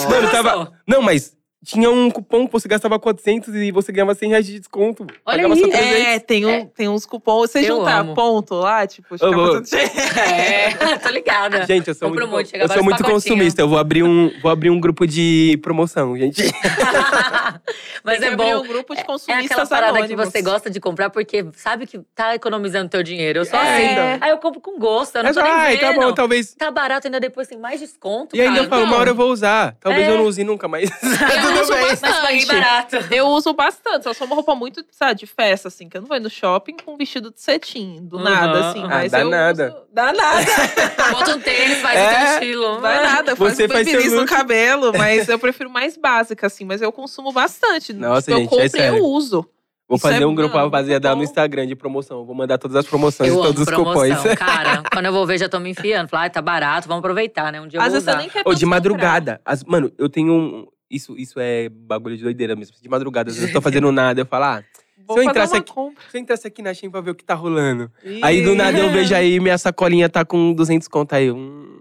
[SPEAKER 1] Mano, tava- Não, mas tinha um cupom que você gastava 400 e você ganhava 100 reais de desconto.
[SPEAKER 3] Olha
[SPEAKER 1] pagava
[SPEAKER 3] aí.
[SPEAKER 1] só 300.
[SPEAKER 2] É, tem, um, tem uns cupons. Você
[SPEAKER 3] Eu
[SPEAKER 2] juntar
[SPEAKER 3] amo.
[SPEAKER 2] ponto lá, tipo,
[SPEAKER 1] Eu vou-
[SPEAKER 2] fica fazendo-
[SPEAKER 3] É, tô ligada.
[SPEAKER 1] Gente, eu sou
[SPEAKER 3] Compro
[SPEAKER 1] muito,
[SPEAKER 3] muito, chega
[SPEAKER 1] eu sou
[SPEAKER 3] vários
[SPEAKER 1] muito
[SPEAKER 3] pacotinhos.
[SPEAKER 1] consumista. Eu vou abrir, um, vou abrir um grupo de promoção, gente.
[SPEAKER 3] mas
[SPEAKER 2] Tem que
[SPEAKER 3] é
[SPEAKER 2] abrir
[SPEAKER 3] bom.
[SPEAKER 2] um grupo de
[SPEAKER 3] É
[SPEAKER 2] consumistas
[SPEAKER 3] aquela parada
[SPEAKER 2] anônimos.
[SPEAKER 3] que você gosta de comprar porque sabe que tá economizando teu dinheiro. Eu sou
[SPEAKER 1] É,
[SPEAKER 3] assim.
[SPEAKER 1] então.
[SPEAKER 3] Aí eu compro com gosto, eu não
[SPEAKER 1] Mas,
[SPEAKER 3] tô nem
[SPEAKER 1] ai, tá
[SPEAKER 3] vendo.
[SPEAKER 1] bom, talvez.
[SPEAKER 3] Tá barato, ainda depois tem mais desconto,
[SPEAKER 1] E ainda
[SPEAKER 3] cara.
[SPEAKER 1] eu falo,
[SPEAKER 3] Então,
[SPEAKER 1] uma hora eu vou usar. Talvez
[SPEAKER 3] É.
[SPEAKER 1] eu não use nunca, mas.
[SPEAKER 2] Eu
[SPEAKER 1] É Tudo
[SPEAKER 2] uso
[SPEAKER 1] bem.
[SPEAKER 3] Mas paguei
[SPEAKER 2] bastante.
[SPEAKER 3] barato.
[SPEAKER 2] Eu uso bastante, só sou uma roupa muito, sabe, de festa, assim, que eu não vou ir no shopping com um vestido de cetim, do
[SPEAKER 3] Uhum,
[SPEAKER 2] nada, assim.
[SPEAKER 3] uhum.
[SPEAKER 2] Mas
[SPEAKER 1] Ah, dá
[SPEAKER 2] eu
[SPEAKER 1] nada.
[SPEAKER 2] uso- dá nada.
[SPEAKER 3] Bota um tênis, faz o
[SPEAKER 1] É,
[SPEAKER 3] teu estilo.
[SPEAKER 2] Vai nada, faz
[SPEAKER 1] Você
[SPEAKER 2] um
[SPEAKER 1] faz seu
[SPEAKER 2] babyliss no
[SPEAKER 1] look.
[SPEAKER 2] cabelo, mas eu prefiro mais básica, assim. Mas eu consumo bastante.
[SPEAKER 1] Nossa, gente,
[SPEAKER 2] Tipo,
[SPEAKER 1] é
[SPEAKER 2] eu compro e
[SPEAKER 1] sério.
[SPEAKER 2] eu uso.
[SPEAKER 1] Vou
[SPEAKER 2] Isso é
[SPEAKER 1] fazer um grupo
[SPEAKER 2] bom,
[SPEAKER 1] rapaziada
[SPEAKER 2] muito
[SPEAKER 1] no
[SPEAKER 2] bom.
[SPEAKER 1] Instagram de promoção. Vou mandar todas as promoções,
[SPEAKER 3] Eu
[SPEAKER 1] todos
[SPEAKER 3] amo
[SPEAKER 1] os
[SPEAKER 3] promoção,
[SPEAKER 1] cupons.
[SPEAKER 3] cara. Quando eu vou ver, já tô me enfiando. Falo, ai, tá barato, vamos aproveitar, né? Um dia eu
[SPEAKER 2] Às
[SPEAKER 3] vou
[SPEAKER 2] vezes
[SPEAKER 3] usar.
[SPEAKER 2] você nem quer
[SPEAKER 1] Ou de
[SPEAKER 2] tanto comprar.
[SPEAKER 1] madrugada. As- mano, eu tenho um. Isso, isso é bagulho de doideira mesmo. De madrugada, às vezes eu tô fazendo nada. Eu falo, ah,
[SPEAKER 2] Vou
[SPEAKER 1] Se eu
[SPEAKER 2] fazer
[SPEAKER 1] entrasse
[SPEAKER 2] uma
[SPEAKER 1] aqui-
[SPEAKER 2] compra.
[SPEAKER 1] se eu entrasse aqui na Shein pra ver o que tá rolando. Aí do nada eu vejo aí, minha sacolinha tá com 200 conto aí. eu, Hum,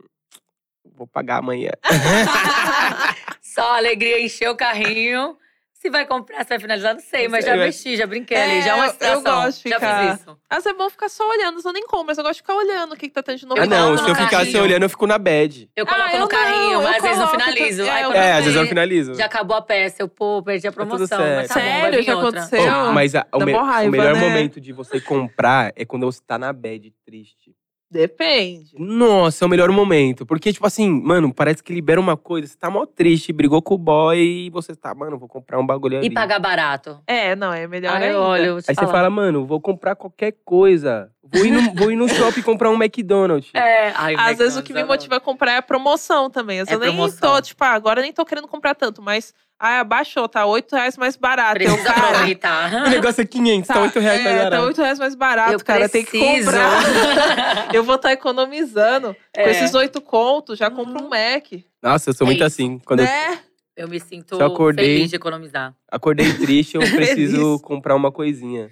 [SPEAKER 1] vou pagar amanhã.
[SPEAKER 3] Ah, Só alegria, encher o carrinho. Se vai comprar, se vai finalizar, não sei.
[SPEAKER 1] Não
[SPEAKER 3] Mas
[SPEAKER 1] sei,
[SPEAKER 3] já
[SPEAKER 1] né?
[SPEAKER 3] mexi, já brinquei
[SPEAKER 2] É,
[SPEAKER 3] ali. Já é
[SPEAKER 2] eu-
[SPEAKER 3] uma
[SPEAKER 2] eu
[SPEAKER 3] situação.
[SPEAKER 2] gosto de
[SPEAKER 3] já
[SPEAKER 2] ficar-
[SPEAKER 3] fiz isso.
[SPEAKER 2] Às vezes é bom ficar só olhando, eu nem compro, mas eu gosto de ficar olhando o que, que tá tendo de novo.
[SPEAKER 1] Ah, não. Se eu
[SPEAKER 3] no
[SPEAKER 1] ficasse
[SPEAKER 3] carrinho.
[SPEAKER 1] olhando, eu fico na bad.
[SPEAKER 3] Eu coloco
[SPEAKER 2] Ah, eu
[SPEAKER 3] no carrinho,
[SPEAKER 2] não, eu
[SPEAKER 3] mas às vezes não
[SPEAKER 2] coloco,
[SPEAKER 3] finalizo.
[SPEAKER 2] é,
[SPEAKER 3] Aí,
[SPEAKER 2] eu
[SPEAKER 3] quando
[SPEAKER 1] É, às
[SPEAKER 3] eu
[SPEAKER 1] vezes eu
[SPEAKER 3] vejo,
[SPEAKER 1] finalizo.
[SPEAKER 3] Já acabou a peça, eu, pô, perdi a promoção. mas tá
[SPEAKER 1] certo.
[SPEAKER 3] bom, vai
[SPEAKER 2] Sério,
[SPEAKER 3] vir
[SPEAKER 2] já
[SPEAKER 3] outra.
[SPEAKER 2] aconteceu?
[SPEAKER 1] Ô, mas a- o,
[SPEAKER 2] Dá
[SPEAKER 1] me-
[SPEAKER 2] mó raiva,
[SPEAKER 1] o melhor
[SPEAKER 2] né?
[SPEAKER 1] momento de você comprar é quando você tá na bad triste.
[SPEAKER 2] Depende.
[SPEAKER 1] Nossa, é o melhor momento. Porque, tipo assim, mano, parece que libera uma coisa. Você tá mó triste, brigou com o boy e você tá, mano, vou comprar um bagulho ali.
[SPEAKER 3] E pagar barato.
[SPEAKER 2] É, não, é melhor
[SPEAKER 3] Aí
[SPEAKER 2] ainda.
[SPEAKER 3] eu olho, vou te
[SPEAKER 1] Aí você
[SPEAKER 3] falar.
[SPEAKER 1] fala, mano, vou comprar qualquer coisa. Vou ir no, vou ir no shopping comprar um McDonald's.
[SPEAKER 3] É, ai,
[SPEAKER 2] Às vezes o que me
[SPEAKER 3] McDonald's,
[SPEAKER 2] motiva a comprar é a promoção também. Às
[SPEAKER 3] É
[SPEAKER 2] vezes eu nem
[SPEAKER 3] promoção.
[SPEAKER 2] tô, tipo, ah, agora eu nem tô querendo comprar tanto, mas ah, abaixou, tá 8 reais mais
[SPEAKER 3] é
[SPEAKER 2] barato. eu,
[SPEAKER 3] Precisa
[SPEAKER 2] cara,
[SPEAKER 3] aproveitar.
[SPEAKER 1] O negócio é 500, tá 8 reais pra
[SPEAKER 2] é, tá
[SPEAKER 1] caralho.
[SPEAKER 2] 8 reais mais barato,
[SPEAKER 3] Eu
[SPEAKER 2] cara. Tem que
[SPEAKER 3] preciso.
[SPEAKER 2] comprar. eu vou estar economizando. Com
[SPEAKER 3] É. Uhum.
[SPEAKER 2] esses 8 contos, já compro um Mac.
[SPEAKER 1] Nossa, eu sou
[SPEAKER 3] É
[SPEAKER 1] muito
[SPEAKER 3] isso.
[SPEAKER 1] assim. Quando eu
[SPEAKER 2] né?
[SPEAKER 3] É, Eu me sinto
[SPEAKER 1] Se eu acordei-
[SPEAKER 3] feliz de economizar.
[SPEAKER 1] acordei triste,
[SPEAKER 2] É
[SPEAKER 1] eu preciso
[SPEAKER 2] Feliz.
[SPEAKER 1] comprar uma coisinha.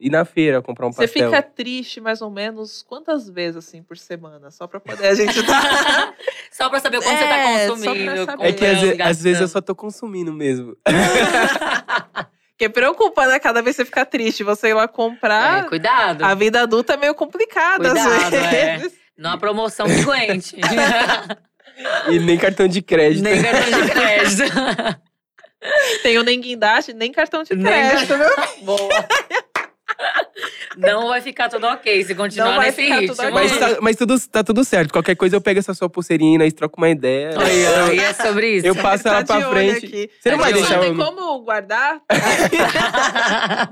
[SPEAKER 1] Ir na feira comprar um
[SPEAKER 2] Você
[SPEAKER 1] pastel.
[SPEAKER 2] fica triste mais ou menos quantas vezes assim por semana? Só pra poder a gente tá dar.
[SPEAKER 3] Só pra saber quanto você
[SPEAKER 2] É,
[SPEAKER 3] tá
[SPEAKER 2] só pra
[SPEAKER 3] consumindo.
[SPEAKER 2] saber.
[SPEAKER 1] É que às,
[SPEAKER 3] comprando,
[SPEAKER 1] ve- às vezes eu
[SPEAKER 3] gastando.
[SPEAKER 1] só tô consumindo mesmo.
[SPEAKER 2] Porque preocupa, né? Cada vez você fica triste. Você ir lá comprar.
[SPEAKER 3] É, cuidado.
[SPEAKER 2] Ah, A vida adulta é meio complicada, às
[SPEAKER 3] Cuidado, é.
[SPEAKER 2] vezes.
[SPEAKER 3] Não há promoção de doente.
[SPEAKER 1] E nem cartão de crédito.
[SPEAKER 3] Nem cartão de crédito.
[SPEAKER 2] Tenho nem guindaste, nem cartão de
[SPEAKER 3] Nem
[SPEAKER 2] crédito, viu?
[SPEAKER 3] Boa. Não vai ficar tudo ok se continuar
[SPEAKER 2] Não vai
[SPEAKER 3] nesse
[SPEAKER 2] ficar tudo
[SPEAKER 3] ritmo.
[SPEAKER 2] ok.
[SPEAKER 1] Mas, tá, mas tudo, tá tudo certo. Qualquer coisa eu pego essa sua pulseirinha e nós trocamos uma ideia.
[SPEAKER 3] Aí, ó, e é sobre isso.
[SPEAKER 1] Eu passo ela
[SPEAKER 2] Tá de
[SPEAKER 1] pra
[SPEAKER 2] olho
[SPEAKER 1] frente.
[SPEAKER 2] aqui. É,
[SPEAKER 1] Você não
[SPEAKER 3] Tá
[SPEAKER 1] vai
[SPEAKER 3] de olho.
[SPEAKER 1] deixar
[SPEAKER 2] Não tem
[SPEAKER 1] eu.
[SPEAKER 2] como guardar?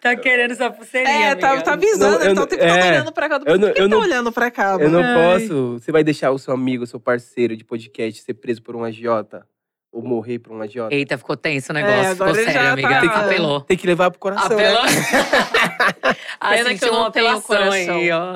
[SPEAKER 3] tá querendo essa pulseirinha,
[SPEAKER 2] É, tá,
[SPEAKER 3] amiga.
[SPEAKER 2] tá avisando.
[SPEAKER 1] Não, eu
[SPEAKER 2] ele tá
[SPEAKER 1] não-
[SPEAKER 2] o tempo todo
[SPEAKER 1] é.
[SPEAKER 2] olhando pra cá. Por
[SPEAKER 1] Eu não-
[SPEAKER 2] que que
[SPEAKER 1] eu
[SPEAKER 2] ele tá
[SPEAKER 1] não-
[SPEAKER 2] olhando pra cá?
[SPEAKER 1] Eu
[SPEAKER 2] mano?
[SPEAKER 1] não
[SPEAKER 3] Ai.
[SPEAKER 1] posso. Você vai deixar o seu amigo, o seu parceiro de podcast ser preso por um agiota? Ou morrer por um agiota?
[SPEAKER 3] Eita, ficou tenso o
[SPEAKER 2] É,
[SPEAKER 3] negócio.
[SPEAKER 2] agora
[SPEAKER 3] ficou
[SPEAKER 2] ele
[SPEAKER 3] sério,
[SPEAKER 2] já
[SPEAKER 3] amiga.
[SPEAKER 2] tá-
[SPEAKER 3] Apelou.
[SPEAKER 1] Tem que levar pro coração.
[SPEAKER 3] Apelou.
[SPEAKER 1] Né?
[SPEAKER 3] Ah,
[SPEAKER 2] Pena que
[SPEAKER 3] sentiu
[SPEAKER 2] eu não
[SPEAKER 3] uma
[SPEAKER 2] tenho
[SPEAKER 3] apelação
[SPEAKER 2] coração.
[SPEAKER 3] aí, ó.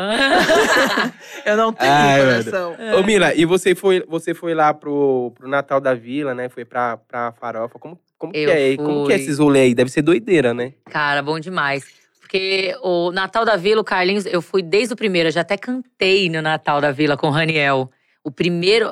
[SPEAKER 2] Eu não tenho
[SPEAKER 1] Ai,
[SPEAKER 2] coração.
[SPEAKER 3] É.
[SPEAKER 1] Ô, Mila, e você foi, você foi lá pro, pro Natal da Vila, né? Foi pra, pra Farofa. Como, como que
[SPEAKER 3] Eu
[SPEAKER 1] é? aí? Como que é
[SPEAKER 3] fui.
[SPEAKER 1] esses rolê aí? Deve ser doideira, né?
[SPEAKER 3] Cara, bom demais. Porque o Natal da Vila, o Carlinhos, eu fui desde o primeiro. Eu já até cantei no Natal da Vila com o Raniel. O primeiro,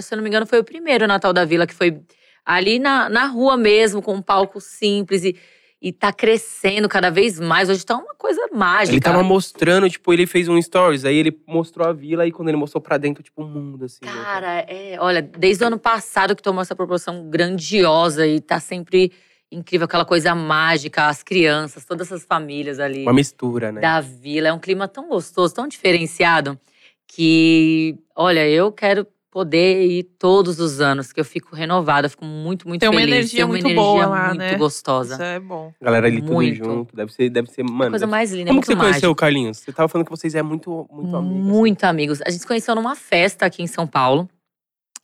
[SPEAKER 3] se eu não me engano, foi o primeiro Natal da Vila, que foi ali na, na rua mesmo, com um palco simples. E, e tá crescendo cada vez mais. Hoje tá uma coisa mágica.
[SPEAKER 1] Ele tava mostrando, tipo, ele fez um stories, aí ele mostrou a vila e quando ele mostrou pra dentro, tipo, o mundo, assim. né?
[SPEAKER 3] Cara, é, olha, desde o ano passado que tomou essa proporção grandiosa e tá sempre incrível aquela coisa mágica, as crianças, todas essas famílias ali
[SPEAKER 1] Uma mistura, né?
[SPEAKER 3] da vila. É um clima tão gostoso, tão diferenciado, que, olha, eu quero poder ir todos os anos, que eu fico renovada, eu fico muito, muito
[SPEAKER 2] Tem uma
[SPEAKER 3] feliz.
[SPEAKER 2] energia
[SPEAKER 3] uma
[SPEAKER 2] muito
[SPEAKER 3] energia
[SPEAKER 2] boa lá,
[SPEAKER 3] muito
[SPEAKER 2] né?
[SPEAKER 3] gostosa.
[SPEAKER 2] Isso é bom.
[SPEAKER 1] Galera ali tudo
[SPEAKER 3] Muito.
[SPEAKER 1] junto. Deve ser, deve ser mano.
[SPEAKER 3] Coisa
[SPEAKER 1] deve-
[SPEAKER 3] mais linda, é
[SPEAKER 1] Como
[SPEAKER 3] muito
[SPEAKER 1] que você conheceu
[SPEAKER 3] mágico.
[SPEAKER 1] o Carlinhos? Você tava falando que vocês é muito, muito amigos.
[SPEAKER 3] Muito amigos. A gente se conheceu numa festa aqui em São Paulo.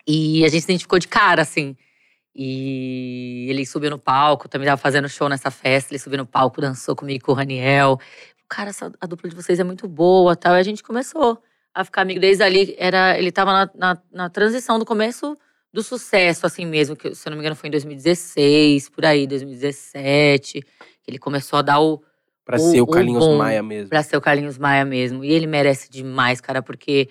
[SPEAKER 3] E a gente se identificou de cara, assim. E ele subiu no palco, também tava fazendo show nessa festa. Ele subiu no palco, dançou comigo e com o Raniel. Cara, essa, a dupla de vocês é muito boa tal. E a gente começou a ficar amigo desde ali. Era, ele tava na, na, na transição do começo do sucesso, assim mesmo. Que, se eu não me engano, foi em 2016, por aí, 2017. que Ele começou a dar o,
[SPEAKER 1] Pra
[SPEAKER 3] O-
[SPEAKER 1] ser o
[SPEAKER 3] o
[SPEAKER 1] Carlinhos
[SPEAKER 3] bom
[SPEAKER 1] Maia mesmo.
[SPEAKER 3] pra ser o Carlinhos Maia mesmo. E ele merece demais, cara, porque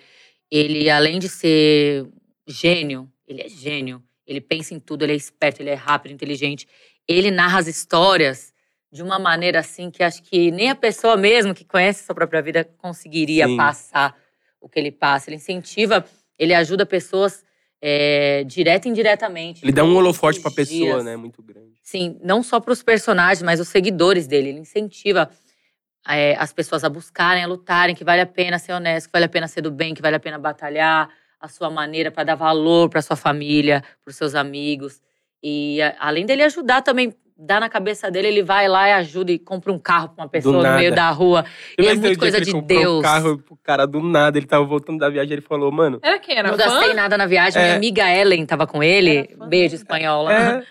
[SPEAKER 3] ele, além de ser gênio, ele é gênio. Ele pensa em tudo, ele é esperto, ele é rápido, inteligente. Ele narra as histórias de uma maneira assim que acho que nem a pessoa mesmo que conhece sua própria vida conseguiria
[SPEAKER 1] Sim.
[SPEAKER 3] passar o que ele passa. Ele incentiva, ele ajuda pessoas é, direta e indiretamente.
[SPEAKER 1] Ele dá um
[SPEAKER 3] todos
[SPEAKER 1] holofote
[SPEAKER 3] os
[SPEAKER 1] pra pessoa,
[SPEAKER 3] dias.
[SPEAKER 1] né? Muito grande.
[SPEAKER 3] Sim, não só para os personagens, mas os seguidores dele. Ele incentiva é, as pessoas a buscarem, a lutarem, que vale a pena ser honesto, que vale a pena ser do bem, que vale a pena batalhar a sua maneira para dar valor para sua família, para os seus amigos. E a- além dele ajudar também, dá na cabeça dele, ele vai lá e ajuda e compra um carro para uma pessoa no
[SPEAKER 1] nada.
[SPEAKER 3] meio da rua. E é
[SPEAKER 1] Lembra
[SPEAKER 3] muita
[SPEAKER 1] aquele
[SPEAKER 3] coisa
[SPEAKER 1] dia que
[SPEAKER 3] de
[SPEAKER 1] ele comprou
[SPEAKER 3] Deus.
[SPEAKER 1] O carro, o cara do nada, ele tava voltando da viagem, ele falou, mano.
[SPEAKER 2] Era quem? Era
[SPEAKER 3] não
[SPEAKER 2] fã?
[SPEAKER 3] gastei nada na viagem.
[SPEAKER 1] É.
[SPEAKER 3] Minha amiga Ellen tava com ele.
[SPEAKER 2] Era fã
[SPEAKER 3] Beijo,
[SPEAKER 2] dele.
[SPEAKER 3] espanhola.
[SPEAKER 1] É.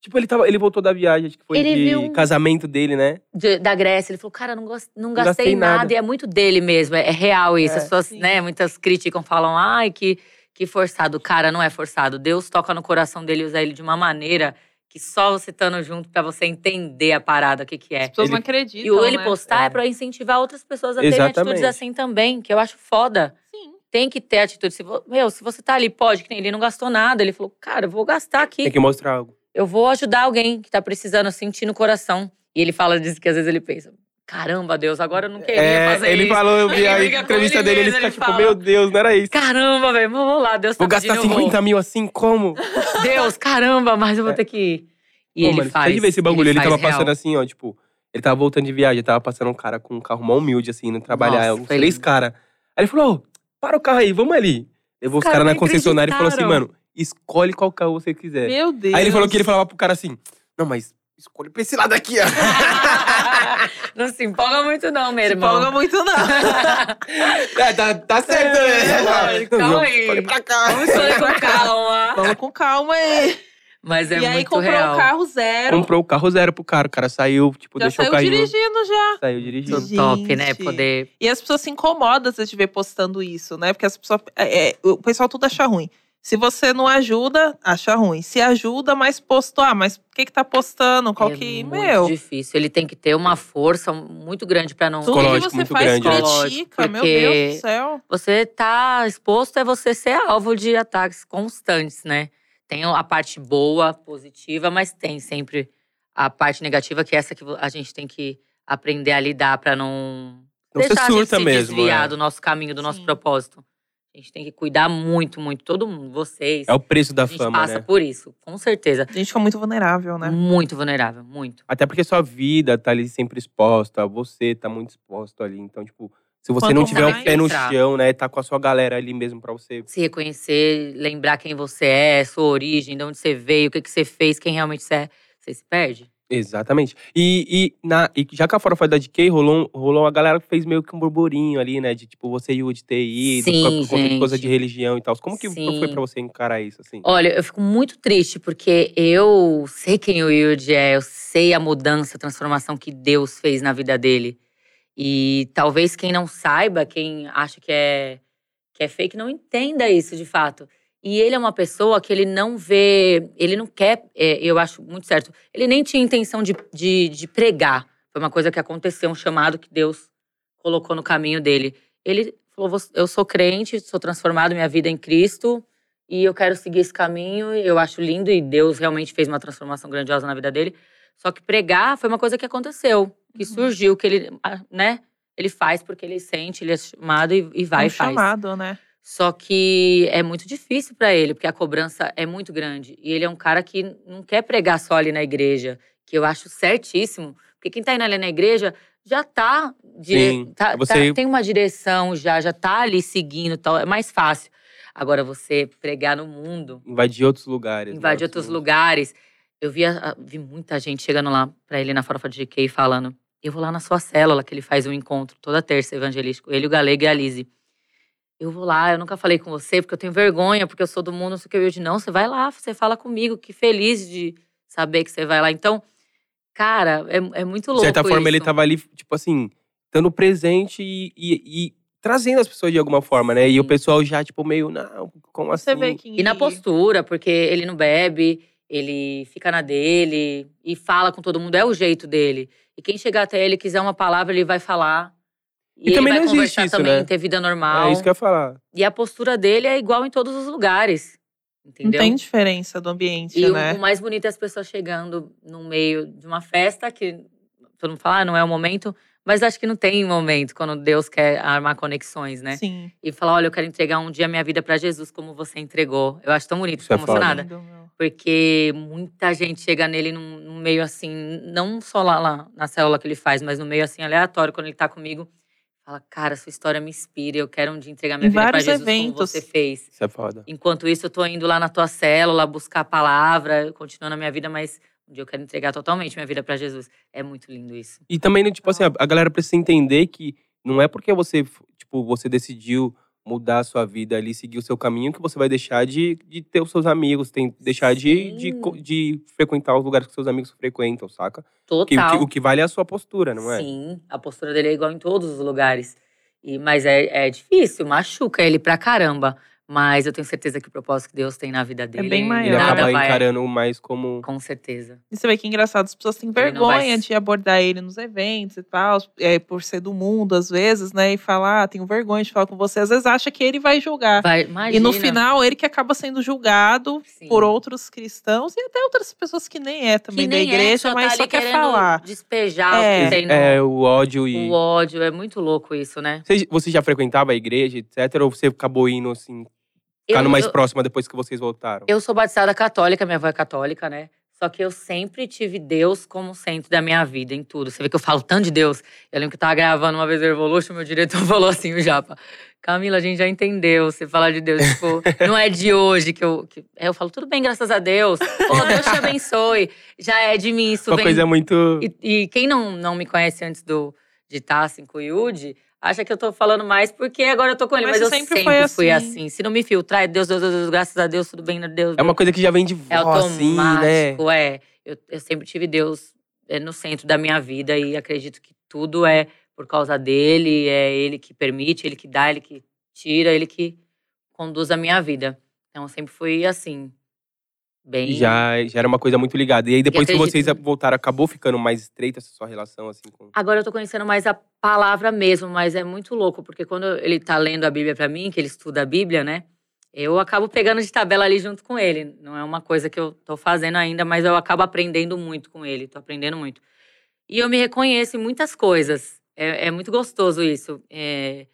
[SPEAKER 1] Tipo, ele, tava, ele voltou da viagem, acho que foi
[SPEAKER 3] Ele
[SPEAKER 1] de
[SPEAKER 3] viu um-
[SPEAKER 1] casamento dele, né?
[SPEAKER 3] de- da Grécia. Ele falou, cara, não, gos- não gastei,
[SPEAKER 1] gastei
[SPEAKER 3] nada.
[SPEAKER 1] nada.
[SPEAKER 3] E é muito dele mesmo, é, é real isso.
[SPEAKER 1] É,
[SPEAKER 3] As pessoas,
[SPEAKER 2] sim.
[SPEAKER 3] né, muitas criticam, falam, ai, que, que forçado. Cara, não é forçado. Deus toca no coração dele e usa ele de uma maneira que só você estando junto pra você entender a parada, o que que
[SPEAKER 2] As
[SPEAKER 3] é.
[SPEAKER 2] pessoas
[SPEAKER 1] Ele-
[SPEAKER 2] não acreditam,
[SPEAKER 3] E o ele
[SPEAKER 2] né?
[SPEAKER 3] postar é, pra incentivar outras pessoas a terem atitudes
[SPEAKER 1] Exatamente.
[SPEAKER 3] assim também, que eu acho foda.
[SPEAKER 2] Sim.
[SPEAKER 3] Tem que ter atitude. Se vo- Meu, se você tá ali, pode, que nem ele não gastou nada. Ele falou, cara, eu vou gastar aqui.
[SPEAKER 1] Tem É que mostrar algo.
[SPEAKER 3] Eu vou ajudar alguém que tá precisando, sentir no coração. E ele fala disso que às vezes ele pensa: caramba, Deus, agora eu não queria fazer
[SPEAKER 1] É, ele
[SPEAKER 3] isso.
[SPEAKER 1] falou, eu vi
[SPEAKER 3] Ele
[SPEAKER 1] a
[SPEAKER 3] briga com
[SPEAKER 1] entrevista
[SPEAKER 3] ele
[SPEAKER 1] dele, ele
[SPEAKER 3] mesmo,
[SPEAKER 1] fica
[SPEAKER 3] ele
[SPEAKER 1] tipo,
[SPEAKER 3] fala.
[SPEAKER 1] meu Deus, não era isso.
[SPEAKER 3] Caramba, velho, vamos lá, Deus tá
[SPEAKER 1] Vou gastar
[SPEAKER 3] pedindo, eu
[SPEAKER 1] 50 mil assim, como?
[SPEAKER 3] Deus, caramba, mas eu vou ter que ir. E
[SPEAKER 1] É. Pô,
[SPEAKER 3] ele
[SPEAKER 1] mano,
[SPEAKER 3] faz.
[SPEAKER 1] Você de ver esse bagulho, ele,
[SPEAKER 3] faz
[SPEAKER 1] tava
[SPEAKER 3] real.
[SPEAKER 1] passando assim, ó, tipo… Ele tava voltando de viagem, tava passando um cara com um carro mó humilde, assim, indo trabalhar.
[SPEAKER 3] Nossa,
[SPEAKER 1] uns
[SPEAKER 3] foi
[SPEAKER 1] três
[SPEAKER 3] lindo.
[SPEAKER 1] caras. Aí ele falou, ô, para o carro aí, vamos ali. Levou os
[SPEAKER 3] caras
[SPEAKER 1] caras na
[SPEAKER 3] nem
[SPEAKER 1] concessionária e falou assim,
[SPEAKER 3] acreditaram.
[SPEAKER 1] mano… Escolhe qual carro você quiser.
[SPEAKER 2] É. Meu Deus.
[SPEAKER 1] Aí ele falou que ele falava pro cara assim: Não, mas escolhe pra esse lado aqui, ó.
[SPEAKER 3] não se empolga muito, não, meu
[SPEAKER 2] Se
[SPEAKER 3] irmão.
[SPEAKER 2] empolga muito, não.
[SPEAKER 1] É, tá, tá certo,
[SPEAKER 3] É,
[SPEAKER 1] né?
[SPEAKER 3] calma
[SPEAKER 1] Não,
[SPEAKER 3] aí.
[SPEAKER 1] Escolhe pra cá.
[SPEAKER 3] Vamos escolher com calma.
[SPEAKER 2] Vamos com calma aí.
[SPEAKER 3] Mas é
[SPEAKER 2] e aí
[SPEAKER 3] muito
[SPEAKER 2] comprou
[SPEAKER 3] real.
[SPEAKER 2] um carro zero.
[SPEAKER 1] Comprou o carro zero pro cara. O cara saiu, tipo,
[SPEAKER 2] já
[SPEAKER 1] deixou
[SPEAKER 2] saiu
[SPEAKER 1] o carrinho.
[SPEAKER 2] dirigindo já.
[SPEAKER 1] Saiu dirigindo.
[SPEAKER 3] Tudo Top, né?
[SPEAKER 2] Gente.
[SPEAKER 3] Poder.
[SPEAKER 2] E as pessoas se incomodam às vezes de ver postando isso, né? Porque as pessoas. é, é, o pessoal tudo acha ruim. Se você não ajuda, acha ruim. Se ajuda, mas postou. Ah, mas o que que tá postando? Qual
[SPEAKER 3] é
[SPEAKER 2] que.
[SPEAKER 3] muito
[SPEAKER 2] Meu.
[SPEAKER 3] difícil. Ele tem que ter uma força muito grande pra não.
[SPEAKER 2] Tudo que
[SPEAKER 1] Psicológico
[SPEAKER 2] você
[SPEAKER 1] muito
[SPEAKER 2] faz
[SPEAKER 1] grande,
[SPEAKER 3] né?
[SPEAKER 2] critica, meu
[SPEAKER 3] Porque-
[SPEAKER 2] Deus do céu.
[SPEAKER 3] você tá exposto é você ser alvo de ataques constantes, né? Tem a parte boa, positiva, mas tem sempre a parte negativa, que é essa que vo- a gente tem que aprender a lidar pra não
[SPEAKER 1] Então você
[SPEAKER 3] deixar a
[SPEAKER 1] surta
[SPEAKER 3] gente se
[SPEAKER 1] mesmo.
[SPEAKER 3] desviar
[SPEAKER 1] é.
[SPEAKER 3] do nosso caminho, do nosso
[SPEAKER 2] Sim.
[SPEAKER 3] propósito. A gente tem que cuidar muito, muito, todo mundo, vocês.
[SPEAKER 1] É o preço da
[SPEAKER 3] a gente
[SPEAKER 1] fama,
[SPEAKER 3] passa
[SPEAKER 1] né?
[SPEAKER 3] por isso, com certeza.
[SPEAKER 2] A gente fica muito vulnerável, né?
[SPEAKER 3] Muito vulnerável, muito.
[SPEAKER 1] Até porque sua vida tá ali sempre exposta, você tá muito exposto ali. Então, tipo, se você
[SPEAKER 2] Quanto
[SPEAKER 1] não tiver
[SPEAKER 2] mais-
[SPEAKER 1] o pé no
[SPEAKER 3] Entrar.
[SPEAKER 1] chão, né? Tá com a sua galera ali mesmo pra você.
[SPEAKER 3] se reconhecer, lembrar quem você é, sua origem, de onde você veio, o que, que você fez, quem realmente você é. Você se perde?
[SPEAKER 1] Exatamente. E, e, na, e já que a Fora Fora da DK rolou, um- rolou uma galera que fez meio que um burburinho ali, né? De tipo, você e o de ter ido, por
[SPEAKER 3] Sim,
[SPEAKER 1] por conta de
[SPEAKER 3] gente.
[SPEAKER 1] coisa de religião e tal. Como que
[SPEAKER 3] Sim.
[SPEAKER 1] foi pra você encarar isso, assim?
[SPEAKER 3] Olha, eu fico muito triste porque eu sei quem o Yudi é, eu sei a mudança, a transformação que Deus fez na vida dele. E talvez quem não saiba, quem acha que é, que é fake, não entenda isso de fato. E ele é uma pessoa que ele não vê, ele não quer, é, eu acho muito certo, ele nem tinha intenção de, de, de pregar. Foi uma coisa que aconteceu, um chamado que Deus colocou no caminho dele. Ele falou: "Vou- Eu sou crente, sou transformado, minha vida é em Cristo e eu quero seguir esse caminho. Eu acho lindo e Deus realmente fez uma transformação grandiosa na vida dele. Só que pregar foi uma coisa que aconteceu, que
[SPEAKER 2] Uhum.
[SPEAKER 3] surgiu, que ele, ah, né? Ele faz porque ele sente, ele é chamado e, e vai
[SPEAKER 2] É
[SPEAKER 3] e
[SPEAKER 2] um
[SPEAKER 3] faz.
[SPEAKER 2] chamado, né?
[SPEAKER 3] Só que é muito difícil para ele, porque a cobrança é muito grande. E ele é um cara que não quer pregar só ali na igreja, que eu acho certíssimo. Porque quem tá indo ali na igreja já tá, dire...
[SPEAKER 1] Sim,
[SPEAKER 3] tá- tá-
[SPEAKER 1] você-
[SPEAKER 3] tem uma direção já, já tá ali seguindo e tal, é mais fácil. Agora, você pregar no mundo,
[SPEAKER 1] Invadir outros lugares. né?
[SPEAKER 3] invadir outros lugares. Eu vi, a- vi muita gente chegando lá pra ele na Farofa de GK e falando: Eu vou lá na sua célula, que ele faz um encontro toda terça evangelístico, ele, o Galego e a Lise. Eu vou lá, eu nunca falei com você, porque eu tenho vergonha, porque eu sou do mundo, não sei o que. Eu digo, não, você vai lá, você fala comigo, que feliz de saber que você vai lá. Então, cara, é, é muito
[SPEAKER 1] De
[SPEAKER 3] louco.
[SPEAKER 1] certa forma, ele
[SPEAKER 3] isso.
[SPEAKER 1] tava ali, tipo assim, estando presente e, e- e trazendo as pessoas de alguma forma, né? E o
[SPEAKER 3] Sim.
[SPEAKER 1] pessoal já, tipo, meio, não, como
[SPEAKER 2] Você
[SPEAKER 1] assim?
[SPEAKER 2] vê que.
[SPEAKER 3] E na postura, porque ele não bebe, ele fica na dele e fala com todo mundo, é o jeito dele. E quem chegar até ele e quiser uma palavra, ele vai falar.
[SPEAKER 1] E
[SPEAKER 3] ele
[SPEAKER 1] também
[SPEAKER 3] vai
[SPEAKER 1] não existe
[SPEAKER 3] conversar
[SPEAKER 1] isso,
[SPEAKER 3] também,
[SPEAKER 1] né?
[SPEAKER 3] ter vida normal.
[SPEAKER 1] É isso que eu ia falar.
[SPEAKER 3] E a postura dele é igual em todos os lugares.
[SPEAKER 2] Não
[SPEAKER 3] Entendeu?
[SPEAKER 2] tem diferença do ambiente,
[SPEAKER 3] E o-
[SPEAKER 2] né?
[SPEAKER 3] o, mais bonito é as pessoas chegando no meio de uma festa, que todo mundo fala, ah, não é o momento. Mas acho que não tem momento quando Deus quer armar conexões, né?
[SPEAKER 2] Sim.
[SPEAKER 3] E falar, olha, eu quero entregar um dia minha vida pra Jesus, como você entregou. Eu acho tão bonito,
[SPEAKER 1] Isso
[SPEAKER 3] fico
[SPEAKER 1] é foda.
[SPEAKER 3] emocionada.
[SPEAKER 2] Lindo, meu.
[SPEAKER 3] Porque muita gente chega nele num, num meio assim, não só lá, lá na célula que ele faz, mas no meio assim aleatório, quando ele tá comigo. Fala, cara, sua história me inspira, eu quero um dia entregar minha
[SPEAKER 2] Em
[SPEAKER 3] vida pra
[SPEAKER 2] vários
[SPEAKER 3] Jesus, como
[SPEAKER 2] eventos.
[SPEAKER 3] você fez.
[SPEAKER 1] Isso é foda.
[SPEAKER 3] Enquanto isso, eu tô indo lá na tua célula buscar a palavra, continuando a minha vida, mas um dia eu quero entregar totalmente minha vida pra Jesus. É muito lindo isso.
[SPEAKER 1] E também, né, tipo assim, a a galera precisa entender que não é porque você, tipo, você decidiu mudar a sua vida ali, seguir o seu caminho, que você vai deixar de, de ter os seus amigos, tem, deixar de, de,
[SPEAKER 3] Sim.
[SPEAKER 1] co- de frequentar os lugares que seus amigos frequentam, saca? Que, o,
[SPEAKER 3] Total.
[SPEAKER 1] que, o que vale é a sua postura, não é?
[SPEAKER 3] Sim, a postura dele é igual em todos os lugares. E, mas é, é difícil, machuca ele pra caramba. Mas eu tenho certeza que o propósito que Deus tem na vida dele.
[SPEAKER 2] É bem
[SPEAKER 1] Ele
[SPEAKER 2] maior.
[SPEAKER 3] nada
[SPEAKER 1] acaba
[SPEAKER 3] vai-
[SPEAKER 1] encarando mais como
[SPEAKER 3] Com certeza.
[SPEAKER 2] E você vê que é engraçado, as pessoas têm
[SPEAKER 3] não
[SPEAKER 2] vergonha
[SPEAKER 3] vai-
[SPEAKER 2] de abordar ele nos eventos e tal, é, por ser do mundo às vezes, né? E falar, ah, tenho vergonha de falar com você. Às vezes acha que ele vai julgar.
[SPEAKER 3] Vai, imagina.
[SPEAKER 2] E no final, ele que acaba sendo julgado
[SPEAKER 3] Sim.
[SPEAKER 2] por outros cristãos e até outras pessoas que nem é também
[SPEAKER 3] que
[SPEAKER 2] da
[SPEAKER 3] nem é,
[SPEAKER 2] igreja,
[SPEAKER 3] só
[SPEAKER 2] mas
[SPEAKER 3] tá
[SPEAKER 2] só
[SPEAKER 3] ali
[SPEAKER 2] quer
[SPEAKER 3] querendo
[SPEAKER 2] falar.
[SPEAKER 3] Despejar o
[SPEAKER 2] É.
[SPEAKER 3] que tem no,
[SPEAKER 1] É, o ódio e.
[SPEAKER 3] o ódio. É muito louco isso, né?
[SPEAKER 1] Você, você já frequentava a igreja, etc? Ou você acabou indo assim, ficando mais próxima depois que vocês voltaram?
[SPEAKER 3] Eu sou batizada católica, minha avó é católica, né? Só que eu sempre tive Deus como centro da minha vida, em tudo. Você vê que eu falo tanto de Deus. Eu lembro que eu tava gravando uma vez o Evolution, meu diretor falou assim, o Japa. Camila, a gente já entendeu você falar de Deus. Tipo, não é de hoje que eu… Que... É, Eu falo, tudo bem, graças a Deus. Pô, Deus te abençoe. Já é de mim, isso
[SPEAKER 1] Uma
[SPEAKER 3] vem…
[SPEAKER 1] coisa muito.
[SPEAKER 3] E, e quem não, não me conhece antes do, de estar assim com o Yudi, acha que eu tô falando mais porque agora eu tô com ele.
[SPEAKER 2] Mas
[SPEAKER 3] Mas,
[SPEAKER 2] você
[SPEAKER 3] eu
[SPEAKER 2] sempre
[SPEAKER 3] sempre,
[SPEAKER 2] foi
[SPEAKER 3] fui
[SPEAKER 2] assim.
[SPEAKER 3] assim. Se não me filtrar, é Deus, Deus, Deus, Deus, graças a Deus, tudo bem, Deus.
[SPEAKER 1] É uma coisa que já vem de vó,
[SPEAKER 3] É
[SPEAKER 1] assim, né?
[SPEAKER 3] automático, é. Eu, eu sempre tive Deus é, no centro da minha vida e acredito que tudo é por causa dele, é ele que permite, ele que dá, ele que tira, ele que conduz a minha vida. Então eu sempre fui assim, bem.
[SPEAKER 1] E Já, já era uma coisa muito ligada. E aí, depois que
[SPEAKER 3] acredito-
[SPEAKER 1] vocês voltaram, acabou ficando mais estreita essa sua relação, assim, com.
[SPEAKER 3] Agora eu tô conhecendo mais a palavra mesmo, mas é muito louco, porque quando ele tá lendo a Bíblia pra mim, que ele estuda a Bíblia, né? Eu acabo pegando de tabela ali junto com ele. Não é uma coisa que eu tô fazendo ainda, mas eu acabo aprendendo muito com ele, tô aprendendo muito. E eu me reconheço em muitas coisas. É, é muito gostoso isso. É,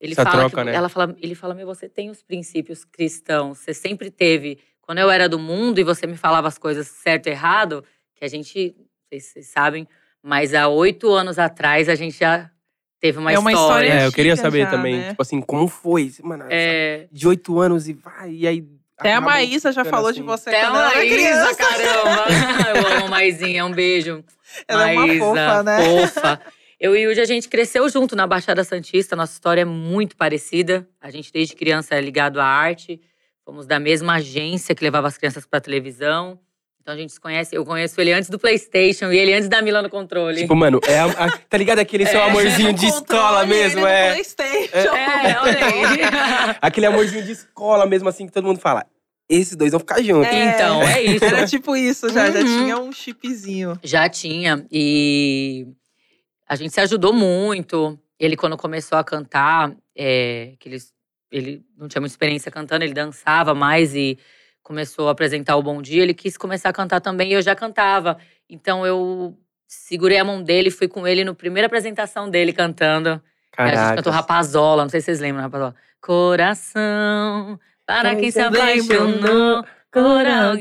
[SPEAKER 3] ele
[SPEAKER 1] Essa
[SPEAKER 3] fala
[SPEAKER 1] troca,
[SPEAKER 3] que,
[SPEAKER 1] né?
[SPEAKER 3] ela fala, ele fala, meu, você tem os princípios cristãos, você sempre teve. Quando eu era do mundo e você me falava as coisas certo e errado, que a gente, vocês, vocês sabem, mas há oito anos atrás a gente já teve uma
[SPEAKER 2] É uma
[SPEAKER 3] história.
[SPEAKER 2] história
[SPEAKER 1] É, eu queria
[SPEAKER 2] antiga
[SPEAKER 1] saber
[SPEAKER 2] já,
[SPEAKER 1] também,
[SPEAKER 2] né?
[SPEAKER 1] tipo assim, como foi? Mano,
[SPEAKER 3] É,
[SPEAKER 1] de oito anos e vai, e aí.
[SPEAKER 2] Até a
[SPEAKER 1] acabou
[SPEAKER 2] Maísa já
[SPEAKER 1] ficando
[SPEAKER 2] falou de
[SPEAKER 1] assim.
[SPEAKER 2] você
[SPEAKER 3] até
[SPEAKER 2] quando
[SPEAKER 3] uma
[SPEAKER 2] ela era
[SPEAKER 3] Maísa,
[SPEAKER 2] criança.
[SPEAKER 3] caramba. Eu amo a Maisinha, um beijo.
[SPEAKER 2] Ela é uma
[SPEAKER 3] Maísa,
[SPEAKER 2] fofa, né?
[SPEAKER 3] fofa. Eu e o Yudi, a gente cresceu junto na Baixada Santista. Nossa história é muito parecida. A gente, desde criança, é ligado à arte. Fomos da mesma agência que levava as crianças pra televisão. Então a gente se conhece. Eu conheço ele antes do PlayStation e ele antes da Milano Controle.
[SPEAKER 1] Tipo, mano, é a- a- tá ligado aquele seu
[SPEAKER 3] É,
[SPEAKER 1] amorzinho de
[SPEAKER 2] um Controle,
[SPEAKER 1] escola mesmo?
[SPEAKER 2] ele
[SPEAKER 1] É.
[SPEAKER 2] no PlayStation.
[SPEAKER 3] é, olha aí.
[SPEAKER 1] Aquele amorzinho de escola mesmo, assim, que todo mundo fala. Esses dois vão ficar juntos.
[SPEAKER 2] É.
[SPEAKER 3] Então, é isso.
[SPEAKER 2] Era tipo isso já, já
[SPEAKER 3] Uhum.
[SPEAKER 2] tinha um chipzinho.
[SPEAKER 3] Já tinha. E a gente se ajudou muito. Ele, quando começou a cantar, é, que ele, ele não tinha muita experiência cantando, ele dançava mais e começou a apresentar o Bom Dia. Ele quis começar a cantar também e eu já cantava. Então eu segurei a mão dele, fui com ele na primeira apresentação dele cantando. É, A gente cantou
[SPEAKER 1] Caraca.
[SPEAKER 3] Rapazola, não sei se vocês lembram, Rapazola. Coração, para quem se apaixonou, coração.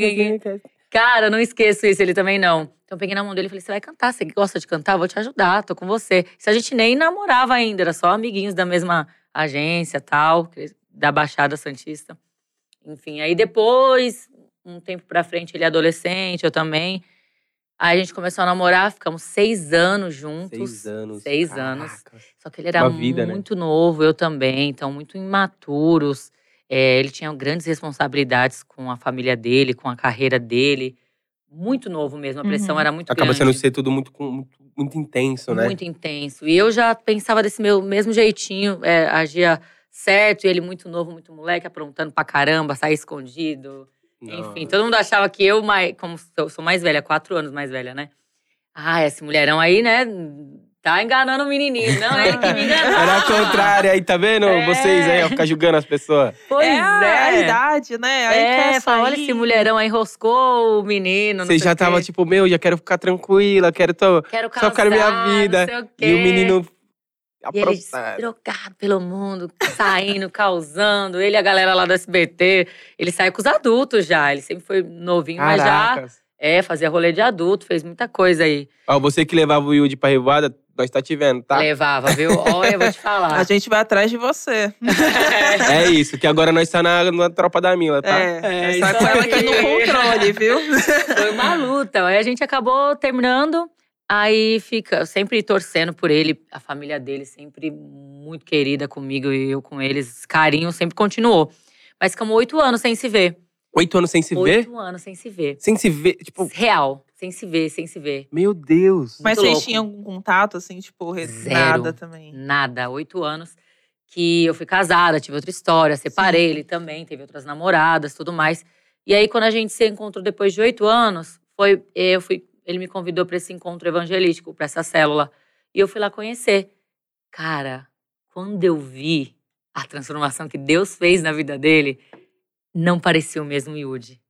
[SPEAKER 3] Cara, eu não esqueço isso, ele também não. Então eu peguei na mão dele e falei: você vai cantar, você gosta de cantar? Vou te ajudar, tô com você. Isso a gente nem namorava ainda, era só amiguinhos da mesma agência tal, da Baixada Santista. Enfim, aí depois, um tempo pra frente, ele é adolescente, eu também. Aí a gente começou a namorar, ficamos seis anos juntos.
[SPEAKER 1] Seis anos.
[SPEAKER 3] Seis anos.
[SPEAKER 1] Caraca.
[SPEAKER 3] Só que ele era
[SPEAKER 1] Uma vida, né?
[SPEAKER 3] muito novo, eu também, então muito imaturos. É, ele tinha grandes responsabilidades com a família dele, com a carreira dele. Muito novo mesmo, a pressão
[SPEAKER 2] Uhum.
[SPEAKER 3] era muito
[SPEAKER 1] Acaba
[SPEAKER 3] grande.
[SPEAKER 1] sendo ser tudo muito, com- muito, muito intenso, né?
[SPEAKER 3] Muito intenso. E eu já pensava desse meu mesmo jeitinho, é, agia certo, e ele muito novo, muito moleque, aprontando pra caramba, saía escondido. Enfim, todo mundo achava que eu, mais, como sou, sou mais velha, quatro anos mais velha, né? Ah, esse mulherão aí, né? Tá enganando o menininho. Não, ele que me enganou.
[SPEAKER 1] Era a É contrária aí, tá vendo?
[SPEAKER 3] É.
[SPEAKER 1] Vocês aí, ó, ficar julgando as pessoas.
[SPEAKER 3] Pois
[SPEAKER 2] é, a- é a
[SPEAKER 3] é.
[SPEAKER 2] idade, né? Aí
[SPEAKER 3] é,
[SPEAKER 2] quer
[SPEAKER 3] fala,
[SPEAKER 2] sair.
[SPEAKER 3] olha esse mulherão aí, enroscou o menino. não
[SPEAKER 1] Você
[SPEAKER 3] sei
[SPEAKER 1] já
[SPEAKER 3] o quê.
[SPEAKER 1] tava tipo, meu, já quero ficar tranquila, quero. Tô...
[SPEAKER 3] quero
[SPEAKER 1] só
[SPEAKER 3] casar,
[SPEAKER 1] quero minha vida.
[SPEAKER 3] Não sei o quê.
[SPEAKER 1] E o menino.
[SPEAKER 3] E ele
[SPEAKER 1] aprontado.
[SPEAKER 3] drogado pelo mundo, saindo, causando. Ele e a galera lá do SBT. Ele sai com os adultos já. Ele sempre foi novinho, mas já.
[SPEAKER 1] Caracas.
[SPEAKER 3] É, fazia rolê de adulto, fez muita coisa aí.
[SPEAKER 1] Ó, você que levava o Yudi pra revoada, nós tá te vendo, tá?
[SPEAKER 3] Levava, viu? Olha, eu vou te falar.
[SPEAKER 2] A gente vai atrás de você.
[SPEAKER 1] É isso, que agora nós tá na, na tropa da Mila, tá?
[SPEAKER 2] É,
[SPEAKER 3] É,
[SPEAKER 2] essa
[SPEAKER 3] isso
[SPEAKER 2] coisa aqui no
[SPEAKER 3] aí.
[SPEAKER 2] controle, viu?
[SPEAKER 3] Foi uma luta. Aí a gente acabou terminando. Aí fica sempre torcendo por ele, a família dele sempre muito querida comigo e eu com eles. Carinho sempre continuou. Mas ficamos oito anos sem se ver.
[SPEAKER 1] Oito anos sem se ver?
[SPEAKER 3] Oito anos sem se ver.
[SPEAKER 1] Sem se ver, tipo,
[SPEAKER 3] Real, sem se ver, sem se ver.
[SPEAKER 1] meu Deus.
[SPEAKER 2] Mas
[SPEAKER 3] Muito
[SPEAKER 2] vocês
[SPEAKER 3] louco.
[SPEAKER 2] tinham algum contato, assim, tipo, re-
[SPEAKER 3] Zero.
[SPEAKER 2] nada também.
[SPEAKER 3] Nada, oito anos que eu fui casada, tive outra história, separei ele também, teve outras namoradas, tudo mais. E aí, quando a gente se encontrou depois de oito anos, foi eu fui, ele me convidou para esse encontro evangelístico, para essa célula. E eu fui lá conhecer. Cara, quando eu vi a transformação que Deus fez na vida dele, não parecia o mesmo Yudi.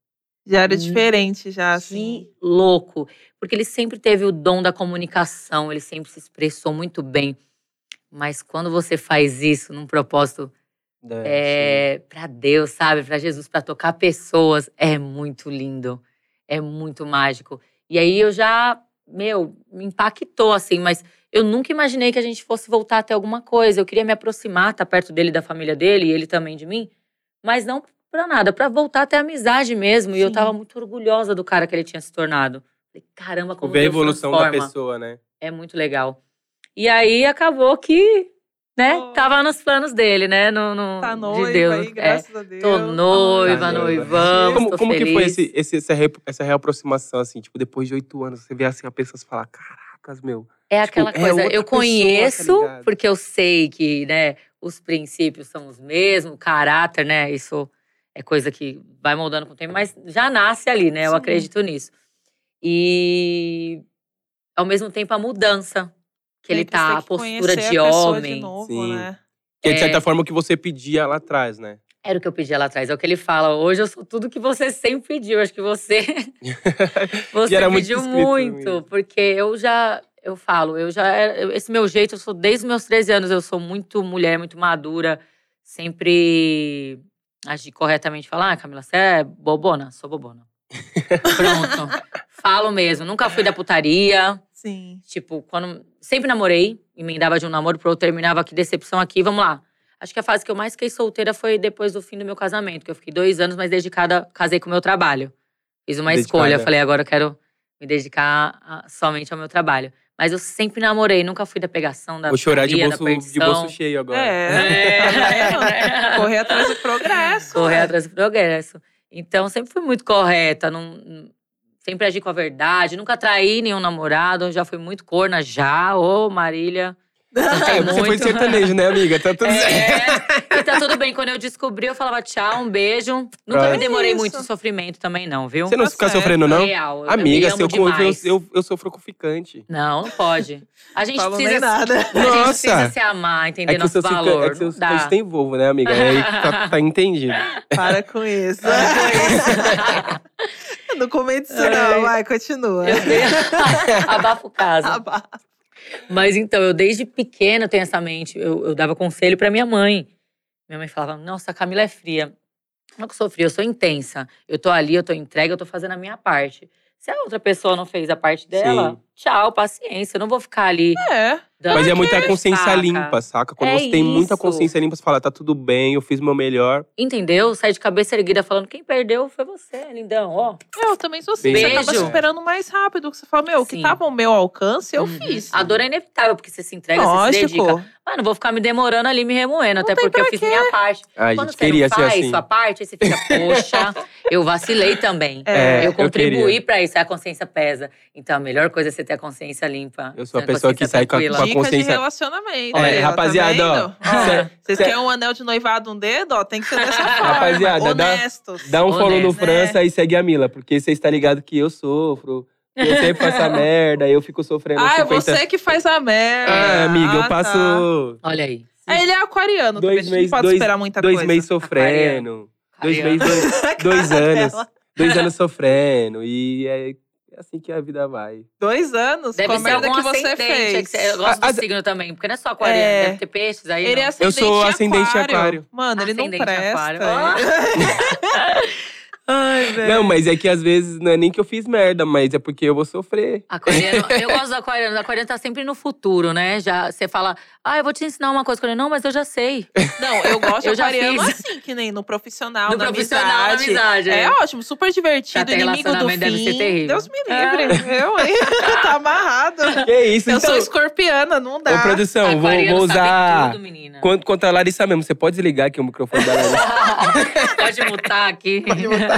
[SPEAKER 2] Já era
[SPEAKER 3] Hum.
[SPEAKER 2] diferente, já, assim.
[SPEAKER 3] Que louco! Porque ele sempre teve o dom da comunicação, ele sempre se expressou muito bem. Mas quando você faz isso num propósito é, para Deus, sabe, para Jesus, para tocar pessoas, é muito lindo, é muito mágico. E aí eu já, meu, me impactou assim, mas eu nunca imaginei que a gente fosse voltar até alguma coisa. Eu queria me aproximar, estar perto dele, da família dele e ele também de mim, mas não pra nada, pra voltar até a amizade mesmo. E eu
[SPEAKER 2] Sim.
[SPEAKER 3] tava muito orgulhosa do cara que ele tinha se tornado. Falei, caramba,
[SPEAKER 1] Tipo,
[SPEAKER 3] como
[SPEAKER 1] Ver a
[SPEAKER 3] Deus
[SPEAKER 1] evolução da
[SPEAKER 3] transforma.
[SPEAKER 1] pessoa, né?
[SPEAKER 3] É muito legal. E aí acabou que, né,
[SPEAKER 2] Oh.
[SPEAKER 3] tava nos planos dele, né, no, no-
[SPEAKER 2] Tá
[SPEAKER 3] de
[SPEAKER 2] noiva
[SPEAKER 3] Deus.
[SPEAKER 2] aí,
[SPEAKER 3] É,
[SPEAKER 2] graças a Deus.
[SPEAKER 3] tô noiva,
[SPEAKER 1] Tá noiva.
[SPEAKER 3] noivamos,
[SPEAKER 1] Como,
[SPEAKER 3] tô
[SPEAKER 1] como que foi
[SPEAKER 3] feliz.
[SPEAKER 1] esse- esse- essa, re- essa reaproximação, assim? Tipo, depois de oito anos, você vê assim, a pessoa se fala, caracas, meu.
[SPEAKER 3] É
[SPEAKER 1] Tipo,
[SPEAKER 3] aquela
[SPEAKER 1] é
[SPEAKER 3] coisa,
[SPEAKER 1] outra
[SPEAKER 3] eu
[SPEAKER 1] pessoa, tá
[SPEAKER 3] conheço,
[SPEAKER 1] ligado?
[SPEAKER 3] porque eu sei que, né, os princípios são os mesmos, o caráter, né, isso é coisa que vai moldando com o tempo, mas já nasce ali, né, eu
[SPEAKER 2] Sim.
[SPEAKER 3] acredito nisso. E, ao mesmo tempo, a mudança que ele tá, a postura de homem.
[SPEAKER 2] De novo,
[SPEAKER 1] Sim.
[SPEAKER 2] né?
[SPEAKER 1] Que é, de
[SPEAKER 3] É.
[SPEAKER 1] certa forma, o que você pedia lá atrás, né?
[SPEAKER 3] Era o que eu pedi lá atrás, é o que ele fala. Hoje eu sou tudo que você sempre pediu. Acho que você. você
[SPEAKER 1] E era muito
[SPEAKER 3] pediu
[SPEAKER 1] escrito no
[SPEAKER 3] muito,
[SPEAKER 1] menino.
[SPEAKER 3] porque eu já. Eu falo, eu já. era- eu- Esse meu jeito, eu sou desde os meus 13 anos, eu sou muito mulher, muito madura, sempre agir corretamente. Falar, ah, Camila, você é bobona? Sou bobona. Pronto. falo mesmo. Nunca fui da putaria.
[SPEAKER 2] Sim.
[SPEAKER 3] Tipo, quando. Sempre namorei, emendava de um namoro pro outro, terminava que decepção aqui, vamos lá. Acho que a fase que eu mais fiquei solteira foi depois do fim do meu casamento, que eu fiquei dois anos, mas dedicada, casei com o meu trabalho. Fiz uma
[SPEAKER 1] Dedicada.
[SPEAKER 3] escolha, falei, agora eu quero me dedicar a- somente ao meu trabalho. Mas eu sempre namorei, nunca fui da pegação, da
[SPEAKER 1] Vou chorar de
[SPEAKER 3] putaria,
[SPEAKER 1] bolso,
[SPEAKER 3] da
[SPEAKER 1] de
[SPEAKER 3] perdição.
[SPEAKER 1] bolso cheio agora.
[SPEAKER 2] É.
[SPEAKER 3] É, né?
[SPEAKER 2] Correr atrás do progresso.
[SPEAKER 3] Correr
[SPEAKER 2] né?
[SPEAKER 3] atrás do progresso. Então, sempre fui muito correta, não, sempre agi com a verdade, nunca traí nenhum namorado, já fui muito corna, já. Ô, Marília.
[SPEAKER 1] É, você foi de
[SPEAKER 3] Tá muito.
[SPEAKER 1] sertanejo, né, amiga? Tá tudo certo.
[SPEAKER 3] É, e tá tudo bem. Quando eu descobri, eu falava tchau, um beijo. Nunca
[SPEAKER 1] Próximo.
[SPEAKER 3] me demorei
[SPEAKER 2] Isso.
[SPEAKER 3] muito em sofrimento também, não, viu?
[SPEAKER 1] É. Você não
[SPEAKER 2] Tá
[SPEAKER 1] fica
[SPEAKER 2] certo.
[SPEAKER 1] sofrendo, não?
[SPEAKER 3] Real. eu-
[SPEAKER 1] Amiga,
[SPEAKER 3] eu me
[SPEAKER 1] se eu
[SPEAKER 3] amo
[SPEAKER 1] convivo, eu,
[SPEAKER 3] demais.
[SPEAKER 1] eu, eu sofro com ficante.
[SPEAKER 3] Não, não pode. A gente
[SPEAKER 2] Falou nem
[SPEAKER 3] precisa.
[SPEAKER 2] nada.
[SPEAKER 3] A gente
[SPEAKER 1] Nossa!
[SPEAKER 3] precisa se amar, entender
[SPEAKER 1] é que o
[SPEAKER 3] nosso
[SPEAKER 1] seu fica-
[SPEAKER 3] valor.
[SPEAKER 1] é que o seu
[SPEAKER 3] não dá.
[SPEAKER 1] ficante tem voo, né, amiga? É, aí tá, tá entendido.
[SPEAKER 2] Para com isso.
[SPEAKER 3] É.
[SPEAKER 2] não comenta isso,
[SPEAKER 3] Ai.
[SPEAKER 2] não. Vai, continua. Tá
[SPEAKER 3] Eu tenho- Abafa o caso.
[SPEAKER 2] Abafa.
[SPEAKER 3] Mas então, eu desde pequena tenho essa mente. Eu, eu dava conselho pra minha mãe. Minha mãe falava: Nossa, a Camila é fria. Não é que eu sou fria, eu sou intensa. Eu tô ali, eu tô entregue, eu tô fazendo a minha parte. Se a outra pessoa não fez a parte dela,
[SPEAKER 1] Sim.
[SPEAKER 3] tchau, paciência. Eu não vou ficar ali
[SPEAKER 2] É.
[SPEAKER 1] Mas é
[SPEAKER 3] Dunk
[SPEAKER 1] muita
[SPEAKER 3] it,
[SPEAKER 1] consciência
[SPEAKER 3] saca?
[SPEAKER 1] limpa, saca? Quando
[SPEAKER 3] É
[SPEAKER 1] você tem muita
[SPEAKER 3] isso.
[SPEAKER 1] consciência limpa, você fala, tá tudo bem, eu fiz meu melhor.
[SPEAKER 3] Entendeu? Sai de cabeça erguida falando: quem perdeu foi você, lindão. Ó.
[SPEAKER 2] Eu também sou assim. Você acaba
[SPEAKER 3] Beijo.
[SPEAKER 2] superando mais rápido. que Você fala, meu, o que
[SPEAKER 3] Sim.
[SPEAKER 2] tava ao meu alcance, eu fiz.
[SPEAKER 3] A dor é inevitável, porque você se entrega, você se dedica.
[SPEAKER 2] Lógico.
[SPEAKER 3] Mas não vou ficar me demorando ali, me remoendo, até
[SPEAKER 2] tem
[SPEAKER 3] porque eu
[SPEAKER 2] pra
[SPEAKER 3] fiz
[SPEAKER 2] quê.
[SPEAKER 3] minha parte.
[SPEAKER 1] É. Ai,
[SPEAKER 3] Quando
[SPEAKER 1] gente,
[SPEAKER 3] você
[SPEAKER 1] queria
[SPEAKER 3] não
[SPEAKER 1] ser
[SPEAKER 3] faz
[SPEAKER 1] assim.
[SPEAKER 3] sua parte, aí você fica, poxa, eu vacilei também.
[SPEAKER 1] É,
[SPEAKER 3] eu
[SPEAKER 1] eu queria.
[SPEAKER 3] contribuí pra isso, aí a consciência pesa. Então a melhor coisa é você ter a consciência limpa.
[SPEAKER 1] Eu sou a
[SPEAKER 3] ter
[SPEAKER 1] pessoa que
[SPEAKER 3] consciência
[SPEAKER 1] sai com a-
[SPEAKER 3] tranquila.
[SPEAKER 1] com a-
[SPEAKER 2] Dica de
[SPEAKER 1] consciência.
[SPEAKER 2] relacionamento.
[SPEAKER 1] Olha,
[SPEAKER 2] aí, ó, tá
[SPEAKER 1] rapaziada, ó,
[SPEAKER 2] vendo? Ó,
[SPEAKER 1] cê-
[SPEAKER 2] Vocês
[SPEAKER 1] cê-
[SPEAKER 2] querem um anel de noivado, um dedo? Ó, tem que ser dessa forma.
[SPEAKER 1] Rapaziada, dá-
[SPEAKER 2] Honestos.
[SPEAKER 1] Dá um follow no
[SPEAKER 3] Honesto.
[SPEAKER 1] França e segue a Mila, porque você está ligado que eu sofro. que Eu sempre faço a merda, eu fico sofrendo.
[SPEAKER 2] Ah, é
[SPEAKER 1] 50
[SPEAKER 2] você que faz a merda.
[SPEAKER 1] Ah, amiga,
[SPEAKER 2] Ah,
[SPEAKER 1] eu
[SPEAKER 2] tá.
[SPEAKER 1] passo
[SPEAKER 3] Olha aí.
[SPEAKER 2] É, ele é aquariano
[SPEAKER 1] Dois
[SPEAKER 2] também, a gente
[SPEAKER 1] meses-
[SPEAKER 2] não pode
[SPEAKER 1] dois-
[SPEAKER 2] esperar muita
[SPEAKER 1] dois
[SPEAKER 2] coisa.
[SPEAKER 1] meses sofrendo. Dois
[SPEAKER 3] Ariana.
[SPEAKER 1] meses, dois, dois
[SPEAKER 2] Cara
[SPEAKER 1] anos.
[SPEAKER 2] dela.
[SPEAKER 1] Dois anos sofrendo. E é assim que a vida vai.
[SPEAKER 2] Dois anos?
[SPEAKER 3] Deve
[SPEAKER 2] com a
[SPEAKER 3] ser
[SPEAKER 2] merda
[SPEAKER 3] algum
[SPEAKER 2] que você
[SPEAKER 3] ascendente, é que
[SPEAKER 2] fez.
[SPEAKER 3] você- Eu gosto do
[SPEAKER 1] Ah, ah,
[SPEAKER 3] signo também, porque não é só aquariano,
[SPEAKER 2] É.
[SPEAKER 3] deve ter peixes aí.
[SPEAKER 2] Ele é
[SPEAKER 3] não.
[SPEAKER 1] Eu
[SPEAKER 2] ascendente
[SPEAKER 1] sou
[SPEAKER 2] em
[SPEAKER 1] ascendente em
[SPEAKER 2] aquário.
[SPEAKER 1] aquário.
[SPEAKER 2] Mano, ele não
[SPEAKER 3] Ascendente em aquário. Ah!
[SPEAKER 2] presta. é. Ai, velho.
[SPEAKER 1] Não, mas é que às vezes não é nem que eu fiz merda, mas é porque eu vou sofrer.
[SPEAKER 3] Aquariano, eu gosto do aquariano. O aquariano tá sempre no futuro, né? Já, você fala, ah, eu vou te ensinar uma coisa. Aquariano, não, mas eu já sei.
[SPEAKER 2] Não, eu gosto
[SPEAKER 3] Eu
[SPEAKER 2] de
[SPEAKER 3] já
[SPEAKER 2] aquariano
[SPEAKER 3] fiz.
[SPEAKER 2] assim, que nem no profissional,
[SPEAKER 3] No
[SPEAKER 2] na
[SPEAKER 3] profissional, na
[SPEAKER 2] amizade.
[SPEAKER 3] amizade,
[SPEAKER 2] É
[SPEAKER 3] é.
[SPEAKER 2] ótimo, super
[SPEAKER 1] Tá,
[SPEAKER 2] divertido,
[SPEAKER 3] Até
[SPEAKER 2] inimigo do fim.
[SPEAKER 3] relacionamento deve ser terrível.
[SPEAKER 2] Deus me livre, eu, hein? tá amarrado.
[SPEAKER 1] Que isso,
[SPEAKER 2] Eu
[SPEAKER 1] então.
[SPEAKER 2] sou escorpiana, não dá.
[SPEAKER 1] Ô, produção, vou,
[SPEAKER 3] Aquariano
[SPEAKER 1] vou
[SPEAKER 3] sabe
[SPEAKER 1] usar.
[SPEAKER 3] tudo, menina.
[SPEAKER 1] Quanto, quanto a Larissa mesmo, você pode desligar aqui o microfone da Larissa.
[SPEAKER 3] Pode mutar aqui. Pode mutar.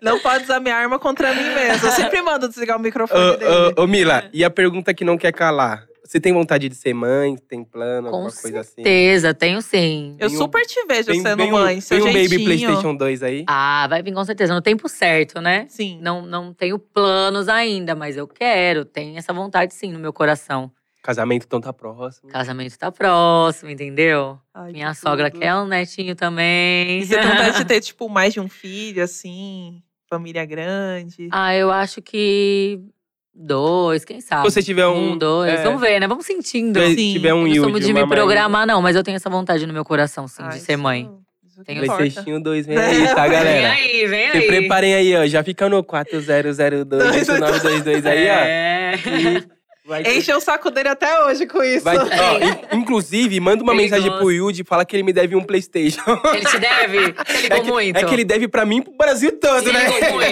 [SPEAKER 2] Não pode usar minha arma contra mim mesmo. Eu sempre mando desligar o microfone dele.
[SPEAKER 1] ô, ô, ô,
[SPEAKER 3] É.
[SPEAKER 1] Mila, e a pergunta que não quer calar? Você tem vontade de ser mãe? Tem plano?
[SPEAKER 3] Com
[SPEAKER 1] alguma coisa assim?
[SPEAKER 3] certeza, tenho sim.
[SPEAKER 2] eu
[SPEAKER 1] tem um-
[SPEAKER 2] super te vejo
[SPEAKER 1] Tem,
[SPEAKER 2] sendo
[SPEAKER 1] tem um,
[SPEAKER 2] mãe, seu
[SPEAKER 1] tem um Baby
[SPEAKER 2] jeitinho.
[SPEAKER 1] PlayStation 2 aí?
[SPEAKER 3] Ah, vai vir com certeza, no tempo certo, né?
[SPEAKER 2] Sim.
[SPEAKER 3] Não, não tenho planos ainda, mas eu quero. Tenho essa vontade sim no meu coração.
[SPEAKER 1] Casamento então tá próximo.
[SPEAKER 3] Casamento tá próximo, entendeu?
[SPEAKER 2] Ai,
[SPEAKER 3] Minha
[SPEAKER 2] que é.
[SPEAKER 3] sogra
[SPEAKER 2] tudo.
[SPEAKER 3] quer um netinho também.
[SPEAKER 2] E você tem vontade de ter, tipo, mais de um filho, assim? Família grande.
[SPEAKER 3] Ah, eu acho que dois, quem sabe?
[SPEAKER 1] Se você tiver um,
[SPEAKER 3] dois.
[SPEAKER 1] é.
[SPEAKER 3] Vamos ver, né? Vamos sentindo.
[SPEAKER 1] Se
[SPEAKER 2] Sim.
[SPEAKER 1] tiver um
[SPEAKER 3] eu não sou
[SPEAKER 1] Yudi,
[SPEAKER 3] muito de
[SPEAKER 1] uma
[SPEAKER 3] me
[SPEAKER 1] mãe,
[SPEAKER 3] programar, não, mas eu tenho essa vontade no meu coração, sim,
[SPEAKER 2] Ah,
[SPEAKER 3] de
[SPEAKER 2] isso-
[SPEAKER 3] ser mãe.
[SPEAKER 2] isso que
[SPEAKER 3] Tenho-
[SPEAKER 2] importa.
[SPEAKER 1] PlayStation 2, vem aí, tá,
[SPEAKER 3] Vem
[SPEAKER 1] galera?
[SPEAKER 3] aí, vem
[SPEAKER 1] Se
[SPEAKER 3] aí.
[SPEAKER 1] preparem aí, ó. Já fica no 4002-922 aí, ó.
[SPEAKER 3] É.
[SPEAKER 1] E vai
[SPEAKER 2] Enche o saco dele até hoje com isso.
[SPEAKER 1] Vai, ó, in- inclusive, manda uma
[SPEAKER 3] Ele
[SPEAKER 1] mensagem
[SPEAKER 3] gosta.
[SPEAKER 1] pro Yudi e fala que ele me deve um Playstation.
[SPEAKER 3] Ele te deve? Ele ligou
[SPEAKER 1] é, que,
[SPEAKER 3] muito.
[SPEAKER 1] é
[SPEAKER 2] então?
[SPEAKER 1] que ele deve pra mim e pro Brasil todo,
[SPEAKER 3] Ele
[SPEAKER 1] né?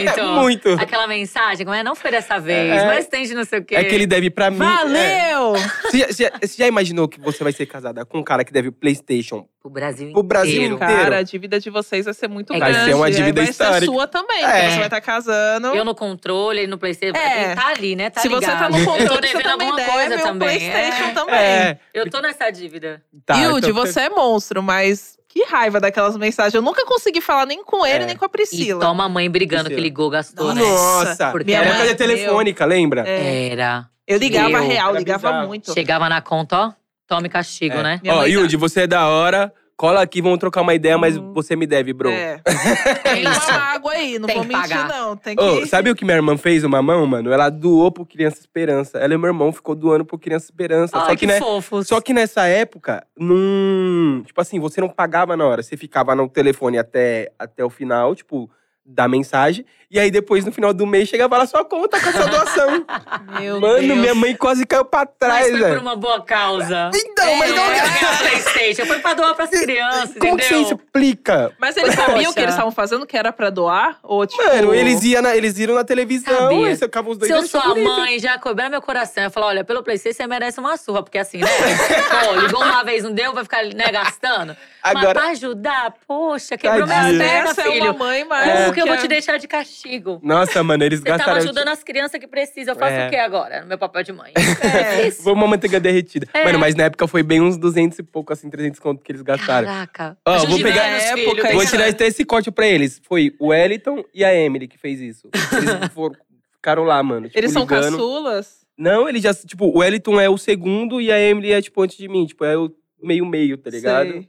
[SPEAKER 3] ligou
[SPEAKER 1] muito.
[SPEAKER 3] Aquela mensagem, como é? Não foi dessa vez,
[SPEAKER 1] É.
[SPEAKER 3] mas tem de não sei o quê.
[SPEAKER 1] É que ele deve pra mim. é.
[SPEAKER 2] Valeu!
[SPEAKER 1] Você, já- você já- você já imaginou que você vai ser casada com um cara que deve o Playstation?
[SPEAKER 3] O Brasil
[SPEAKER 1] Pro Brasil
[SPEAKER 3] inteiro.
[SPEAKER 1] inteiro.
[SPEAKER 2] Cara, a dívida de vocês vai ser muito
[SPEAKER 3] É
[SPEAKER 2] grande.
[SPEAKER 3] Vai ser
[SPEAKER 1] uma
[SPEAKER 2] aí
[SPEAKER 1] dívida
[SPEAKER 2] vai ser
[SPEAKER 1] histórica.
[SPEAKER 2] sua também,
[SPEAKER 1] É.
[SPEAKER 2] porque você vai estar casando.
[SPEAKER 3] Eu no controle, ele no Playstation.
[SPEAKER 2] É.
[SPEAKER 3] Ele tá ali, né? Tá
[SPEAKER 2] Se você tá
[SPEAKER 3] ligado.
[SPEAKER 2] no
[SPEAKER 3] Eu tô
[SPEAKER 2] controle, você
[SPEAKER 3] devendo
[SPEAKER 2] também
[SPEAKER 3] alguma coisa
[SPEAKER 2] deve um
[SPEAKER 3] também.
[SPEAKER 2] Playstation
[SPEAKER 3] é.
[SPEAKER 2] também.
[SPEAKER 3] Eu tô nessa dívida.
[SPEAKER 1] tá, eu
[SPEAKER 2] Hilde,
[SPEAKER 1] tô-
[SPEAKER 2] você é monstro, mas que raiva daquelas mensagens. Eu nunca consegui falar nem com ele,
[SPEAKER 1] É.
[SPEAKER 2] nem com a
[SPEAKER 3] E
[SPEAKER 2] Priscila.
[SPEAKER 3] toma a mãe brigando que
[SPEAKER 1] Priscila.
[SPEAKER 3] ligou, gastou, né?
[SPEAKER 1] Nossa!
[SPEAKER 3] Porque
[SPEAKER 2] minha
[SPEAKER 1] Era
[SPEAKER 2] mãe-
[SPEAKER 1] coisa telefônica, lembra?
[SPEAKER 2] É.
[SPEAKER 3] Era.
[SPEAKER 2] Eu ligava
[SPEAKER 3] Meu,
[SPEAKER 2] real,
[SPEAKER 1] era
[SPEAKER 2] ligava
[SPEAKER 1] bizarro.
[SPEAKER 2] muito.
[SPEAKER 3] Chegava na conta, ó. Tome castigo,
[SPEAKER 1] É.
[SPEAKER 3] né?
[SPEAKER 2] Minha
[SPEAKER 1] Ó,
[SPEAKER 2] mãe tá-
[SPEAKER 1] Yudi, você é da hora. Cola aqui, vamos trocar uma ideia, mas você me deve, bro.
[SPEAKER 2] Uhum. É.
[SPEAKER 3] É
[SPEAKER 2] Tem uma
[SPEAKER 3] isso.
[SPEAKER 2] água aí, não
[SPEAKER 3] Tem
[SPEAKER 2] vou
[SPEAKER 3] que
[SPEAKER 2] mentir,
[SPEAKER 3] pagar.
[SPEAKER 2] não. Tem é que.
[SPEAKER 1] Ô, sabe o que minha irmã fez, uma mão, mano? Ela doou pro Criança Esperança. Ela e meu irmão ficou doando pro Criança Esperança.
[SPEAKER 3] Ai,
[SPEAKER 1] só que,
[SPEAKER 3] que
[SPEAKER 1] né,
[SPEAKER 3] fofos.
[SPEAKER 1] Só que nessa época, num. Tipo assim, você não pagava na hora. Você ficava no telefone até, até o final, tipo, da mensagem. E aí depois, no final do mês, chegava lá sua conta com essa doação.
[SPEAKER 2] Meu
[SPEAKER 1] Mano,
[SPEAKER 2] Deus.
[SPEAKER 1] minha mãe quase caiu pra
[SPEAKER 3] Mas
[SPEAKER 1] trás,
[SPEAKER 3] foi por
[SPEAKER 1] velho.
[SPEAKER 3] uma boa causa.
[SPEAKER 1] Então, mas
[SPEAKER 3] não
[SPEAKER 1] não.
[SPEAKER 3] é Playstation. Foi pra doar pras crianças,
[SPEAKER 1] Como que você
[SPEAKER 3] entendeu?
[SPEAKER 1] explica?
[SPEAKER 2] Mas eles
[SPEAKER 3] Poxa.
[SPEAKER 2] sabiam o que eles estavam fazendo, que era pra doar? Ou, tipo,
[SPEAKER 1] Mano, eles, ia na- eles viram na televisão,
[SPEAKER 3] Sabia.
[SPEAKER 1] eles ficavam os dois
[SPEAKER 3] Se eu
[SPEAKER 1] eles
[SPEAKER 3] sou a
[SPEAKER 1] ficam bonitos.
[SPEAKER 3] mãe, já quebrar meu coração. Eu falo, olha, pelo Playstation você merece uma surra, porque assim, né? Pô, ligou uma vez, não deu, vai ficar né, gastando. Mas
[SPEAKER 1] Agora.
[SPEAKER 3] pra ajudar, poxa, quebrou
[SPEAKER 1] Tadinha.
[SPEAKER 3] minhas pernas,
[SPEAKER 2] essa é uma
[SPEAKER 3] filho.
[SPEAKER 2] mãe, mas.
[SPEAKER 3] Como que eu vou
[SPEAKER 2] é-
[SPEAKER 3] te deixar de castigo?
[SPEAKER 1] Nossa, mano, eles
[SPEAKER 3] Você tava
[SPEAKER 1] gastaram. tipo,
[SPEAKER 3] ajudando as crianças que precisam. Eu faço
[SPEAKER 1] É.
[SPEAKER 3] o que agora? No meu papel de mãe.
[SPEAKER 2] É.
[SPEAKER 3] Isso.
[SPEAKER 1] Foi uma manteiga derretida.
[SPEAKER 3] É.
[SPEAKER 1] Mano, mas na época foi bem uns 200 e pouco, assim, 300 conto que eles gastaram.
[SPEAKER 3] Caraca.
[SPEAKER 1] Ó, vou
[SPEAKER 3] Jujuba
[SPEAKER 1] pegar-
[SPEAKER 3] anos,
[SPEAKER 2] Na
[SPEAKER 3] filho,
[SPEAKER 2] época,
[SPEAKER 3] tem
[SPEAKER 1] Vou
[SPEAKER 2] Pensando.
[SPEAKER 1] tirar até esse corte pra eles. Foi o Wellington e a Emily que fez isso. Eles foram- ficaram lá, mano. tipo,
[SPEAKER 2] Eles são
[SPEAKER 1] ligando.
[SPEAKER 2] caçulas?
[SPEAKER 1] Não, ele já. Tipo, o Wellington é o segundo e a Emily é, tipo, antes de mim. Tipo, é o meio-meio, tá ligado?
[SPEAKER 2] Sei.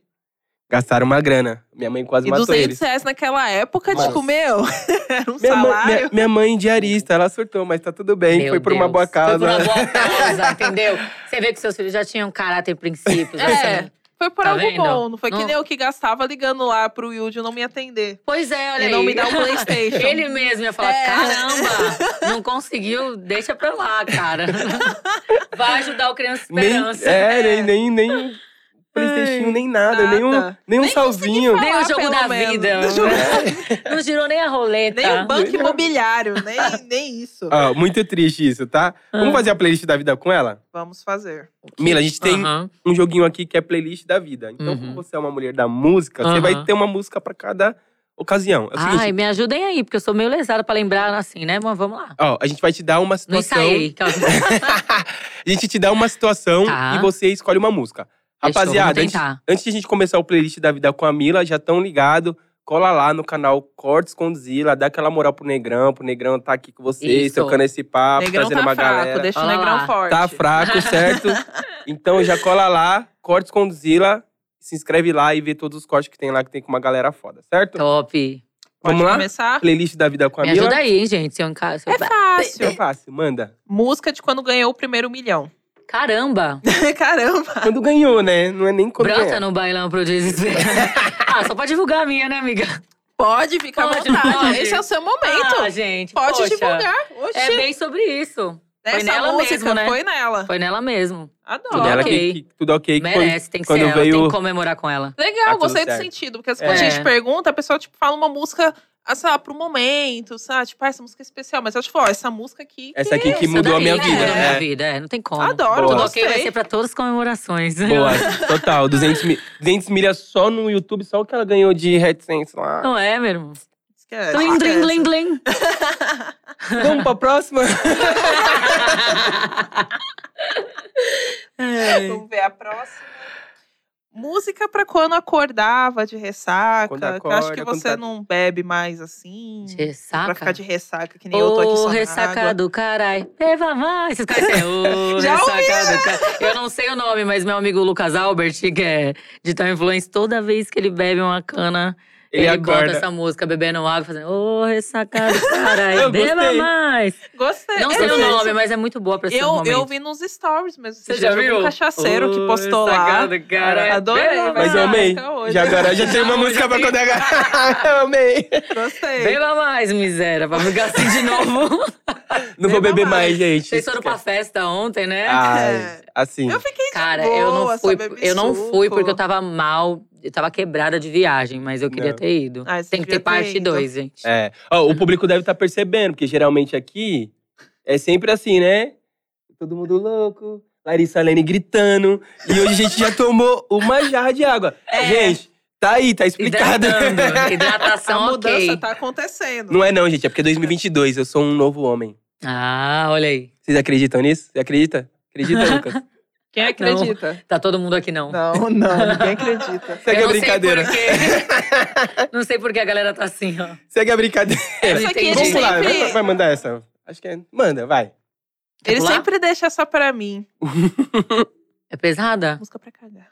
[SPEAKER 1] Gastaram uma grana. Minha mãe quase
[SPEAKER 2] E
[SPEAKER 1] matou
[SPEAKER 2] 200
[SPEAKER 1] eles.
[SPEAKER 2] reais naquela época,
[SPEAKER 1] Mano.
[SPEAKER 2] tipo, meu, era um
[SPEAKER 1] Minha mãe,
[SPEAKER 2] salário.
[SPEAKER 1] minha, minha mãe diarista, ela surtou, mas tá tudo bem.
[SPEAKER 3] Meu
[SPEAKER 1] foi por uma
[SPEAKER 3] Deus.
[SPEAKER 1] boa
[SPEAKER 3] Foi por
[SPEAKER 1] causa.
[SPEAKER 3] uma boa causa, entendeu? Você vê que seus filhos já tinham caráter e princípios.
[SPEAKER 2] É.
[SPEAKER 3] assim.
[SPEAKER 2] Foi por
[SPEAKER 3] Tá
[SPEAKER 2] algo
[SPEAKER 3] vendo?
[SPEAKER 2] bom, não foi que
[SPEAKER 3] Não-
[SPEAKER 2] nem eu que gastava ligando lá pro Yuji não me atender.
[SPEAKER 3] Pois é, olha
[SPEAKER 2] E
[SPEAKER 3] aí.
[SPEAKER 2] não me dá um Playstation.
[SPEAKER 3] Ele mesmo ia falar,
[SPEAKER 2] É.
[SPEAKER 3] caramba, não conseguiu, deixa pra lá, cara. Vai ajudar o Criança
[SPEAKER 1] Nem,
[SPEAKER 3] Esperança.
[SPEAKER 1] é, nem, nem, nem Playstation, nem nada,
[SPEAKER 2] nada.
[SPEAKER 1] nem um, nem um
[SPEAKER 2] Nem
[SPEAKER 1] salvinho.
[SPEAKER 2] consegui
[SPEAKER 3] Nem
[SPEAKER 2] Falar,
[SPEAKER 3] o jogo
[SPEAKER 2] pelo
[SPEAKER 3] da
[SPEAKER 2] menos.
[SPEAKER 3] vida.
[SPEAKER 2] Não jogou-
[SPEAKER 1] É.
[SPEAKER 3] Não girou nem a roleta.
[SPEAKER 2] Nem o banco imobiliário, nem, nem isso.
[SPEAKER 1] Ó, muito triste isso, tá? Vamos fazer a playlist da vida com ela?
[SPEAKER 2] Vamos fazer.
[SPEAKER 1] Mila, a gente
[SPEAKER 3] Ah.
[SPEAKER 1] tem
[SPEAKER 4] Aham.
[SPEAKER 1] um joguinho aqui que é playlist da vida. Então,
[SPEAKER 4] Uhum.
[SPEAKER 1] como você é uma mulher da música, você
[SPEAKER 4] Aham.
[SPEAKER 1] vai ter uma música pra cada ocasião. É o seguinte,
[SPEAKER 3] Ai, me ajudem aí, porque eu sou meio lesada pra lembrar assim, né? Mas vamos lá.
[SPEAKER 1] ó, a gente vai te dar uma
[SPEAKER 3] Não é
[SPEAKER 1] situação.
[SPEAKER 3] ensaiei. calma.
[SPEAKER 1] A gente te dá uma situação
[SPEAKER 3] Tá.
[SPEAKER 1] e você escolhe uma música. Rapaziada,
[SPEAKER 3] Fechou, vamos
[SPEAKER 1] antes,
[SPEAKER 3] tentar.
[SPEAKER 1] antes de a gente começar o playlist da vida com a Mila, já tão ligado. Cola lá no canal Cortes com Zila, dá aquela moral pro Negrão, pro Negrão tá aqui com vocês,
[SPEAKER 3] Isso.
[SPEAKER 1] tocando esse papo,
[SPEAKER 2] negrão
[SPEAKER 1] trazendo
[SPEAKER 2] tá
[SPEAKER 1] uma
[SPEAKER 2] fraco,
[SPEAKER 1] galera.
[SPEAKER 2] deixa o
[SPEAKER 3] Olha
[SPEAKER 2] negrão
[SPEAKER 3] lá.
[SPEAKER 2] forte.
[SPEAKER 1] Tá fraco, certo? então já cola lá, Cortes com Zila, se inscreve lá e vê todos os cortes que tem lá, que tem com uma galera foda, certo?
[SPEAKER 3] Top.
[SPEAKER 2] Pode
[SPEAKER 1] Vamos lá?
[SPEAKER 2] começar?
[SPEAKER 1] Playlist da vida com a
[SPEAKER 3] Então, Me
[SPEAKER 1] Mila.
[SPEAKER 3] ajuda aí, hein, gente. Se eu enca... se eu-
[SPEAKER 2] É
[SPEAKER 1] Então
[SPEAKER 2] fácil.
[SPEAKER 1] fácil, manda.
[SPEAKER 2] Música de quando ganhou o primeiro milhão.
[SPEAKER 3] Caramba!
[SPEAKER 2] Caramba.
[SPEAKER 1] Quando ganhou, né? Não é nem quando
[SPEAKER 3] Brota
[SPEAKER 1] ganhou.
[SPEAKER 3] no bailão pro desespero. ah, só pode divulgar a minha, né, amiga?
[SPEAKER 2] Pode ficar à
[SPEAKER 3] Pode,
[SPEAKER 2] vontade.
[SPEAKER 3] pode.
[SPEAKER 2] Esse é o seu momento.
[SPEAKER 3] Ah, gente.
[SPEAKER 2] pode
[SPEAKER 3] poxa.
[SPEAKER 2] divulgar. Oxi.
[SPEAKER 3] É bem sobre isso.
[SPEAKER 2] Essa
[SPEAKER 3] nela
[SPEAKER 2] música
[SPEAKER 3] mesmo, né?
[SPEAKER 2] foi nela.
[SPEAKER 3] Foi nela mesmo.
[SPEAKER 2] Adoro.
[SPEAKER 1] Tudo, ela que,
[SPEAKER 3] Ok.
[SPEAKER 1] que- tudo ok. que foi-
[SPEAKER 3] Merece, tem que
[SPEAKER 1] quando
[SPEAKER 3] ser ela.
[SPEAKER 1] veio-
[SPEAKER 3] Tem que comemorar com ela.
[SPEAKER 2] Legal,
[SPEAKER 1] Tá tudo
[SPEAKER 2] gostei do
[SPEAKER 1] certo.
[SPEAKER 2] sentido. Porque assim, quando a
[SPEAKER 3] É.
[SPEAKER 2] gente pergunta, a pessoa tipo, fala uma música, ah, sei lá, pro momento, sabe? Tipo, ah, essa música é especial. Mas eu tipo, ó, essa música aqui.
[SPEAKER 1] Essa aqui que
[SPEAKER 3] Isso
[SPEAKER 1] mudou a
[SPEAKER 3] daí,
[SPEAKER 1] minha
[SPEAKER 3] né?
[SPEAKER 1] vida,
[SPEAKER 3] Mudou a minha
[SPEAKER 1] né?
[SPEAKER 3] vida, é. Não tem como.
[SPEAKER 2] Adoro,
[SPEAKER 1] Boa.
[SPEAKER 3] Tudo
[SPEAKER 2] gostei.
[SPEAKER 3] ok vai ser pra todas as comemorações.
[SPEAKER 1] Boa, total. 200 mil, 200 milhas só no YouTube, só o que ela ganhou de AdSense lá.
[SPEAKER 3] Não é, meu irmão?
[SPEAKER 2] Esquece,
[SPEAKER 3] Tling, tling,
[SPEAKER 2] esquece.
[SPEAKER 3] tling, tling.
[SPEAKER 1] Vamos pra próxima?
[SPEAKER 3] É.
[SPEAKER 2] Vamos ver a próxima. Música pra quando acordava de ressaca.
[SPEAKER 1] Quando
[SPEAKER 2] que eu acho que
[SPEAKER 1] acorda, quando
[SPEAKER 2] você
[SPEAKER 1] tá-
[SPEAKER 2] não bebe mais assim. Pra ficar
[SPEAKER 3] Ressaca?
[SPEAKER 2] de ressaca, que nem eu tô aqui
[SPEAKER 3] Ô,
[SPEAKER 2] só na
[SPEAKER 3] ressaca
[SPEAKER 2] água.
[SPEAKER 3] do carai. Leva mais. Esses caras assim, ô,
[SPEAKER 2] Já
[SPEAKER 3] ressaca do carai. Eu não sei o nome, mas meu amigo Lucas Albert, que é de tal influência, toda vez que ele bebe uma cana,
[SPEAKER 1] Ele
[SPEAKER 3] ele,
[SPEAKER 1] acorda.
[SPEAKER 3] bota essa música, bebendo um água, fazendo ô, ressaca do carai.
[SPEAKER 1] Eu
[SPEAKER 3] Beba
[SPEAKER 1] gostei.
[SPEAKER 3] mais.
[SPEAKER 2] Gostei.
[SPEAKER 3] Não
[SPEAKER 2] É
[SPEAKER 3] sei o
[SPEAKER 2] mesmo.
[SPEAKER 3] nome, mas é muito boa pra ser
[SPEAKER 2] Eu,
[SPEAKER 3] um
[SPEAKER 2] eu
[SPEAKER 3] momento.
[SPEAKER 2] vi nos stories mesmo.
[SPEAKER 3] Você já viu?
[SPEAKER 2] Um cachaceiro que postou lá.
[SPEAKER 3] Sacado, cara.
[SPEAKER 2] Adorei,
[SPEAKER 3] Beba
[SPEAKER 1] Mas eu
[SPEAKER 3] mais.
[SPEAKER 2] amei.
[SPEAKER 1] amei.
[SPEAKER 2] Tá hoje.
[SPEAKER 1] Já agora já tem uma
[SPEAKER 3] Não,
[SPEAKER 1] música
[SPEAKER 3] já
[SPEAKER 1] pra
[SPEAKER 3] então tem.
[SPEAKER 1] quando ela- Eu amei.
[SPEAKER 2] Gostei.
[SPEAKER 3] Beba mais, miséria. Pra brigar assim de novo.
[SPEAKER 1] Não vou
[SPEAKER 2] Beba
[SPEAKER 1] beber mais,
[SPEAKER 2] mais.
[SPEAKER 1] gente.
[SPEAKER 3] Vocês foram pra festa ontem, né?
[SPEAKER 1] Ai, assim.
[SPEAKER 2] É. Eu fiquei de
[SPEAKER 3] Cara,
[SPEAKER 2] boa,
[SPEAKER 3] eu não
[SPEAKER 2] só
[SPEAKER 3] fui.
[SPEAKER 2] bebi
[SPEAKER 3] Eu não
[SPEAKER 2] suco.
[SPEAKER 3] fui porque eu tava mal, eu tava quebrada de viagem, mas eu queria
[SPEAKER 1] Não.
[SPEAKER 3] ter ido.
[SPEAKER 2] Ah, você
[SPEAKER 3] Tem que
[SPEAKER 2] devia
[SPEAKER 3] ter parte
[SPEAKER 2] ido.
[SPEAKER 3] 2, gente.
[SPEAKER 1] É. Ó, o público deve estar percebendo, porque geralmente aqui é sempre assim, né? Todo mundo louco, Larissa Lene gritando. E hoje a gente já tomou uma jarra de água. Gente, tá aí, tá explicado.
[SPEAKER 3] É. Hidratando.
[SPEAKER 2] A
[SPEAKER 3] Hidratação,
[SPEAKER 2] mudança
[SPEAKER 3] ok.
[SPEAKER 2] tá acontecendo.
[SPEAKER 1] Não é não, gente. É porque é 2022, eu sou um novo homem.
[SPEAKER 3] Ah, olha aí.
[SPEAKER 1] Vocês acreditam nisso? Você acredita? Acredita, Lucas?
[SPEAKER 2] Quem acredita?
[SPEAKER 3] Tá todo mundo aqui, não.
[SPEAKER 2] Não, não, ninguém acredita.
[SPEAKER 1] Segue a
[SPEAKER 3] não sei
[SPEAKER 1] brincadeira.
[SPEAKER 3] por quê. não sei por que a galera tá assim, ó.
[SPEAKER 1] Segue a brincadeira.
[SPEAKER 2] Essa aqui
[SPEAKER 3] entendi.
[SPEAKER 2] eles
[SPEAKER 1] Vamos
[SPEAKER 2] sempre,
[SPEAKER 1] lá, vai, vai mandar essa. Acho que é. Manda, vai.
[SPEAKER 3] Quer
[SPEAKER 2] eles
[SPEAKER 3] pular?
[SPEAKER 2] sempre deixam essa pra mim.
[SPEAKER 3] É pesada?
[SPEAKER 2] Música pra cagar.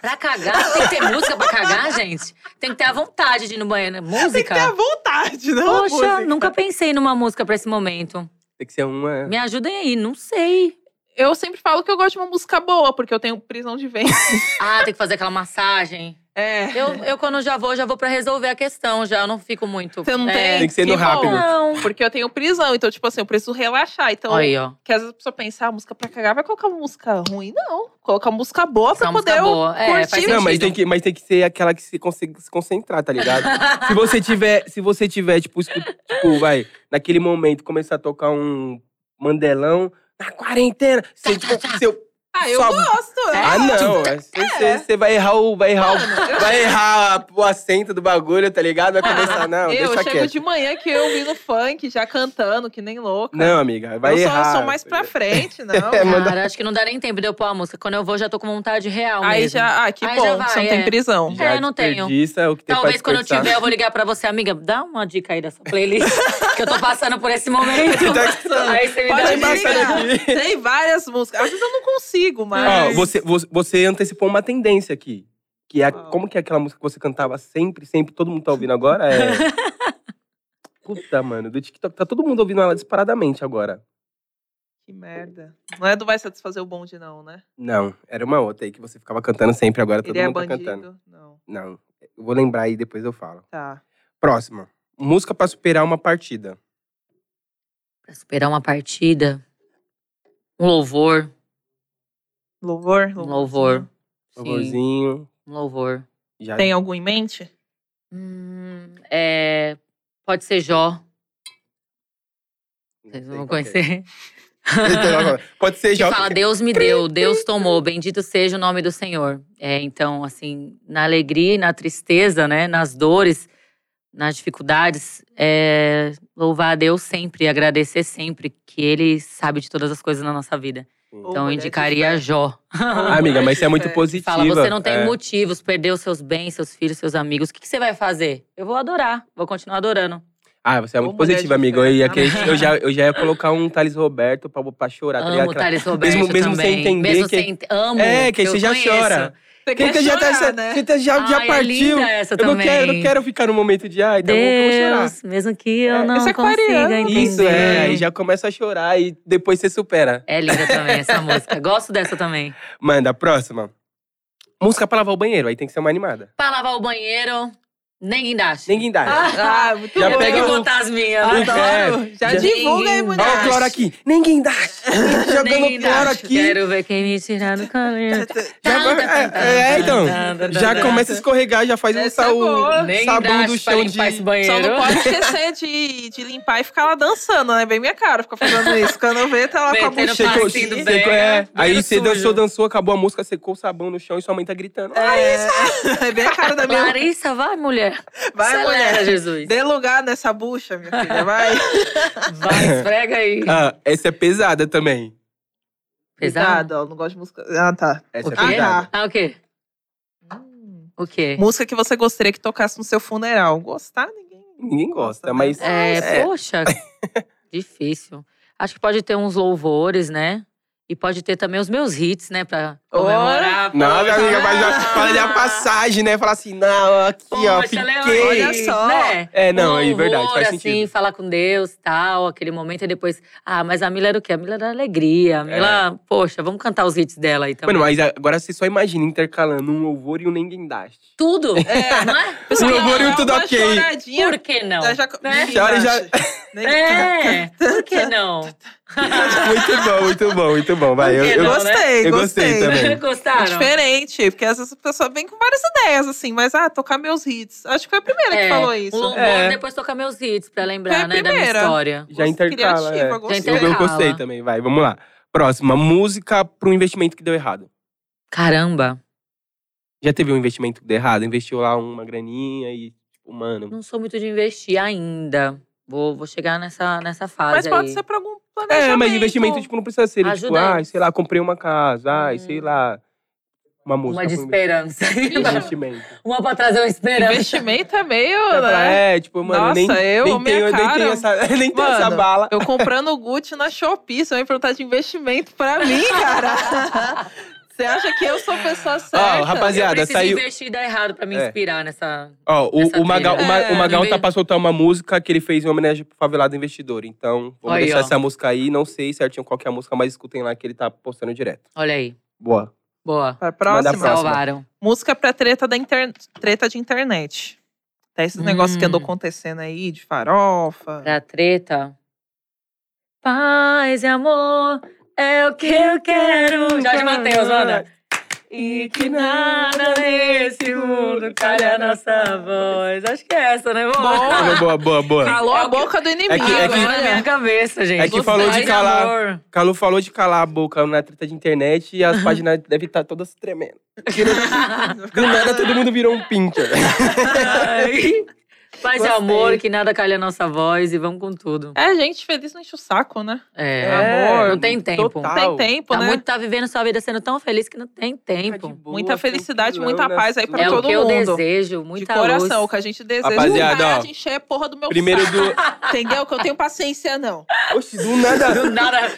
[SPEAKER 3] Pra cagar? Tem que ter música pra cagar, gente? Tem que ter a vontade de ir no banheiro. É
[SPEAKER 2] Tem que ter a
[SPEAKER 3] Música?
[SPEAKER 2] vontade, não a
[SPEAKER 3] Poxa,
[SPEAKER 2] música.
[SPEAKER 3] nunca pensei numa música pra esse momento.
[SPEAKER 1] Tem que ser uma.
[SPEAKER 3] Me ajudem aí, não sei.
[SPEAKER 2] Eu sempre falo que eu gosto de uma música boa, porque eu tenho prisão de ventre.
[SPEAKER 3] Ah, tem que fazer aquela massagem.
[SPEAKER 2] É.
[SPEAKER 3] Eu, eu quando já vou, já vou pra resolver a questão, já. Eu não fico muito.
[SPEAKER 2] Você não
[SPEAKER 3] É,
[SPEAKER 2] tem?
[SPEAKER 1] Tem que ser no
[SPEAKER 2] bom.
[SPEAKER 1] rápido.
[SPEAKER 3] Não.
[SPEAKER 2] Porque eu tenho prisão, então, tipo assim, eu preciso relaxar. Então,
[SPEAKER 3] Aí, ó.
[SPEAKER 2] que às vezes a pessoa pensa, ah, música pra cagar, vai colocar uma música ruim? Não. Colocar uma música boa pra
[SPEAKER 3] Essa música
[SPEAKER 2] poder eu
[SPEAKER 3] boa. É, faz
[SPEAKER 2] curtir.
[SPEAKER 3] sentido.
[SPEAKER 1] Não, mas tem, que, mas tem que ser aquela que se consegue se concentrar, tá ligado? se você tiver, se você tiver, tipo, escu- tipo, vai, naquele momento começar a tocar um mandelão na quarentena. Você, tipo, seu,
[SPEAKER 2] Ah, eu
[SPEAKER 1] Só-
[SPEAKER 2] gosto. né?
[SPEAKER 1] ah, não. Você você vai errar o. Vai errar, o, vai errar o assento do bagulho, tá ligado? Vai começar, não.
[SPEAKER 2] eu
[SPEAKER 1] deixa
[SPEAKER 2] chego
[SPEAKER 1] quieto.
[SPEAKER 2] de manhã que eu vi no funk, já cantando, que nem louca.
[SPEAKER 1] Não, amiga, vai
[SPEAKER 2] eu sou,
[SPEAKER 1] errar.
[SPEAKER 2] sou mais pra frente, não.
[SPEAKER 1] É, manda-
[SPEAKER 3] Cara, acho que não dá nem tempo de eu pôr a música. Quando eu vou, já tô com vontade real
[SPEAKER 2] Aí
[SPEAKER 3] mesmo.
[SPEAKER 2] já, ah, que
[SPEAKER 3] Aí
[SPEAKER 2] bom,
[SPEAKER 3] já vai,
[SPEAKER 2] você não tem
[SPEAKER 3] é.
[SPEAKER 2] prisão.
[SPEAKER 1] Já
[SPEAKER 3] É, não tenho.
[SPEAKER 1] desperdiça o que tem pra
[SPEAKER 3] Talvez quando eu
[SPEAKER 1] desperdiçar.
[SPEAKER 3] tiver, eu vou ligar pra você, amiga. Dá uma dica aí dessa playlist. que eu tô passando por esse momento. aí você me
[SPEAKER 2] Pode
[SPEAKER 3] dá
[SPEAKER 1] Tá
[SPEAKER 2] me
[SPEAKER 3] uma dica.
[SPEAKER 1] embaçado
[SPEAKER 2] ligar.
[SPEAKER 1] aqui.
[SPEAKER 2] Tem várias músicas. Às vezes eu não consigo,
[SPEAKER 1] Ó,
[SPEAKER 2] mas.
[SPEAKER 1] Ah, você, você, você antecipou uma tendência aqui. Que é, a-
[SPEAKER 2] Qual?
[SPEAKER 1] como que é aquela música que você cantava sempre, sempre, todo mundo tá ouvindo agora? É. Puta, mano, do TikTok. Tá todo mundo ouvindo ela disparadamente agora.
[SPEAKER 2] Que merda. Não é do Vai Satisfazer o Bonde, não, né?
[SPEAKER 1] Não, era uma outra aí que você ficava cantando sempre, agora todo
[SPEAKER 2] Ele é
[SPEAKER 1] mundo tá
[SPEAKER 2] bandido?
[SPEAKER 1] cantando.
[SPEAKER 2] Não.
[SPEAKER 1] Não, eu vou lembrar aí depois eu falo.
[SPEAKER 2] Tá.
[SPEAKER 1] Próxima. Música pra superar uma partida.
[SPEAKER 3] Pra superar uma partida, um louvor,
[SPEAKER 2] Louvor?
[SPEAKER 3] um louvor. Sim,
[SPEAKER 1] Favorzinho.
[SPEAKER 3] um louvor.
[SPEAKER 1] Já
[SPEAKER 2] Tem algum em mente?
[SPEAKER 3] Hum, é, pode ser Jó,
[SPEAKER 1] não
[SPEAKER 3] vocês
[SPEAKER 1] sei
[SPEAKER 3] vão
[SPEAKER 1] qual que é.
[SPEAKER 3] conhecer.
[SPEAKER 1] Pode ser
[SPEAKER 3] que
[SPEAKER 1] Jó.
[SPEAKER 3] fala, Deus me deu, Deus tomou, bendito seja o nome do Senhor. É, então, assim, na alegria e na tristeza, né, nas dores, nas dificuldades, é, louvar a Deus sempre, agradecer sempre, que Ele sabe de todas as coisas na nossa vida. Então, eu
[SPEAKER 2] mulher de
[SPEAKER 3] indicaria
[SPEAKER 2] fé.
[SPEAKER 3] Jó.
[SPEAKER 1] Ah, amiga, mas você é muito
[SPEAKER 2] É,
[SPEAKER 3] Que
[SPEAKER 1] positiva.
[SPEAKER 3] fala, você não tem
[SPEAKER 1] é.
[SPEAKER 3] motivos, perdeu seus bens, seus filhos, seus amigos, o que, que você vai fazer? Eu vou adorar, vou continuar adorando.
[SPEAKER 1] Ah, você é
[SPEAKER 2] Ô,
[SPEAKER 1] muito
[SPEAKER 2] mulher né?
[SPEAKER 1] positiva,
[SPEAKER 2] de
[SPEAKER 1] amiga.
[SPEAKER 2] fé.
[SPEAKER 1] Eu, ia querer- eu já, eu já ia colocar um Thales Roberto pra, pra chorar, tá
[SPEAKER 3] Amo
[SPEAKER 1] ligado?
[SPEAKER 3] Thales Roberto
[SPEAKER 1] mesmo
[SPEAKER 3] também.
[SPEAKER 1] sem entender
[SPEAKER 3] Mesmo
[SPEAKER 1] que-
[SPEAKER 3] sem... Amo,
[SPEAKER 1] É, que aí
[SPEAKER 3] eu
[SPEAKER 1] você já
[SPEAKER 3] conheço.
[SPEAKER 1] chora.
[SPEAKER 2] Você
[SPEAKER 1] Porque
[SPEAKER 2] quer
[SPEAKER 1] já, tá-
[SPEAKER 2] chorar,
[SPEAKER 1] você-
[SPEAKER 2] né?
[SPEAKER 1] você tá- já, já
[SPEAKER 3] Ai,
[SPEAKER 1] partiu.
[SPEAKER 3] É linda essa
[SPEAKER 1] eu não
[SPEAKER 3] também.
[SPEAKER 1] quero, eu não quero ficar no momento de, ai, tá bom, que eu vou chorar.
[SPEAKER 3] Deus, mesmo que eu
[SPEAKER 1] É,
[SPEAKER 3] não
[SPEAKER 2] isso é
[SPEAKER 3] consiga
[SPEAKER 2] aquariano.
[SPEAKER 3] entender.
[SPEAKER 1] Isso, é, aí já começa a chorar e depois você supera.
[SPEAKER 3] É linda também essa música. Gosto dessa também.
[SPEAKER 1] Manda, próxima. Música pra lavar o banheiro, aí tem que ser uma animada.
[SPEAKER 3] Pra lavar o banheiro, nem guindaste.
[SPEAKER 1] Ninguém dá.
[SPEAKER 2] Ah, muito
[SPEAKER 1] Já
[SPEAKER 3] eu
[SPEAKER 2] bom.
[SPEAKER 1] pega
[SPEAKER 3] tenho que
[SPEAKER 1] o-
[SPEAKER 3] contar as minhas.
[SPEAKER 1] Ah,
[SPEAKER 3] Adoro.
[SPEAKER 2] Adoro. Já,
[SPEAKER 1] Já-
[SPEAKER 2] divulga aí,
[SPEAKER 3] Ninguém-
[SPEAKER 2] mulher.
[SPEAKER 1] Olha o cloro aqui. Ninguém dá.
[SPEAKER 3] Nem
[SPEAKER 1] Jogando
[SPEAKER 3] guindaste.
[SPEAKER 1] cloro aqui.
[SPEAKER 3] Quero ver quem me tirar do caminho.
[SPEAKER 1] Já,
[SPEAKER 3] Tan, tan,
[SPEAKER 1] é,
[SPEAKER 3] tan,
[SPEAKER 1] é,
[SPEAKER 3] tan,
[SPEAKER 1] então.
[SPEAKER 3] tan, tan, tan,
[SPEAKER 1] Já
[SPEAKER 3] tan.
[SPEAKER 1] começa a escorregar, já faz um
[SPEAKER 2] Essa é
[SPEAKER 1] sabão,
[SPEAKER 2] boa.
[SPEAKER 3] Nem
[SPEAKER 1] sabão do
[SPEAKER 3] guindaste pra
[SPEAKER 1] chão de.
[SPEAKER 3] limpar esse banheiro.
[SPEAKER 2] Só não pode esquecer de, de limpar e ficar lá dançando, né? Bem minha cara ficar fazendo isso. Quando vê, tá lá com a
[SPEAKER 3] Metendo
[SPEAKER 2] buchinha.
[SPEAKER 3] passinho
[SPEAKER 1] Secou,
[SPEAKER 3] assim do
[SPEAKER 1] secou,
[SPEAKER 3] Zé,
[SPEAKER 1] é. Aí
[SPEAKER 3] banheiro
[SPEAKER 1] você
[SPEAKER 3] sujo.
[SPEAKER 1] dançou, dançou, acabou a música, secou o sabão no chão e sua mãe tá gritando.
[SPEAKER 3] É.
[SPEAKER 1] Ah,
[SPEAKER 2] É, é bem a cara da minha.
[SPEAKER 3] Larissa, vai, mulher.
[SPEAKER 2] Vai,
[SPEAKER 3] Acelera,
[SPEAKER 2] mulher.
[SPEAKER 3] Jesus.
[SPEAKER 2] Dê lugar nessa bucha, minha filha, vai.
[SPEAKER 3] Vai, esfrega aí.
[SPEAKER 1] Ah, essa é pesada também.
[SPEAKER 3] Pesado?
[SPEAKER 2] ó, não gosto de música. Ah, tá.
[SPEAKER 1] Essa
[SPEAKER 3] O
[SPEAKER 1] é
[SPEAKER 3] quê?
[SPEAKER 1] pesada.
[SPEAKER 3] Ah, o quê? O quê?
[SPEAKER 2] Música que você gostaria que tocasse no seu funeral. Gostar, ninguém.
[SPEAKER 1] Ninguém gosta, mas.
[SPEAKER 3] É, poxa, difícil. Acho que pode ter uns louvores, né? E pode ter também os meus hits, né? Pra comemorar.
[SPEAKER 1] Não, minha
[SPEAKER 3] poxa.
[SPEAKER 1] amiga, mas já fala de a passagem, né? Fala assim, não, aqui, ó,
[SPEAKER 3] Poxa,
[SPEAKER 1] fiquei.
[SPEAKER 3] Leandro,
[SPEAKER 2] Olha só.
[SPEAKER 3] Né?
[SPEAKER 1] É, não,
[SPEAKER 3] Um
[SPEAKER 1] é verdade,
[SPEAKER 3] louvor,
[SPEAKER 1] faz
[SPEAKER 3] assim,
[SPEAKER 1] sentido.
[SPEAKER 3] falar com Deus tal, aquele momento. E depois, ah, mas a Mila era o quê? A Mila era
[SPEAKER 1] É.
[SPEAKER 3] alegria. A Mila, poxa, vamos cantar os hits dela aí também.
[SPEAKER 1] Mano, mas agora você só imagina intercalando um louvor e um ninguém guindaste.
[SPEAKER 3] Tudo, não é?
[SPEAKER 1] O louvor e o tudo
[SPEAKER 2] Uma
[SPEAKER 1] ok.
[SPEAKER 2] choradinha,
[SPEAKER 3] Por que não?
[SPEAKER 2] já-
[SPEAKER 3] Né?
[SPEAKER 2] já-
[SPEAKER 1] Chora e já.
[SPEAKER 2] Né?
[SPEAKER 3] É, por que não?
[SPEAKER 1] Muito bom, muito bom, muito bom. Vai, eu,
[SPEAKER 3] Por que
[SPEAKER 1] eu-
[SPEAKER 3] não,
[SPEAKER 2] Gostei,
[SPEAKER 1] Eu gostei
[SPEAKER 2] gostei.
[SPEAKER 1] também.
[SPEAKER 2] É
[SPEAKER 3] Gostaram?
[SPEAKER 2] diferente, porque às vezes a pessoa vem com várias ideias, assim, mas ah, tocar meus hits. Acho que foi a primeira que
[SPEAKER 3] É,
[SPEAKER 2] falou isso.
[SPEAKER 3] Um louvor
[SPEAKER 1] É.
[SPEAKER 3] e depois tocar meus hits pra
[SPEAKER 2] Foi
[SPEAKER 3] lembrar,
[SPEAKER 2] a
[SPEAKER 3] né, da minha
[SPEAKER 2] primeira.
[SPEAKER 3] história.
[SPEAKER 1] já intercala.
[SPEAKER 2] criativa,
[SPEAKER 1] é.
[SPEAKER 2] gostei.
[SPEAKER 1] Eu, eu
[SPEAKER 3] Intercala.
[SPEAKER 1] gostei também, vai, vamos lá. Próxima, música pro investimento que deu errado.
[SPEAKER 3] Caramba,
[SPEAKER 1] Já teve um investimento que deu errado? Investiu lá uma graninha e, tipo, mano.
[SPEAKER 3] não sou muito de investir ainda. Vou, vou chegar nessa, nessa
[SPEAKER 2] Mas
[SPEAKER 3] fase
[SPEAKER 2] pode
[SPEAKER 3] aí.
[SPEAKER 2] ser pra algum planejamento.
[SPEAKER 1] É, mas investimento, tipo, não precisa ser. Tipo,
[SPEAKER 3] Ajuda
[SPEAKER 1] ai,
[SPEAKER 3] eles.
[SPEAKER 1] sei lá, comprei uma casa, ai,
[SPEAKER 3] Hum.
[SPEAKER 2] Uhum.
[SPEAKER 1] sei lá. Uma música.
[SPEAKER 3] Uma de
[SPEAKER 1] pra um
[SPEAKER 3] esperança.
[SPEAKER 1] investimento.
[SPEAKER 3] Uma pra trazer uma esperança.
[SPEAKER 2] Investimento é meio, né?
[SPEAKER 1] É, tipo, mano,
[SPEAKER 2] Nossa,
[SPEAKER 1] nem,
[SPEAKER 2] eu,
[SPEAKER 1] nem,
[SPEAKER 2] a minha
[SPEAKER 1] tenho, nem
[SPEAKER 2] cara.
[SPEAKER 1] tenho essa, nem tenho essa
[SPEAKER 2] Mano,
[SPEAKER 1] bala.
[SPEAKER 2] Eu comprando Gucci na Shopee, você vai perguntar de investimento pra mim, cara. Você acha que eu sou pessoa certa?
[SPEAKER 1] Ó, rapaziada,
[SPEAKER 3] eu preciso
[SPEAKER 1] saiu.
[SPEAKER 3] investir e dar errado pra me
[SPEAKER 1] É.
[SPEAKER 3] inspirar nessa.
[SPEAKER 1] Ó,
[SPEAKER 3] Essa
[SPEAKER 1] o, o Magal,
[SPEAKER 3] trilha.
[SPEAKER 1] o Ma-
[SPEAKER 2] É,
[SPEAKER 1] o Magal tá
[SPEAKER 3] também.
[SPEAKER 1] pra soltar uma música que ele fez em homenagem pro favelado investidor. Então, vamos
[SPEAKER 3] Aí,
[SPEAKER 1] deixar
[SPEAKER 3] ó.
[SPEAKER 1] essa música aí. Não sei certinho qual que é a música, mas escutem lá que ele tá postando direto.
[SPEAKER 3] Olha aí.
[SPEAKER 1] Boa.
[SPEAKER 3] Boa.
[SPEAKER 1] Manda
[SPEAKER 2] Pra
[SPEAKER 1] a
[SPEAKER 2] próxima.
[SPEAKER 1] próxima.
[SPEAKER 3] Salvaram.
[SPEAKER 2] Música pra treta, da inter... treta de internet. Tá esses
[SPEAKER 3] Hum.
[SPEAKER 2] negócios que andou acontecendo aí, de farofa.
[SPEAKER 3] Da treta. Paz e amor é o que eu quero. Jorge Matheus, manda. E que nada nesse mundo calhe a nossa voz. Acho que é essa, né, amor?
[SPEAKER 2] Boa.
[SPEAKER 1] Boa, boa, boa, boa.
[SPEAKER 2] Calou
[SPEAKER 3] É
[SPEAKER 2] a
[SPEAKER 3] o que-
[SPEAKER 2] boca do inimigo.
[SPEAKER 1] É que- é que-
[SPEAKER 3] Agora na
[SPEAKER 2] olha.
[SPEAKER 3] minha cabeça, gente.
[SPEAKER 1] É que falou de
[SPEAKER 3] Paz e
[SPEAKER 1] calar.
[SPEAKER 3] amor.
[SPEAKER 1] Calu falou de calar a boca na treta de internet e as páginas devem estar todas tremendo. Do nada todo mundo virou um pincher.
[SPEAKER 3] Ai. Paz e
[SPEAKER 2] Gostei.
[SPEAKER 3] amor, que nada calhe a nossa voz e vamos com tudo.
[SPEAKER 2] É, gente, feliz não enche o saco, né?
[SPEAKER 3] É.
[SPEAKER 2] É,
[SPEAKER 3] não tem tempo.
[SPEAKER 1] total.
[SPEAKER 2] Não tem tempo,
[SPEAKER 3] Tá,
[SPEAKER 2] né?
[SPEAKER 3] muito, tá vivendo sua vida sendo tão feliz que não tem
[SPEAKER 1] Fica de
[SPEAKER 3] tempo.
[SPEAKER 1] boa,
[SPEAKER 2] Muita felicidade,
[SPEAKER 1] tranquilão,
[SPEAKER 2] muita
[SPEAKER 1] né?
[SPEAKER 2] paz aí pra
[SPEAKER 3] é
[SPEAKER 2] todo
[SPEAKER 3] o que eu
[SPEAKER 2] mundo.
[SPEAKER 3] desejo, muita
[SPEAKER 2] de coração, o
[SPEAKER 3] luz.
[SPEAKER 2] que a gente deseja.
[SPEAKER 1] Rapaziada, ó.
[SPEAKER 2] não de encher a porra do meu
[SPEAKER 1] Primeiro
[SPEAKER 2] saco.
[SPEAKER 1] do.
[SPEAKER 2] Entendeu? Que eu tenho paciência, não.
[SPEAKER 1] Oxe, do nada.
[SPEAKER 3] Do nada.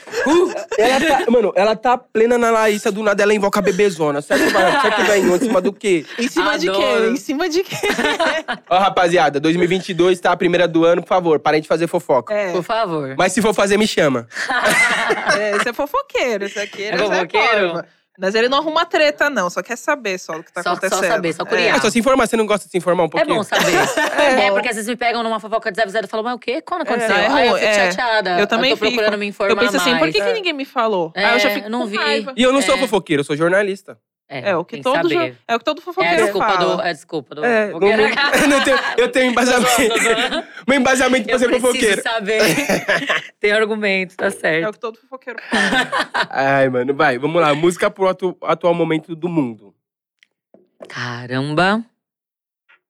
[SPEAKER 1] Ela tá, mano, ela tá plena na Larissa, do nada ela invoca a bebezona. Certo, vai, certo, vai, em cima do quê?
[SPEAKER 2] Em cima de
[SPEAKER 3] Adoro.
[SPEAKER 2] quê? Em cima de quê?
[SPEAKER 1] Ó, rapaziada, 2022, tá? A primeira do ano, por favor, parem de fazer fofoca.
[SPEAKER 2] É,
[SPEAKER 3] Por favor.
[SPEAKER 1] Mas se for fazer, me chama.
[SPEAKER 2] é, esse é fofoqueiro, esse aqui.
[SPEAKER 3] É
[SPEAKER 2] esse
[SPEAKER 3] fofoqueiro?
[SPEAKER 2] porra. Mas ele não arruma treta, não. Só quer saber só do que tá
[SPEAKER 3] Só- só
[SPEAKER 2] acontecendo.
[SPEAKER 3] saber, só
[SPEAKER 1] É
[SPEAKER 3] curiar.
[SPEAKER 1] só se informar, você não gosta de se informar um
[SPEAKER 3] É
[SPEAKER 1] pouquinho?
[SPEAKER 3] bom saber.
[SPEAKER 2] É
[SPEAKER 3] É,
[SPEAKER 2] bom.
[SPEAKER 3] porque às vezes me pegam numa fofoca de 00 e falam, mas o quê? Quando aconteceu?
[SPEAKER 2] é
[SPEAKER 3] Aí eu
[SPEAKER 2] ruim,
[SPEAKER 3] fico
[SPEAKER 2] é.
[SPEAKER 3] chateada.
[SPEAKER 2] Eu também
[SPEAKER 3] tô procurando
[SPEAKER 2] fico.
[SPEAKER 3] me
[SPEAKER 2] Eu
[SPEAKER 3] informar
[SPEAKER 2] penso assim, por
[SPEAKER 3] mais.
[SPEAKER 2] que, que ninguém me falou? Aí eu já
[SPEAKER 3] É,
[SPEAKER 2] fico
[SPEAKER 3] não
[SPEAKER 2] com
[SPEAKER 3] vi.
[SPEAKER 2] raiva.
[SPEAKER 1] E eu não sou
[SPEAKER 3] É.
[SPEAKER 1] fofoqueiro, eu sou jornalista.
[SPEAKER 2] É, o que
[SPEAKER 3] tem
[SPEAKER 2] todo, jo-
[SPEAKER 3] saber.
[SPEAKER 2] é o que todo
[SPEAKER 3] É a
[SPEAKER 2] fofoqueiro
[SPEAKER 3] desculpa
[SPEAKER 2] fala.
[SPEAKER 3] do. É a desculpa do.
[SPEAKER 1] É, não,
[SPEAKER 3] Vou-
[SPEAKER 1] não- não tenho, eu tenho
[SPEAKER 3] Tá Tô
[SPEAKER 1] embasamento.
[SPEAKER 3] zoando.
[SPEAKER 1] Meu embasamento pra
[SPEAKER 3] Eu
[SPEAKER 1] ser
[SPEAKER 3] preciso
[SPEAKER 1] fofoqueiro.
[SPEAKER 3] saber. Tem argumento, tá
[SPEAKER 2] É o
[SPEAKER 3] certo.
[SPEAKER 2] que todo fofoqueiro né? fala.
[SPEAKER 1] Ai, mano, vai, vamos lá. Música pro atu- atual momento do mundo.
[SPEAKER 3] Caramba.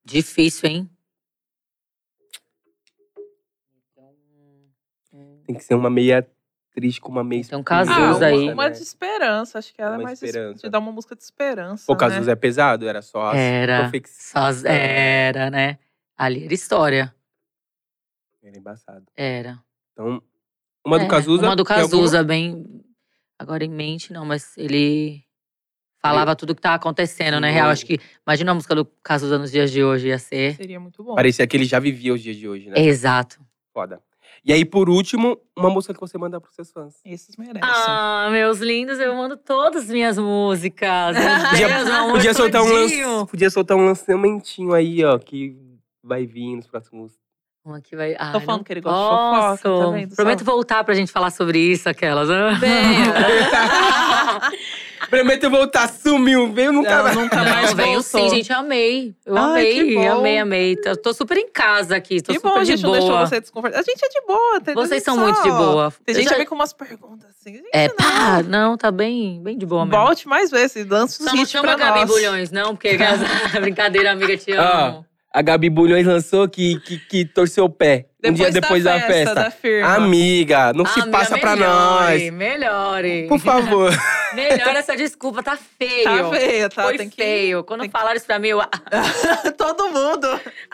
[SPEAKER 3] Difícil, hein? Então,
[SPEAKER 1] Tem que ser uma meia triste com uma meia
[SPEAKER 3] Então,
[SPEAKER 1] espinhosa,
[SPEAKER 3] Cazuza
[SPEAKER 1] né?
[SPEAKER 2] Ah, uma,
[SPEAKER 3] aí.
[SPEAKER 2] uma de esperança. Acho que ela
[SPEAKER 1] Uma
[SPEAKER 2] é mais
[SPEAKER 1] esperança.
[SPEAKER 2] de dar uma música de esperança.
[SPEAKER 1] Pô,
[SPEAKER 2] né?
[SPEAKER 1] Cazuza é pesado, era só as
[SPEAKER 3] Era.
[SPEAKER 1] profex-
[SPEAKER 3] Só as- era, né? Ali era história.
[SPEAKER 1] Era embaçado.
[SPEAKER 3] Era.
[SPEAKER 1] Então, uma do
[SPEAKER 3] É,
[SPEAKER 1] Cazuza.
[SPEAKER 3] Uma do
[SPEAKER 1] tem alguma?
[SPEAKER 3] Cazuza, bem. Agora em mente, não, mas ele falava tudo que tava acontecendo, né?
[SPEAKER 1] Sim.
[SPEAKER 3] Real, acho que. Imagina a música do Cazuza nos dias de hoje, ia ser.
[SPEAKER 2] Seria muito bom.
[SPEAKER 1] Parecia que ele já vivia os dias de hoje, né?
[SPEAKER 3] É. Exato.
[SPEAKER 1] Foda. E aí, por último, uma música que você manda pros seus fãs.
[SPEAKER 2] Esses merecem.
[SPEAKER 3] Ah, meus lindos, eu mando todas as minhas músicas. Meu
[SPEAKER 1] Podia,
[SPEAKER 3] Deus, eu amo
[SPEAKER 1] podia soltar um
[SPEAKER 3] tudinho.
[SPEAKER 1] lance, podia soltar um lançamentinho aí, ó, que vai vir nos próximos.
[SPEAKER 3] Uma que vai. Ai,
[SPEAKER 2] Tô falando
[SPEAKER 3] não
[SPEAKER 2] que ele gosta de fofoca, tá
[SPEAKER 3] posso.
[SPEAKER 2] vendo só?
[SPEAKER 3] Prometo voltar pra gente falar sobre isso, aquelas. né?
[SPEAKER 1] Prometo voltar, sumiu, veio nunca mais.
[SPEAKER 2] Não, nunca Tá mais
[SPEAKER 3] Não, veio sim,
[SPEAKER 2] voltou.
[SPEAKER 3] gente, eu amei. Eu
[SPEAKER 2] Ai,
[SPEAKER 3] amei,
[SPEAKER 2] que bom.
[SPEAKER 3] amei, amei. Tô, tô super em casa aqui, tô
[SPEAKER 2] Que
[SPEAKER 3] super
[SPEAKER 2] bom, a
[SPEAKER 3] de
[SPEAKER 2] gente
[SPEAKER 3] boa.
[SPEAKER 2] não deixou você desconfortável. A gente é de boa, entendeu? A
[SPEAKER 3] Vocês
[SPEAKER 2] gente
[SPEAKER 3] são
[SPEAKER 2] só-
[SPEAKER 3] muito de boa.
[SPEAKER 2] Tem
[SPEAKER 3] Eu
[SPEAKER 2] gente
[SPEAKER 3] já-
[SPEAKER 2] que vem com umas perguntas assim. gente,
[SPEAKER 3] É,
[SPEAKER 2] não.
[SPEAKER 3] pá, não, tá bem, bem de boa mesmo.
[SPEAKER 2] Volte mais vezes, lança
[SPEAKER 3] Só
[SPEAKER 2] os
[SPEAKER 3] não
[SPEAKER 2] hits pra
[SPEAKER 3] chama Gabi
[SPEAKER 2] nós.
[SPEAKER 3] Bulhões, não, porque brincadeira, amiga, te
[SPEAKER 1] Ah,
[SPEAKER 3] amo.
[SPEAKER 1] A Gabi Bulhões lançou que, que, que torceu o pé. um dia depois da, festa.
[SPEAKER 2] da firma.
[SPEAKER 1] Amiga, não se
[SPEAKER 3] Amiga,
[SPEAKER 1] passa pra
[SPEAKER 3] melhore,
[SPEAKER 1] nós.
[SPEAKER 3] Melhore.
[SPEAKER 1] Por favor.
[SPEAKER 3] Melhore essa desculpa, tá feio.
[SPEAKER 2] Tá feia, tá?
[SPEAKER 3] Foi
[SPEAKER 2] Tem que...
[SPEAKER 3] feio. Quando
[SPEAKER 2] tem que-
[SPEAKER 3] falaram isso pra mim, eu. ah,
[SPEAKER 2] Todo mundo.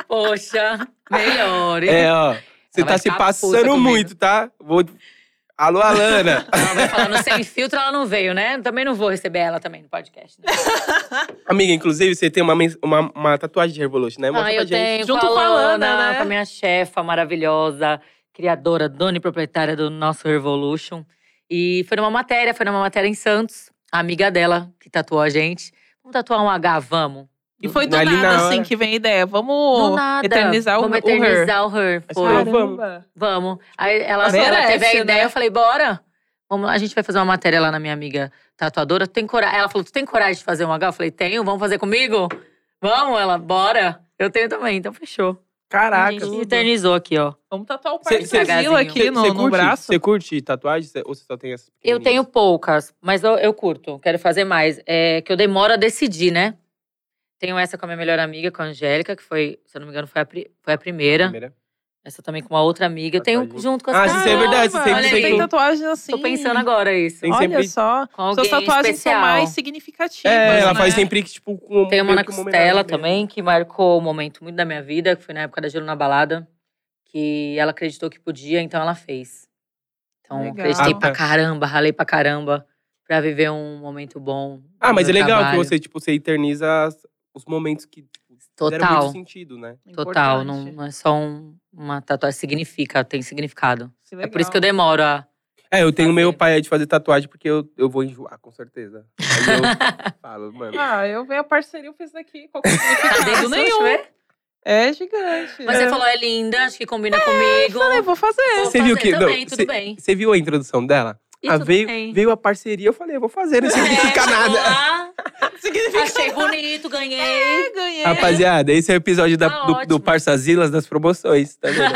[SPEAKER 3] Poxa, melhore.
[SPEAKER 1] É, ó. Você tá
[SPEAKER 3] Ela vai
[SPEAKER 1] se
[SPEAKER 3] ficar puta
[SPEAKER 1] passando
[SPEAKER 3] comigo.
[SPEAKER 1] muito, tá? Vou. Alô, Alana.
[SPEAKER 3] Ela vai falando sem filtro, ela não veio, né? Também não vou receber ela também no podcast. Né?
[SPEAKER 1] Amiga, inclusive, você tem uma, mens- uma, uma tatuagem de Revolution, né? Mostra
[SPEAKER 3] Ah,
[SPEAKER 1] pra
[SPEAKER 3] eu
[SPEAKER 1] gente.
[SPEAKER 3] tenho.
[SPEAKER 2] Junto com a Lana, né?
[SPEAKER 3] Com a minha chefa maravilhosa, criadora, dona e proprietária do nosso Revolution. E foi numa matéria, foi numa matéria em Santos. A amiga dela que tatuou a gente. Vamos tatuar um H, vamos.
[SPEAKER 2] E foi do
[SPEAKER 1] Ali na
[SPEAKER 2] nada, assim,
[SPEAKER 1] hora.
[SPEAKER 2] que vem a ideia.
[SPEAKER 3] Do
[SPEAKER 2] Vamos
[SPEAKER 3] nada.
[SPEAKER 2] eternizar o
[SPEAKER 3] Vamos
[SPEAKER 2] o Her.
[SPEAKER 3] eternizar o Her.
[SPEAKER 1] Mas
[SPEAKER 3] Foi.
[SPEAKER 1] Caramba.
[SPEAKER 3] Vamos. Aí ela, ela
[SPEAKER 2] Merece,
[SPEAKER 3] teve a ideia,
[SPEAKER 2] né?
[SPEAKER 3] eu falei, bora. Vamos, a gente vai fazer uma matéria lá na minha amiga tatuadora. Tu tem coragem? Ela falou, tu tem coragem de fazer um H? Eu falei, tenho, vamos fazer comigo? Vamos, ela, bora. Eu tenho também, então fechou. a
[SPEAKER 1] Caraca.
[SPEAKER 3] gente
[SPEAKER 2] tudo.
[SPEAKER 3] eternizou aqui, ó.
[SPEAKER 2] Vamos tatuar o
[SPEAKER 1] Cê-
[SPEAKER 2] parque
[SPEAKER 1] cê-
[SPEAKER 2] Brasil aqui
[SPEAKER 1] Cê-
[SPEAKER 2] no,
[SPEAKER 1] cê
[SPEAKER 2] no
[SPEAKER 1] curte-
[SPEAKER 2] braço.
[SPEAKER 1] Você curte tatuagem cê- ou você só tem essas
[SPEAKER 3] Eu tenho poucas, mas eu, eu curto, quero fazer mais. É que eu demoro a decidir, né? Tenho essa com a minha melhor amiga, com a Angélica, que foi, se eu não me engano, foi a, pri- foi a primeira.
[SPEAKER 1] Primeira.
[SPEAKER 3] Essa também com uma outra amiga. Eu tenho
[SPEAKER 1] Tatuagem.
[SPEAKER 3] junto com as
[SPEAKER 1] Ah,
[SPEAKER 3] pessoas.
[SPEAKER 1] isso é verdade,
[SPEAKER 2] Caramba,
[SPEAKER 1] você sempre um-
[SPEAKER 2] olha,
[SPEAKER 3] tem
[SPEAKER 2] tem
[SPEAKER 3] que-
[SPEAKER 2] tatuagem assim.
[SPEAKER 3] Tô pensando agora isso.
[SPEAKER 1] Tem
[SPEAKER 2] Olha
[SPEAKER 1] sempre-
[SPEAKER 2] só.
[SPEAKER 3] Com alguém
[SPEAKER 2] Suas tatuagens
[SPEAKER 3] especial.
[SPEAKER 2] são mais significativas,
[SPEAKER 1] É, ela faz
[SPEAKER 2] né?
[SPEAKER 1] sempre que, tipo, com
[SPEAKER 3] Tem uma
[SPEAKER 1] meio
[SPEAKER 3] na
[SPEAKER 1] que homenagem
[SPEAKER 3] Costela
[SPEAKER 1] mesmo.
[SPEAKER 3] também, que marcou um momento muito da minha vida, que foi na época da Gelo na Balada, que ela acreditou que podia, então ela fez. Então,
[SPEAKER 2] Legal.
[SPEAKER 3] acreditei
[SPEAKER 1] Ah,
[SPEAKER 3] pra
[SPEAKER 1] tá.
[SPEAKER 3] caramba, ralei pra caramba, pra viver um momento bom.
[SPEAKER 1] Ah,
[SPEAKER 3] no
[SPEAKER 1] mas é
[SPEAKER 3] meu
[SPEAKER 1] legal
[SPEAKER 3] trabalho.
[SPEAKER 1] que você, tipo, você eterniza as- os momentos que tipo, fizeram
[SPEAKER 3] Total,
[SPEAKER 1] muito sentido, né?
[SPEAKER 3] total. Não,
[SPEAKER 2] Importante.
[SPEAKER 3] não é só um- uma tatuagem, significa, tem significado.
[SPEAKER 2] Que
[SPEAKER 3] É por
[SPEAKER 2] legal.
[SPEAKER 3] isso que eu demoro a.
[SPEAKER 1] É, eu tenho
[SPEAKER 3] Fazer.
[SPEAKER 1] meu pai de fazer tatuagem porque eu, eu vou enjoar, com certeza. Aí eu falo, mano.
[SPEAKER 2] Ah, eu vejo a parceria, eu fiz daqui. Qual que é
[SPEAKER 3] Tá
[SPEAKER 2] o significado?
[SPEAKER 3] Dedo
[SPEAKER 2] nenhum. É gigante.
[SPEAKER 3] Mas
[SPEAKER 2] É.
[SPEAKER 3] você falou, é linda, acho que combina comigo.
[SPEAKER 2] Falei, vou fazer.
[SPEAKER 3] Vou
[SPEAKER 1] Você viu
[SPEAKER 3] fazer
[SPEAKER 1] que- não,
[SPEAKER 3] Também, tudo
[SPEAKER 1] você-
[SPEAKER 3] bem.
[SPEAKER 1] Você viu a introdução dela?
[SPEAKER 3] E
[SPEAKER 1] ah,
[SPEAKER 3] tudo
[SPEAKER 1] veio,
[SPEAKER 3] bem.
[SPEAKER 1] veio a parceria, eu falei, eu vou fazer, não significa
[SPEAKER 3] É, chegou
[SPEAKER 1] nada.
[SPEAKER 3] lá,
[SPEAKER 2] Significa
[SPEAKER 3] achei bonito,
[SPEAKER 2] que
[SPEAKER 3] ganhei.
[SPEAKER 2] É, ganhei.
[SPEAKER 1] Rapaziada, esse é o episódio da-
[SPEAKER 3] Tá
[SPEAKER 1] do, do
[SPEAKER 3] ótimo.
[SPEAKER 1] Parçazilas das promoções, tá vendo?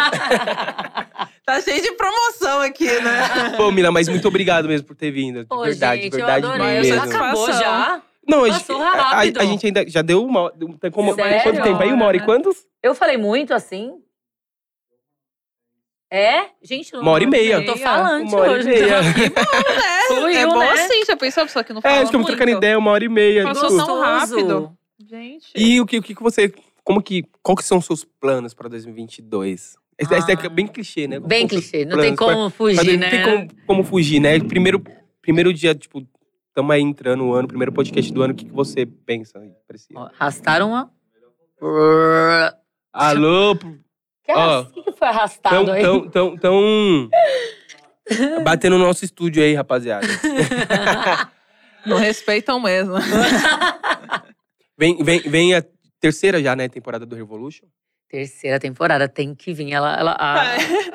[SPEAKER 2] Tá cheio de promoção aqui, né?
[SPEAKER 1] Pô, Mila, mas muito obrigado mesmo por ter vindo. De
[SPEAKER 3] Pô,
[SPEAKER 1] verdade, de
[SPEAKER 3] gente,
[SPEAKER 1] verdade
[SPEAKER 3] eu adorei.
[SPEAKER 2] mesmo.
[SPEAKER 3] Já acabou
[SPEAKER 2] Satisfação.
[SPEAKER 3] já?
[SPEAKER 1] Não, a,
[SPEAKER 3] Passou
[SPEAKER 1] gente- a- a-
[SPEAKER 3] rápido.
[SPEAKER 1] a gente ainda já deu uma hora. tem como-
[SPEAKER 3] Sério?
[SPEAKER 1] Quanto tempo aí? Uma hora e quantos?
[SPEAKER 3] Eu falei muito assim? É? Gente, não
[SPEAKER 1] Uma hora e meia.
[SPEAKER 3] Eu tô falante
[SPEAKER 1] Uma hora e
[SPEAKER 3] hoje.
[SPEAKER 1] meia.
[SPEAKER 3] Fluiu,
[SPEAKER 2] é bom
[SPEAKER 3] né?
[SPEAKER 2] assim, já pensou a pessoa que não fala
[SPEAKER 1] É, ficamos
[SPEAKER 2] muito?
[SPEAKER 1] trocando ideia, uma hora e meia.
[SPEAKER 2] Passou
[SPEAKER 1] tipo.
[SPEAKER 2] só- tão rápido. Gente.
[SPEAKER 1] E
[SPEAKER 3] É.
[SPEAKER 1] o que, o que que você. Como que. Qual que são os seus planos pra 2022? Esse, esse é
[SPEAKER 3] Ah.
[SPEAKER 1] bem clichê, né?
[SPEAKER 3] Bem
[SPEAKER 1] Qual que-
[SPEAKER 3] clichê, não tem
[SPEAKER 1] planos,
[SPEAKER 3] como
[SPEAKER 1] pra-
[SPEAKER 3] fugir,
[SPEAKER 1] Não
[SPEAKER 3] né?
[SPEAKER 1] tem como, como fugir, né? Primeiro, primeiro dia, tipo, tamo aí entrando o ano, primeiro podcast do ano, o que, que você pensa aí pra esse ano?
[SPEAKER 3] Ó, Arrastaram uma...
[SPEAKER 1] Alô, Ó.
[SPEAKER 3] Que,
[SPEAKER 1] Então,
[SPEAKER 3] arras- que que foi arrastado
[SPEAKER 1] tão,
[SPEAKER 3] aí?
[SPEAKER 1] tão, tão, tão... Batendo no nosso estúdio aí, rapaziada. então-
[SPEAKER 2] Não respeitam mesmo.
[SPEAKER 1] Vem, vem, vem a terceira já, né, temporada do Revolution.
[SPEAKER 3] Terceira temporada, tem que vir. Ela, ela a-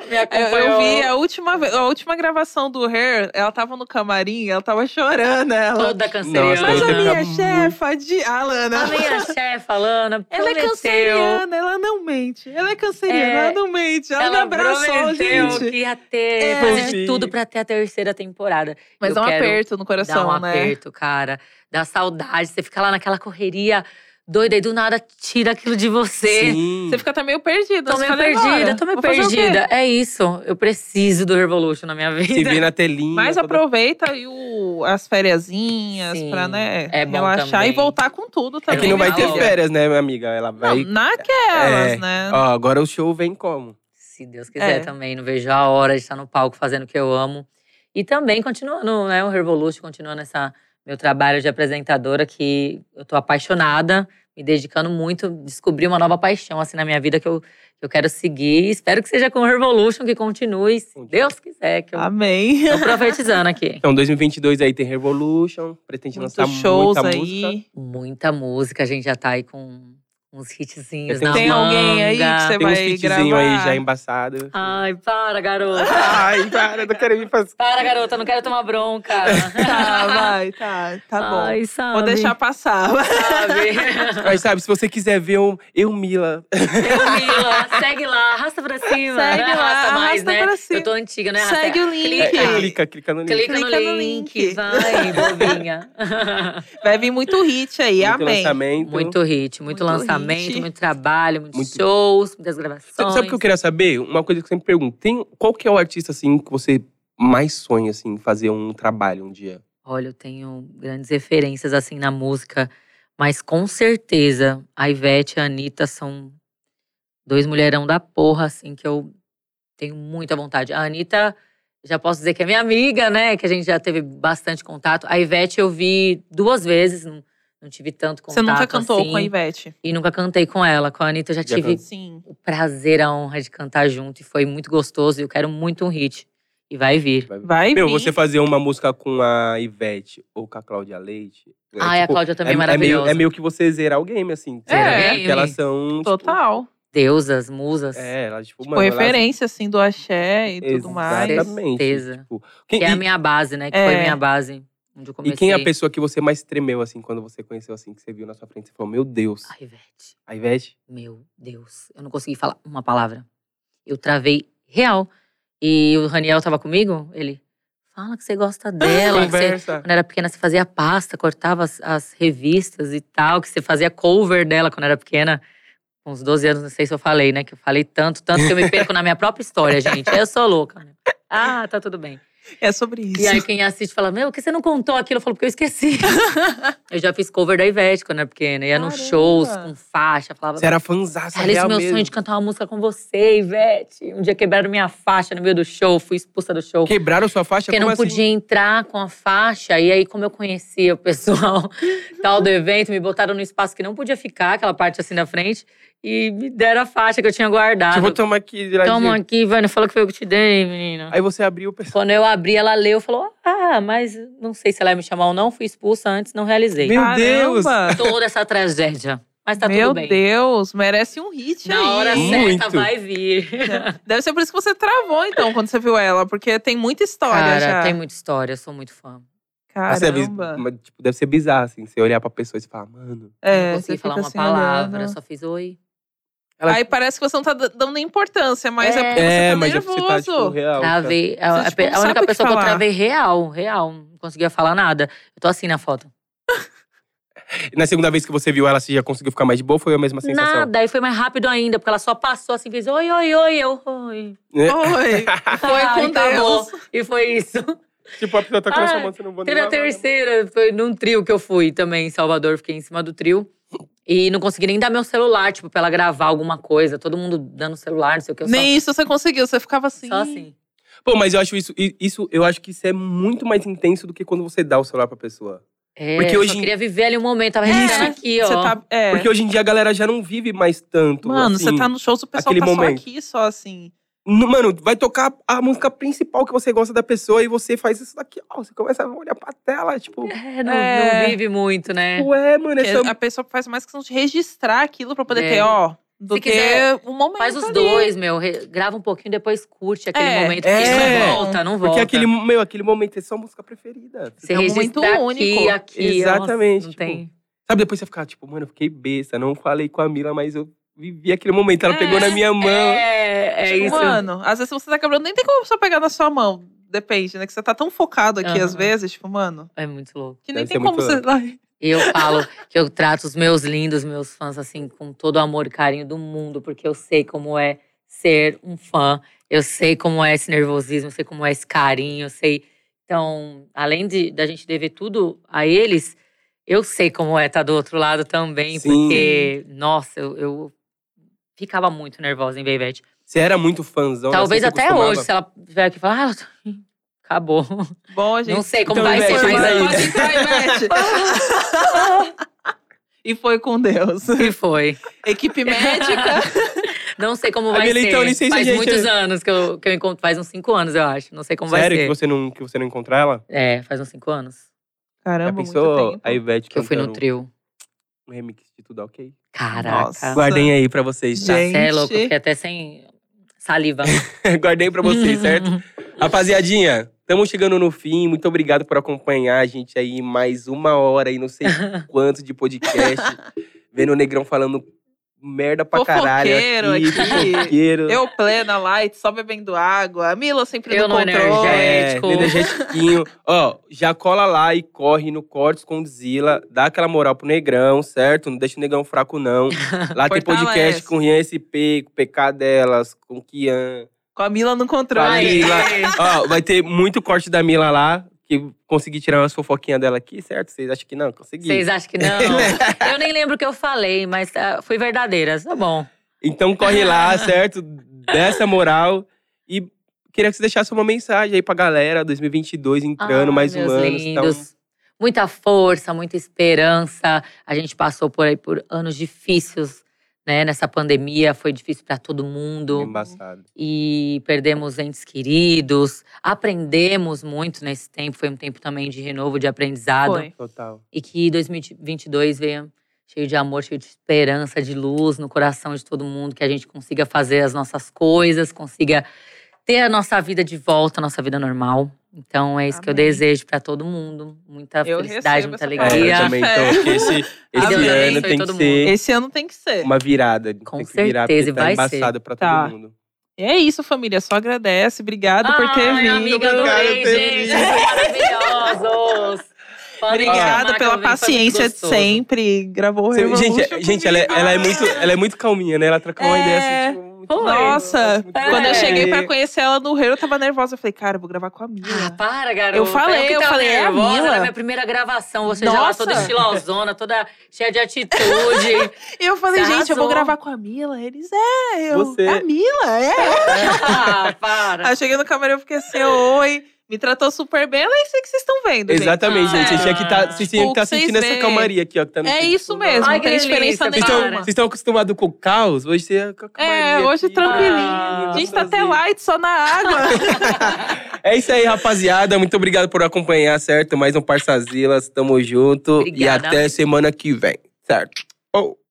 [SPEAKER 3] me
[SPEAKER 2] Eu,
[SPEAKER 3] acompanhou.
[SPEAKER 2] É, eu vi a última, ve- a última gravação do Hair, ela tava no camarim, ela tava chorando. Ela,
[SPEAKER 3] toda canceriana.
[SPEAKER 1] Nossa,
[SPEAKER 2] Mas a
[SPEAKER 1] Ela
[SPEAKER 2] minha
[SPEAKER 1] tá
[SPEAKER 2] chefa de. A
[SPEAKER 3] a
[SPEAKER 2] Alana.
[SPEAKER 3] minha chefe, Alana,
[SPEAKER 2] Ela é
[SPEAKER 3] prometeu.
[SPEAKER 2] canceriana, ela não mente. Ela é canceriana,
[SPEAKER 3] É,
[SPEAKER 2] ela não mente. Ela, me abraçou,
[SPEAKER 3] prometeu
[SPEAKER 2] gente.
[SPEAKER 3] que ia ter,
[SPEAKER 2] É.
[SPEAKER 3] fazer
[SPEAKER 1] Sim.
[SPEAKER 3] de tudo pra ter a terceira temporada.
[SPEAKER 2] Mas
[SPEAKER 3] Eu
[SPEAKER 2] dá um
[SPEAKER 3] quero
[SPEAKER 2] aperto no coração,
[SPEAKER 3] dá um
[SPEAKER 2] né?
[SPEAKER 3] aperto, cara. Dá saudade. Você fica lá naquela correria doida e do nada tira aquilo de você.
[SPEAKER 1] Sim.
[SPEAKER 2] Você fica até meio perdida.
[SPEAKER 3] Tô
[SPEAKER 2] você
[SPEAKER 3] meio
[SPEAKER 2] fala, "E agora?
[SPEAKER 3] perdida, tô meio
[SPEAKER 2] Vou fazer o quê?"
[SPEAKER 3] perdida. É isso. Eu preciso do Revolution na minha
[SPEAKER 1] Se
[SPEAKER 3] vida.
[SPEAKER 1] vê na telinha.
[SPEAKER 2] Mas
[SPEAKER 1] toda-
[SPEAKER 2] aproveita aí o, as fériasinhas
[SPEAKER 3] Sim,
[SPEAKER 2] pra, né,
[SPEAKER 3] é bom
[SPEAKER 2] relaxar
[SPEAKER 3] também.
[SPEAKER 2] e voltar com tudo
[SPEAKER 1] É
[SPEAKER 2] também.
[SPEAKER 1] que não vai ter
[SPEAKER 3] Legal.
[SPEAKER 1] férias, né, minha amiga? Ela
[SPEAKER 2] Não,
[SPEAKER 1] vai...
[SPEAKER 2] naquelas,
[SPEAKER 1] É.
[SPEAKER 2] né?
[SPEAKER 1] Ó, agora o show vem como?
[SPEAKER 3] Se Deus
[SPEAKER 2] É.
[SPEAKER 3] quiser também. Não vejo a hora de estar no palco fazendo o que eu amo. E também continuando, né? O Revolution, continuando essa meu trabalho de apresentadora que eu tô apaixonada, me dedicando muito, descobri uma nova paixão assim na minha vida que eu, que eu quero seguir. Espero que seja com o Revolution que continue, se Deus quiser, que eu
[SPEAKER 2] Amém.
[SPEAKER 3] tô profetizando aqui.
[SPEAKER 1] Então, 2022 aí tem Revolution, pretende lançar
[SPEAKER 2] Muitos shows
[SPEAKER 1] muita
[SPEAKER 2] aí.
[SPEAKER 1] música.
[SPEAKER 3] Muita música, a gente já tá aí com uns hitzinhos
[SPEAKER 1] Eu tenho-
[SPEAKER 3] na
[SPEAKER 2] Tem alguém aí que
[SPEAKER 3] manga.
[SPEAKER 2] você-
[SPEAKER 1] Tem uns
[SPEAKER 2] vai
[SPEAKER 1] featzinho
[SPEAKER 2] gravar. Ah.
[SPEAKER 1] aí já embaçado.
[SPEAKER 3] Ai, para, garota.
[SPEAKER 1] Ai, para, não quero me fazer.
[SPEAKER 3] Para, garota, não quero tomar bronca.
[SPEAKER 2] Tá, vai, tá, tá bom.
[SPEAKER 3] Ai, sabe,
[SPEAKER 2] Vou deixar passar.
[SPEAKER 3] Sabe?
[SPEAKER 2] Ah.
[SPEAKER 1] Mas sabe, se você quiser ver um eu, Mila,
[SPEAKER 3] Eu, Mila, segue lá, arrasta pra cima.
[SPEAKER 2] Segue
[SPEAKER 3] não
[SPEAKER 2] lá,
[SPEAKER 3] arrasta mais,
[SPEAKER 2] arrasta
[SPEAKER 3] né?
[SPEAKER 2] pra cima.
[SPEAKER 3] Eu tô antiga, né?
[SPEAKER 2] Segue o link.
[SPEAKER 3] Clica,
[SPEAKER 2] É,
[SPEAKER 1] clica, clica no link.
[SPEAKER 3] clica, no,
[SPEAKER 2] Clica no
[SPEAKER 3] link.
[SPEAKER 2] link.
[SPEAKER 3] Vai, bobinha.
[SPEAKER 2] Vai vir muito hit aí,
[SPEAKER 1] Muito
[SPEAKER 2] amém.
[SPEAKER 1] lançamento.
[SPEAKER 3] muito hit, muito,
[SPEAKER 2] Muito
[SPEAKER 3] lançamento,
[SPEAKER 2] hit.
[SPEAKER 3] muito trabalho, muitos
[SPEAKER 1] Então, Muito.
[SPEAKER 3] shows, muitas
[SPEAKER 1] Sabe,
[SPEAKER 3] gravações.
[SPEAKER 1] sabe o que eu queria saber? Uma coisa que eu sempre pergunto. Tem, qual que é o artista, assim, que você mais sonha, assim, fazer um trabalho um dia?
[SPEAKER 3] Olha, eu tenho grandes referências assim na música, mas com certeza a Ivete e a Anitta são dois mulherão da porra, assim, que eu tenho muita vontade. A Anitta, já posso dizer que é minha amiga, né? Que a gente já teve bastante contato. A Ivete eu vi duas vezes, não, não tive tanto contato.
[SPEAKER 2] Você nunca cantou
[SPEAKER 3] assim,
[SPEAKER 2] com a Ivete?
[SPEAKER 3] E nunca cantei com ela. Com a Anitta eu já
[SPEAKER 1] Já
[SPEAKER 3] tive
[SPEAKER 2] Sim.
[SPEAKER 3] o prazer, a honra de cantar junto, e foi muito gostoso. E eu quero muito um hit. E vai vir.
[SPEAKER 2] Vai
[SPEAKER 1] Meu,
[SPEAKER 2] vir.
[SPEAKER 1] você fazer uma música com a Ivete ou com a Cláudia Leite. é,
[SPEAKER 3] Ai, a
[SPEAKER 1] tipo,
[SPEAKER 3] Cláudia também
[SPEAKER 1] é, é,
[SPEAKER 3] é,
[SPEAKER 1] meio,
[SPEAKER 3] maravilhosa.
[SPEAKER 1] é meio que você zerar o game, assim.
[SPEAKER 2] Zerar
[SPEAKER 1] sabe?
[SPEAKER 2] o
[SPEAKER 1] Porque
[SPEAKER 3] game.
[SPEAKER 1] elas são. tipo,
[SPEAKER 2] Total.
[SPEAKER 3] Deusas, musas.
[SPEAKER 1] é, elas, tipo,
[SPEAKER 2] Tipo,
[SPEAKER 1] mano. elas-
[SPEAKER 2] referência, assim, do axé e tudo mais.
[SPEAKER 1] Exatamente.
[SPEAKER 3] Certeza.
[SPEAKER 1] Tipo,
[SPEAKER 3] Que
[SPEAKER 1] quem,
[SPEAKER 3] é a
[SPEAKER 1] e-
[SPEAKER 3] minha base, né? Que foi
[SPEAKER 2] É.
[SPEAKER 3] minha base onde eu
[SPEAKER 1] e,
[SPEAKER 3] comecei.
[SPEAKER 1] quem é a pessoa que você mais tremeu, assim, quando você conheceu, assim, que você viu na sua frente? Você falou, meu Deus,
[SPEAKER 3] Ai, Ah, Ivete,
[SPEAKER 1] a Ivete.
[SPEAKER 3] meu Deus. Eu não consegui falar uma palavra. Eu travei real. E o Raniel tava comigo, ele… Fala que você gosta dela. que você-
[SPEAKER 1] conversa.
[SPEAKER 3] Quando era pequena, você fazia pasta, cortava as, as revistas e tal. Que você fazia cover dela quando era pequena. Com uns 12 anos, não sei se eu falei, né? Que eu falei tanto, tanto que eu me perco na minha própria história, gente. Eu sou louca. né? Ah, tá tudo bem.
[SPEAKER 2] É sobre isso.
[SPEAKER 3] E aí quem assiste fala, meu, por que você não contou aquilo? Eu falo, porque eu esqueci. eu já fiz cover da Ivete quando era pequena. Ia nos
[SPEAKER 2] Caramba.
[SPEAKER 3] shows com faixa, falava…
[SPEAKER 1] Você era fãzaça
[SPEAKER 3] Era esse
[SPEAKER 1] é real
[SPEAKER 3] meu
[SPEAKER 1] mesmo.
[SPEAKER 3] sonho de cantar uma música com você, Ivete. Um dia quebraram minha faixa no meio do show, fui expulsa do show.
[SPEAKER 1] Quebraram sua faixa?
[SPEAKER 3] Porque
[SPEAKER 1] como
[SPEAKER 3] não
[SPEAKER 1] assim?
[SPEAKER 3] podia entrar com a faixa. E aí, como eu conhecia o pessoal tal do evento, me botaram num espaço que não podia ficar, aquela parte assim na frente, e me deram a faixa que eu tinha guardado.
[SPEAKER 1] Deixa eu vou tomar Tipo, aqui. de
[SPEAKER 3] Toma
[SPEAKER 1] ladinho.
[SPEAKER 3] aqui, Vânia, falou que foi eu que te dei, menina.
[SPEAKER 1] Aí você abriu o pessoal.
[SPEAKER 3] Quando eu abri, ela leu e falou: Ah, mas não sei se ela ia me chamar ou não, fui expulsa antes, não realizei.
[SPEAKER 1] Meu Deus!
[SPEAKER 2] Caramba.
[SPEAKER 3] Toda essa tragédia. Mas tá
[SPEAKER 2] Meu
[SPEAKER 3] tudo bem.
[SPEAKER 2] Deus, merece um hit aí.
[SPEAKER 3] Na hora certa
[SPEAKER 1] Muito.
[SPEAKER 3] vai vir.
[SPEAKER 2] Deve ser por isso que você travou, então, quando você viu ela, porque tem muita história
[SPEAKER 3] Cara,
[SPEAKER 2] já.
[SPEAKER 3] tem muita história, eu sou muito fã.
[SPEAKER 1] Nossa, deve,
[SPEAKER 2] Caramba.
[SPEAKER 1] mas, tipo, deve ser bizarro, assim, você olhar pra pessoa e você falar, mano.
[SPEAKER 2] É,
[SPEAKER 3] não
[SPEAKER 2] você
[SPEAKER 3] consegui falar
[SPEAKER 2] fica
[SPEAKER 3] uma
[SPEAKER 2] assim
[SPEAKER 3] palavra,
[SPEAKER 2] olhando.
[SPEAKER 3] só fiz oi.
[SPEAKER 1] Ela-
[SPEAKER 2] Aí parece que você não tá d- dando importância, mas é,
[SPEAKER 3] É.
[SPEAKER 2] porque você
[SPEAKER 1] É,
[SPEAKER 2] tá
[SPEAKER 1] mas é
[SPEAKER 2] nervoso.
[SPEAKER 1] porque você tá, tipo, real.
[SPEAKER 3] Travei. A,
[SPEAKER 2] Você,
[SPEAKER 3] a-
[SPEAKER 2] tipo, não
[SPEAKER 3] a
[SPEAKER 2] sabe o
[SPEAKER 3] única
[SPEAKER 2] que
[SPEAKER 3] pessoa que, eu
[SPEAKER 2] falar.
[SPEAKER 3] travei real, real. Não conseguia falar nada. Eu tô assim na foto.
[SPEAKER 1] E Na segunda vez que você viu ela, você já conseguiu ficar mais de boa? Foi a mesma sensação?
[SPEAKER 3] Nada. Aí foi mais rápido ainda, porque ela só passou assim, fez oi, oi, oi, eu, oi.
[SPEAKER 1] Né?
[SPEAKER 2] Oi, Ah, foi
[SPEAKER 3] Ai,
[SPEAKER 2] com
[SPEAKER 3] acabou.
[SPEAKER 2] Deus.
[SPEAKER 3] E foi isso.
[SPEAKER 1] Tipo, a pessoa tá com
[SPEAKER 3] Ah,
[SPEAKER 1] a sua mão, você não vou nem
[SPEAKER 3] Teve a
[SPEAKER 1] lavar, né?
[SPEAKER 3] terceira, foi num trio que eu fui também em Salvador, fiquei em cima do trio. E não consegui nem dar meu celular, tipo, pra ela gravar alguma coisa. Todo mundo dando celular, não sei o que. Eu só-
[SPEAKER 2] Nem isso você conseguiu, você ficava assim.
[SPEAKER 3] só, assim.
[SPEAKER 1] Pô, mas eu acho isso, i- isso, eu acho que isso é muito mais intenso do que quando você dá o celular pra pessoa.
[SPEAKER 3] É,
[SPEAKER 1] Porque
[SPEAKER 3] eu
[SPEAKER 1] hoje
[SPEAKER 3] só
[SPEAKER 1] em-
[SPEAKER 3] queria viver ali um momento. Tava respirando aqui, ó.
[SPEAKER 2] Você tá. É.
[SPEAKER 1] Porque hoje em dia a galera já não vive mais tanto.
[SPEAKER 2] Mano,
[SPEAKER 1] assim.
[SPEAKER 2] você tá no show, o pessoal
[SPEAKER 1] aquele
[SPEAKER 2] tá
[SPEAKER 1] momento.
[SPEAKER 2] só aqui, só assim.
[SPEAKER 1] No- Mano, vai tocar a música principal que você gosta da pessoa e você faz isso daqui, ó. Você começa a olhar pra tela, tipo,
[SPEAKER 3] É, não,
[SPEAKER 2] É.
[SPEAKER 3] não vive muito, né?
[SPEAKER 1] ué, mano,
[SPEAKER 2] Porque
[SPEAKER 1] essa.
[SPEAKER 2] a pessoa faz mais questão de registrar aquilo pra poder
[SPEAKER 3] É.
[SPEAKER 2] ter, ó. Do
[SPEAKER 3] Se
[SPEAKER 2] que
[SPEAKER 3] quiser,
[SPEAKER 2] um momento.
[SPEAKER 3] Faz os
[SPEAKER 2] ali.
[SPEAKER 3] dois, meu. Re- Grava um pouquinho, depois curte aquele
[SPEAKER 2] É.
[SPEAKER 3] momento.
[SPEAKER 1] É.
[SPEAKER 3] Porque não volta, não volta.
[SPEAKER 1] Porque aquele, meu, aquele momento é sua música preferida.
[SPEAKER 3] Você
[SPEAKER 2] é um momento
[SPEAKER 3] registra aqui,
[SPEAKER 2] único.
[SPEAKER 3] aqui. ó,
[SPEAKER 1] Exatamente,
[SPEAKER 3] não
[SPEAKER 1] tipo,
[SPEAKER 3] tem.
[SPEAKER 1] Sabe, depois você fica, tipo, mano, eu fiquei besta, não falei com a Mila, mas eu vivi aquele momento. Ela
[SPEAKER 3] É,
[SPEAKER 1] pegou na minha mão.
[SPEAKER 3] É, é
[SPEAKER 2] Tipo,
[SPEAKER 3] isso.
[SPEAKER 2] Mano, às vezes você tá quebrando, nem tem como só pegar na sua mão. Depende, né? Que você tá tão focado aqui,
[SPEAKER 3] Aham.
[SPEAKER 2] às vezes, tipo, mano,
[SPEAKER 3] É muito louco.
[SPEAKER 2] que nem
[SPEAKER 1] Deve
[SPEAKER 2] tem
[SPEAKER 1] ser
[SPEAKER 2] como
[SPEAKER 1] muito
[SPEAKER 2] você.
[SPEAKER 3] E eu falo que eu trato os meus lindos, meus fãs, assim, com todo o amor e carinho do mundo, porque eu sei como é ser um fã, eu sei como é esse nervosismo, eu sei como é esse carinho, eu sei. Então, além de da gente dever tudo a eles, eu sei como é estar do outro lado também,
[SPEAKER 1] Sim.
[SPEAKER 3] porque, nossa, eu, eu ficava muito nervosa em Baby
[SPEAKER 1] Você era muito fãzão. né?
[SPEAKER 3] Talvez
[SPEAKER 1] Você
[SPEAKER 3] até
[SPEAKER 1] costumava-
[SPEAKER 3] hoje, se ela vier aqui e falar, ah, ela tá- acabou.
[SPEAKER 2] Bom, gente.
[SPEAKER 3] Não sei como
[SPEAKER 1] Então,
[SPEAKER 3] vai
[SPEAKER 1] Ivete,
[SPEAKER 3] ser,
[SPEAKER 2] foi
[SPEAKER 1] mas
[SPEAKER 3] mas
[SPEAKER 1] aí-
[SPEAKER 2] Pode entrar, Ivete. e foi com Deus.
[SPEAKER 3] E foi.
[SPEAKER 2] Equipe médica.
[SPEAKER 3] Não sei como
[SPEAKER 1] Ai,
[SPEAKER 3] vai
[SPEAKER 1] Mila,
[SPEAKER 3] ser.
[SPEAKER 1] então, licença,
[SPEAKER 3] faz
[SPEAKER 1] gente.
[SPEAKER 3] muitos anos que eu, que eu encontro. Faz uns cinco anos, eu acho. Não sei como
[SPEAKER 1] Sério que
[SPEAKER 3] vai ser.
[SPEAKER 1] você não, que você não encontra ela?
[SPEAKER 3] É, faz uns cinco anos
[SPEAKER 1] Já
[SPEAKER 2] Caramba, muito
[SPEAKER 1] pensou
[SPEAKER 2] tempo.
[SPEAKER 1] a Ivete
[SPEAKER 3] que eu fui no
[SPEAKER 1] cantando
[SPEAKER 3] trio.
[SPEAKER 1] um remix de tudo ok?
[SPEAKER 3] Caraca.
[SPEAKER 2] Nossa.
[SPEAKER 1] Guardem aí pra vocês, tá?
[SPEAKER 2] Gente.
[SPEAKER 3] Você é louco, eu fiquei até sem saliva.
[SPEAKER 1] Guardei pra vocês, certo? Rapaziadinha, estamos chegando no fim. Muito obrigado por acompanhar a gente aí mais uma hora e não sei quanto de podcast. vendo o Negrão falando merda pra caralho.
[SPEAKER 2] Fofoqueiro
[SPEAKER 1] Aqui,
[SPEAKER 2] aqui.
[SPEAKER 1] fofoqueiro.
[SPEAKER 2] Eu plena, light, só bebendo água. A Mila sempre
[SPEAKER 3] Eu
[SPEAKER 2] no
[SPEAKER 3] não
[SPEAKER 2] controle.
[SPEAKER 1] É,
[SPEAKER 3] Energético.
[SPEAKER 1] energétiquinho. Ó, já cola lá e corre no Cortes com Zila. Dá aquela moral pro Negrão, certo? Não deixa o Negrão fraco, não. Lá tem
[SPEAKER 2] Fortalece.
[SPEAKER 1] podcast com Rian SP, com PK delas, com Kian.
[SPEAKER 2] Com a Mila no
[SPEAKER 1] Fala
[SPEAKER 2] controle.
[SPEAKER 1] aí, Ó, vai ter muito corte da Mila lá, que consegui tirar umas fofoquinhas dela aqui, certo? Vocês acham que não? Consegui.
[SPEAKER 3] Vocês acham que não? eu nem lembro o que eu falei, mas ah, fui verdadeira. Tá bom.
[SPEAKER 1] Então corre lá, certo? Dessa moral. E queria que você deixasse uma mensagem aí pra galera, 2022 entrando,
[SPEAKER 3] Ah,
[SPEAKER 1] mais um
[SPEAKER 3] meus
[SPEAKER 1] ano.
[SPEAKER 3] lindos. Muita força, muita esperança. A gente passou por aí por anos difíceis, né? Nessa pandemia foi difícil para todo
[SPEAKER 1] Então,
[SPEAKER 3] mundo
[SPEAKER 1] embaçado.
[SPEAKER 3] e perdemos entes queridos. Aprendemos muito nesse tempo. Foi um tempo também de renovo, de aprendizado.
[SPEAKER 2] Foi.
[SPEAKER 1] Total.
[SPEAKER 3] E que 2022 venha cheio de amor, cheio de esperança, de luz no coração de todo mundo, que a gente consiga fazer as nossas coisas, consiga ter a nossa vida de volta, a nossa vida normal. Então é isso que eu
[SPEAKER 2] Amém.
[SPEAKER 3] desejo pra todo mundo. Muita
[SPEAKER 2] Eu
[SPEAKER 3] felicidade,
[SPEAKER 2] recebo
[SPEAKER 3] muita
[SPEAKER 2] essa
[SPEAKER 1] É, eu
[SPEAKER 2] palavra.
[SPEAKER 3] alegria.
[SPEAKER 1] também. Então, acho que esse, esse
[SPEAKER 2] Amém.
[SPEAKER 1] ano
[SPEAKER 3] Abençoe
[SPEAKER 1] tem que
[SPEAKER 3] todo
[SPEAKER 1] ser
[SPEAKER 2] Esse ano tem que ser.
[SPEAKER 1] uma virada. tem que
[SPEAKER 3] Com
[SPEAKER 1] virar, porque
[SPEAKER 3] certeza,
[SPEAKER 1] tá
[SPEAKER 3] vai ser.
[SPEAKER 1] embaçado pra
[SPEAKER 2] Tá.
[SPEAKER 1] todo mundo.
[SPEAKER 2] E é isso, família. Só agradece. Obrigado por ter
[SPEAKER 3] Ai,
[SPEAKER 2] vindo.
[SPEAKER 3] amiga, adorei,
[SPEAKER 1] Obrigado,
[SPEAKER 3] gente.
[SPEAKER 1] ter
[SPEAKER 3] Maravilhosos. Podem chamar
[SPEAKER 2] Obrigada
[SPEAKER 3] que
[SPEAKER 2] pela
[SPEAKER 3] eu venho, foi muito
[SPEAKER 2] paciência de
[SPEAKER 3] gostoso.
[SPEAKER 2] sempre. Gravou o
[SPEAKER 1] Você-
[SPEAKER 2] Revolution
[SPEAKER 1] gente, gente ela, é,
[SPEAKER 2] comigo.
[SPEAKER 1] ela é muito, ela é muito calminha, né? Ela troca uma
[SPEAKER 2] É.
[SPEAKER 1] ideia assim, tipo, muito
[SPEAKER 3] Foi.
[SPEAKER 1] boa,
[SPEAKER 2] Nossa,
[SPEAKER 1] muito boa.
[SPEAKER 2] quando eu
[SPEAKER 3] É.
[SPEAKER 2] cheguei pra conhecer ela no Rio, eu tava nervosa. Eu falei, cara, eu vou gravar com a
[SPEAKER 3] Ah,
[SPEAKER 2] Mila.
[SPEAKER 3] para, garota.
[SPEAKER 2] Eu falei,
[SPEAKER 3] que
[SPEAKER 2] eu
[SPEAKER 3] tava
[SPEAKER 2] falei, é a
[SPEAKER 3] nervosa,
[SPEAKER 2] Mila.
[SPEAKER 3] Era minha primeira gravação. Você já lá
[SPEAKER 2] Nossa.
[SPEAKER 3] toda estilosona, toda cheia de atitude.
[SPEAKER 2] E eu falei,
[SPEAKER 3] Você
[SPEAKER 2] gente, eu vou
[SPEAKER 3] arrasou.
[SPEAKER 2] gravar com a Mila. Eles, é, eu.
[SPEAKER 1] Você-
[SPEAKER 2] A Mila, é.
[SPEAKER 3] ah, para.
[SPEAKER 2] Aí eu cheguei no camarão, fiquei assim, oi. Me tratou super bem, ela é isso aí que vocês estão vendo, gente. Ah,
[SPEAKER 1] Exatamente, gente. Vocês tinham que tá, vocês tinham que tá
[SPEAKER 2] Tipo, vocês
[SPEAKER 1] sentindo essa
[SPEAKER 2] veem.
[SPEAKER 1] calmaria aqui, ó. Que tá no
[SPEAKER 2] É
[SPEAKER 1] fundo.
[SPEAKER 2] isso mesmo,
[SPEAKER 3] Ai,
[SPEAKER 2] não tem
[SPEAKER 3] que
[SPEAKER 2] diferença
[SPEAKER 3] delícia,
[SPEAKER 2] nenhuma.
[SPEAKER 3] para.
[SPEAKER 1] Vocês estão acostumados com o caos? Hoje você é com a calmaria
[SPEAKER 2] É, hoje
[SPEAKER 1] aqui.
[SPEAKER 2] tranquilinho.
[SPEAKER 3] Ah,
[SPEAKER 2] gente, tá até light só na água.
[SPEAKER 1] É isso aí, rapaziada. Muito obrigado por acompanhar, certo? Mais um Parçazilas. Tamo junto. E
[SPEAKER 3] Obrigada.
[SPEAKER 1] até semana que vem, certo? Oh.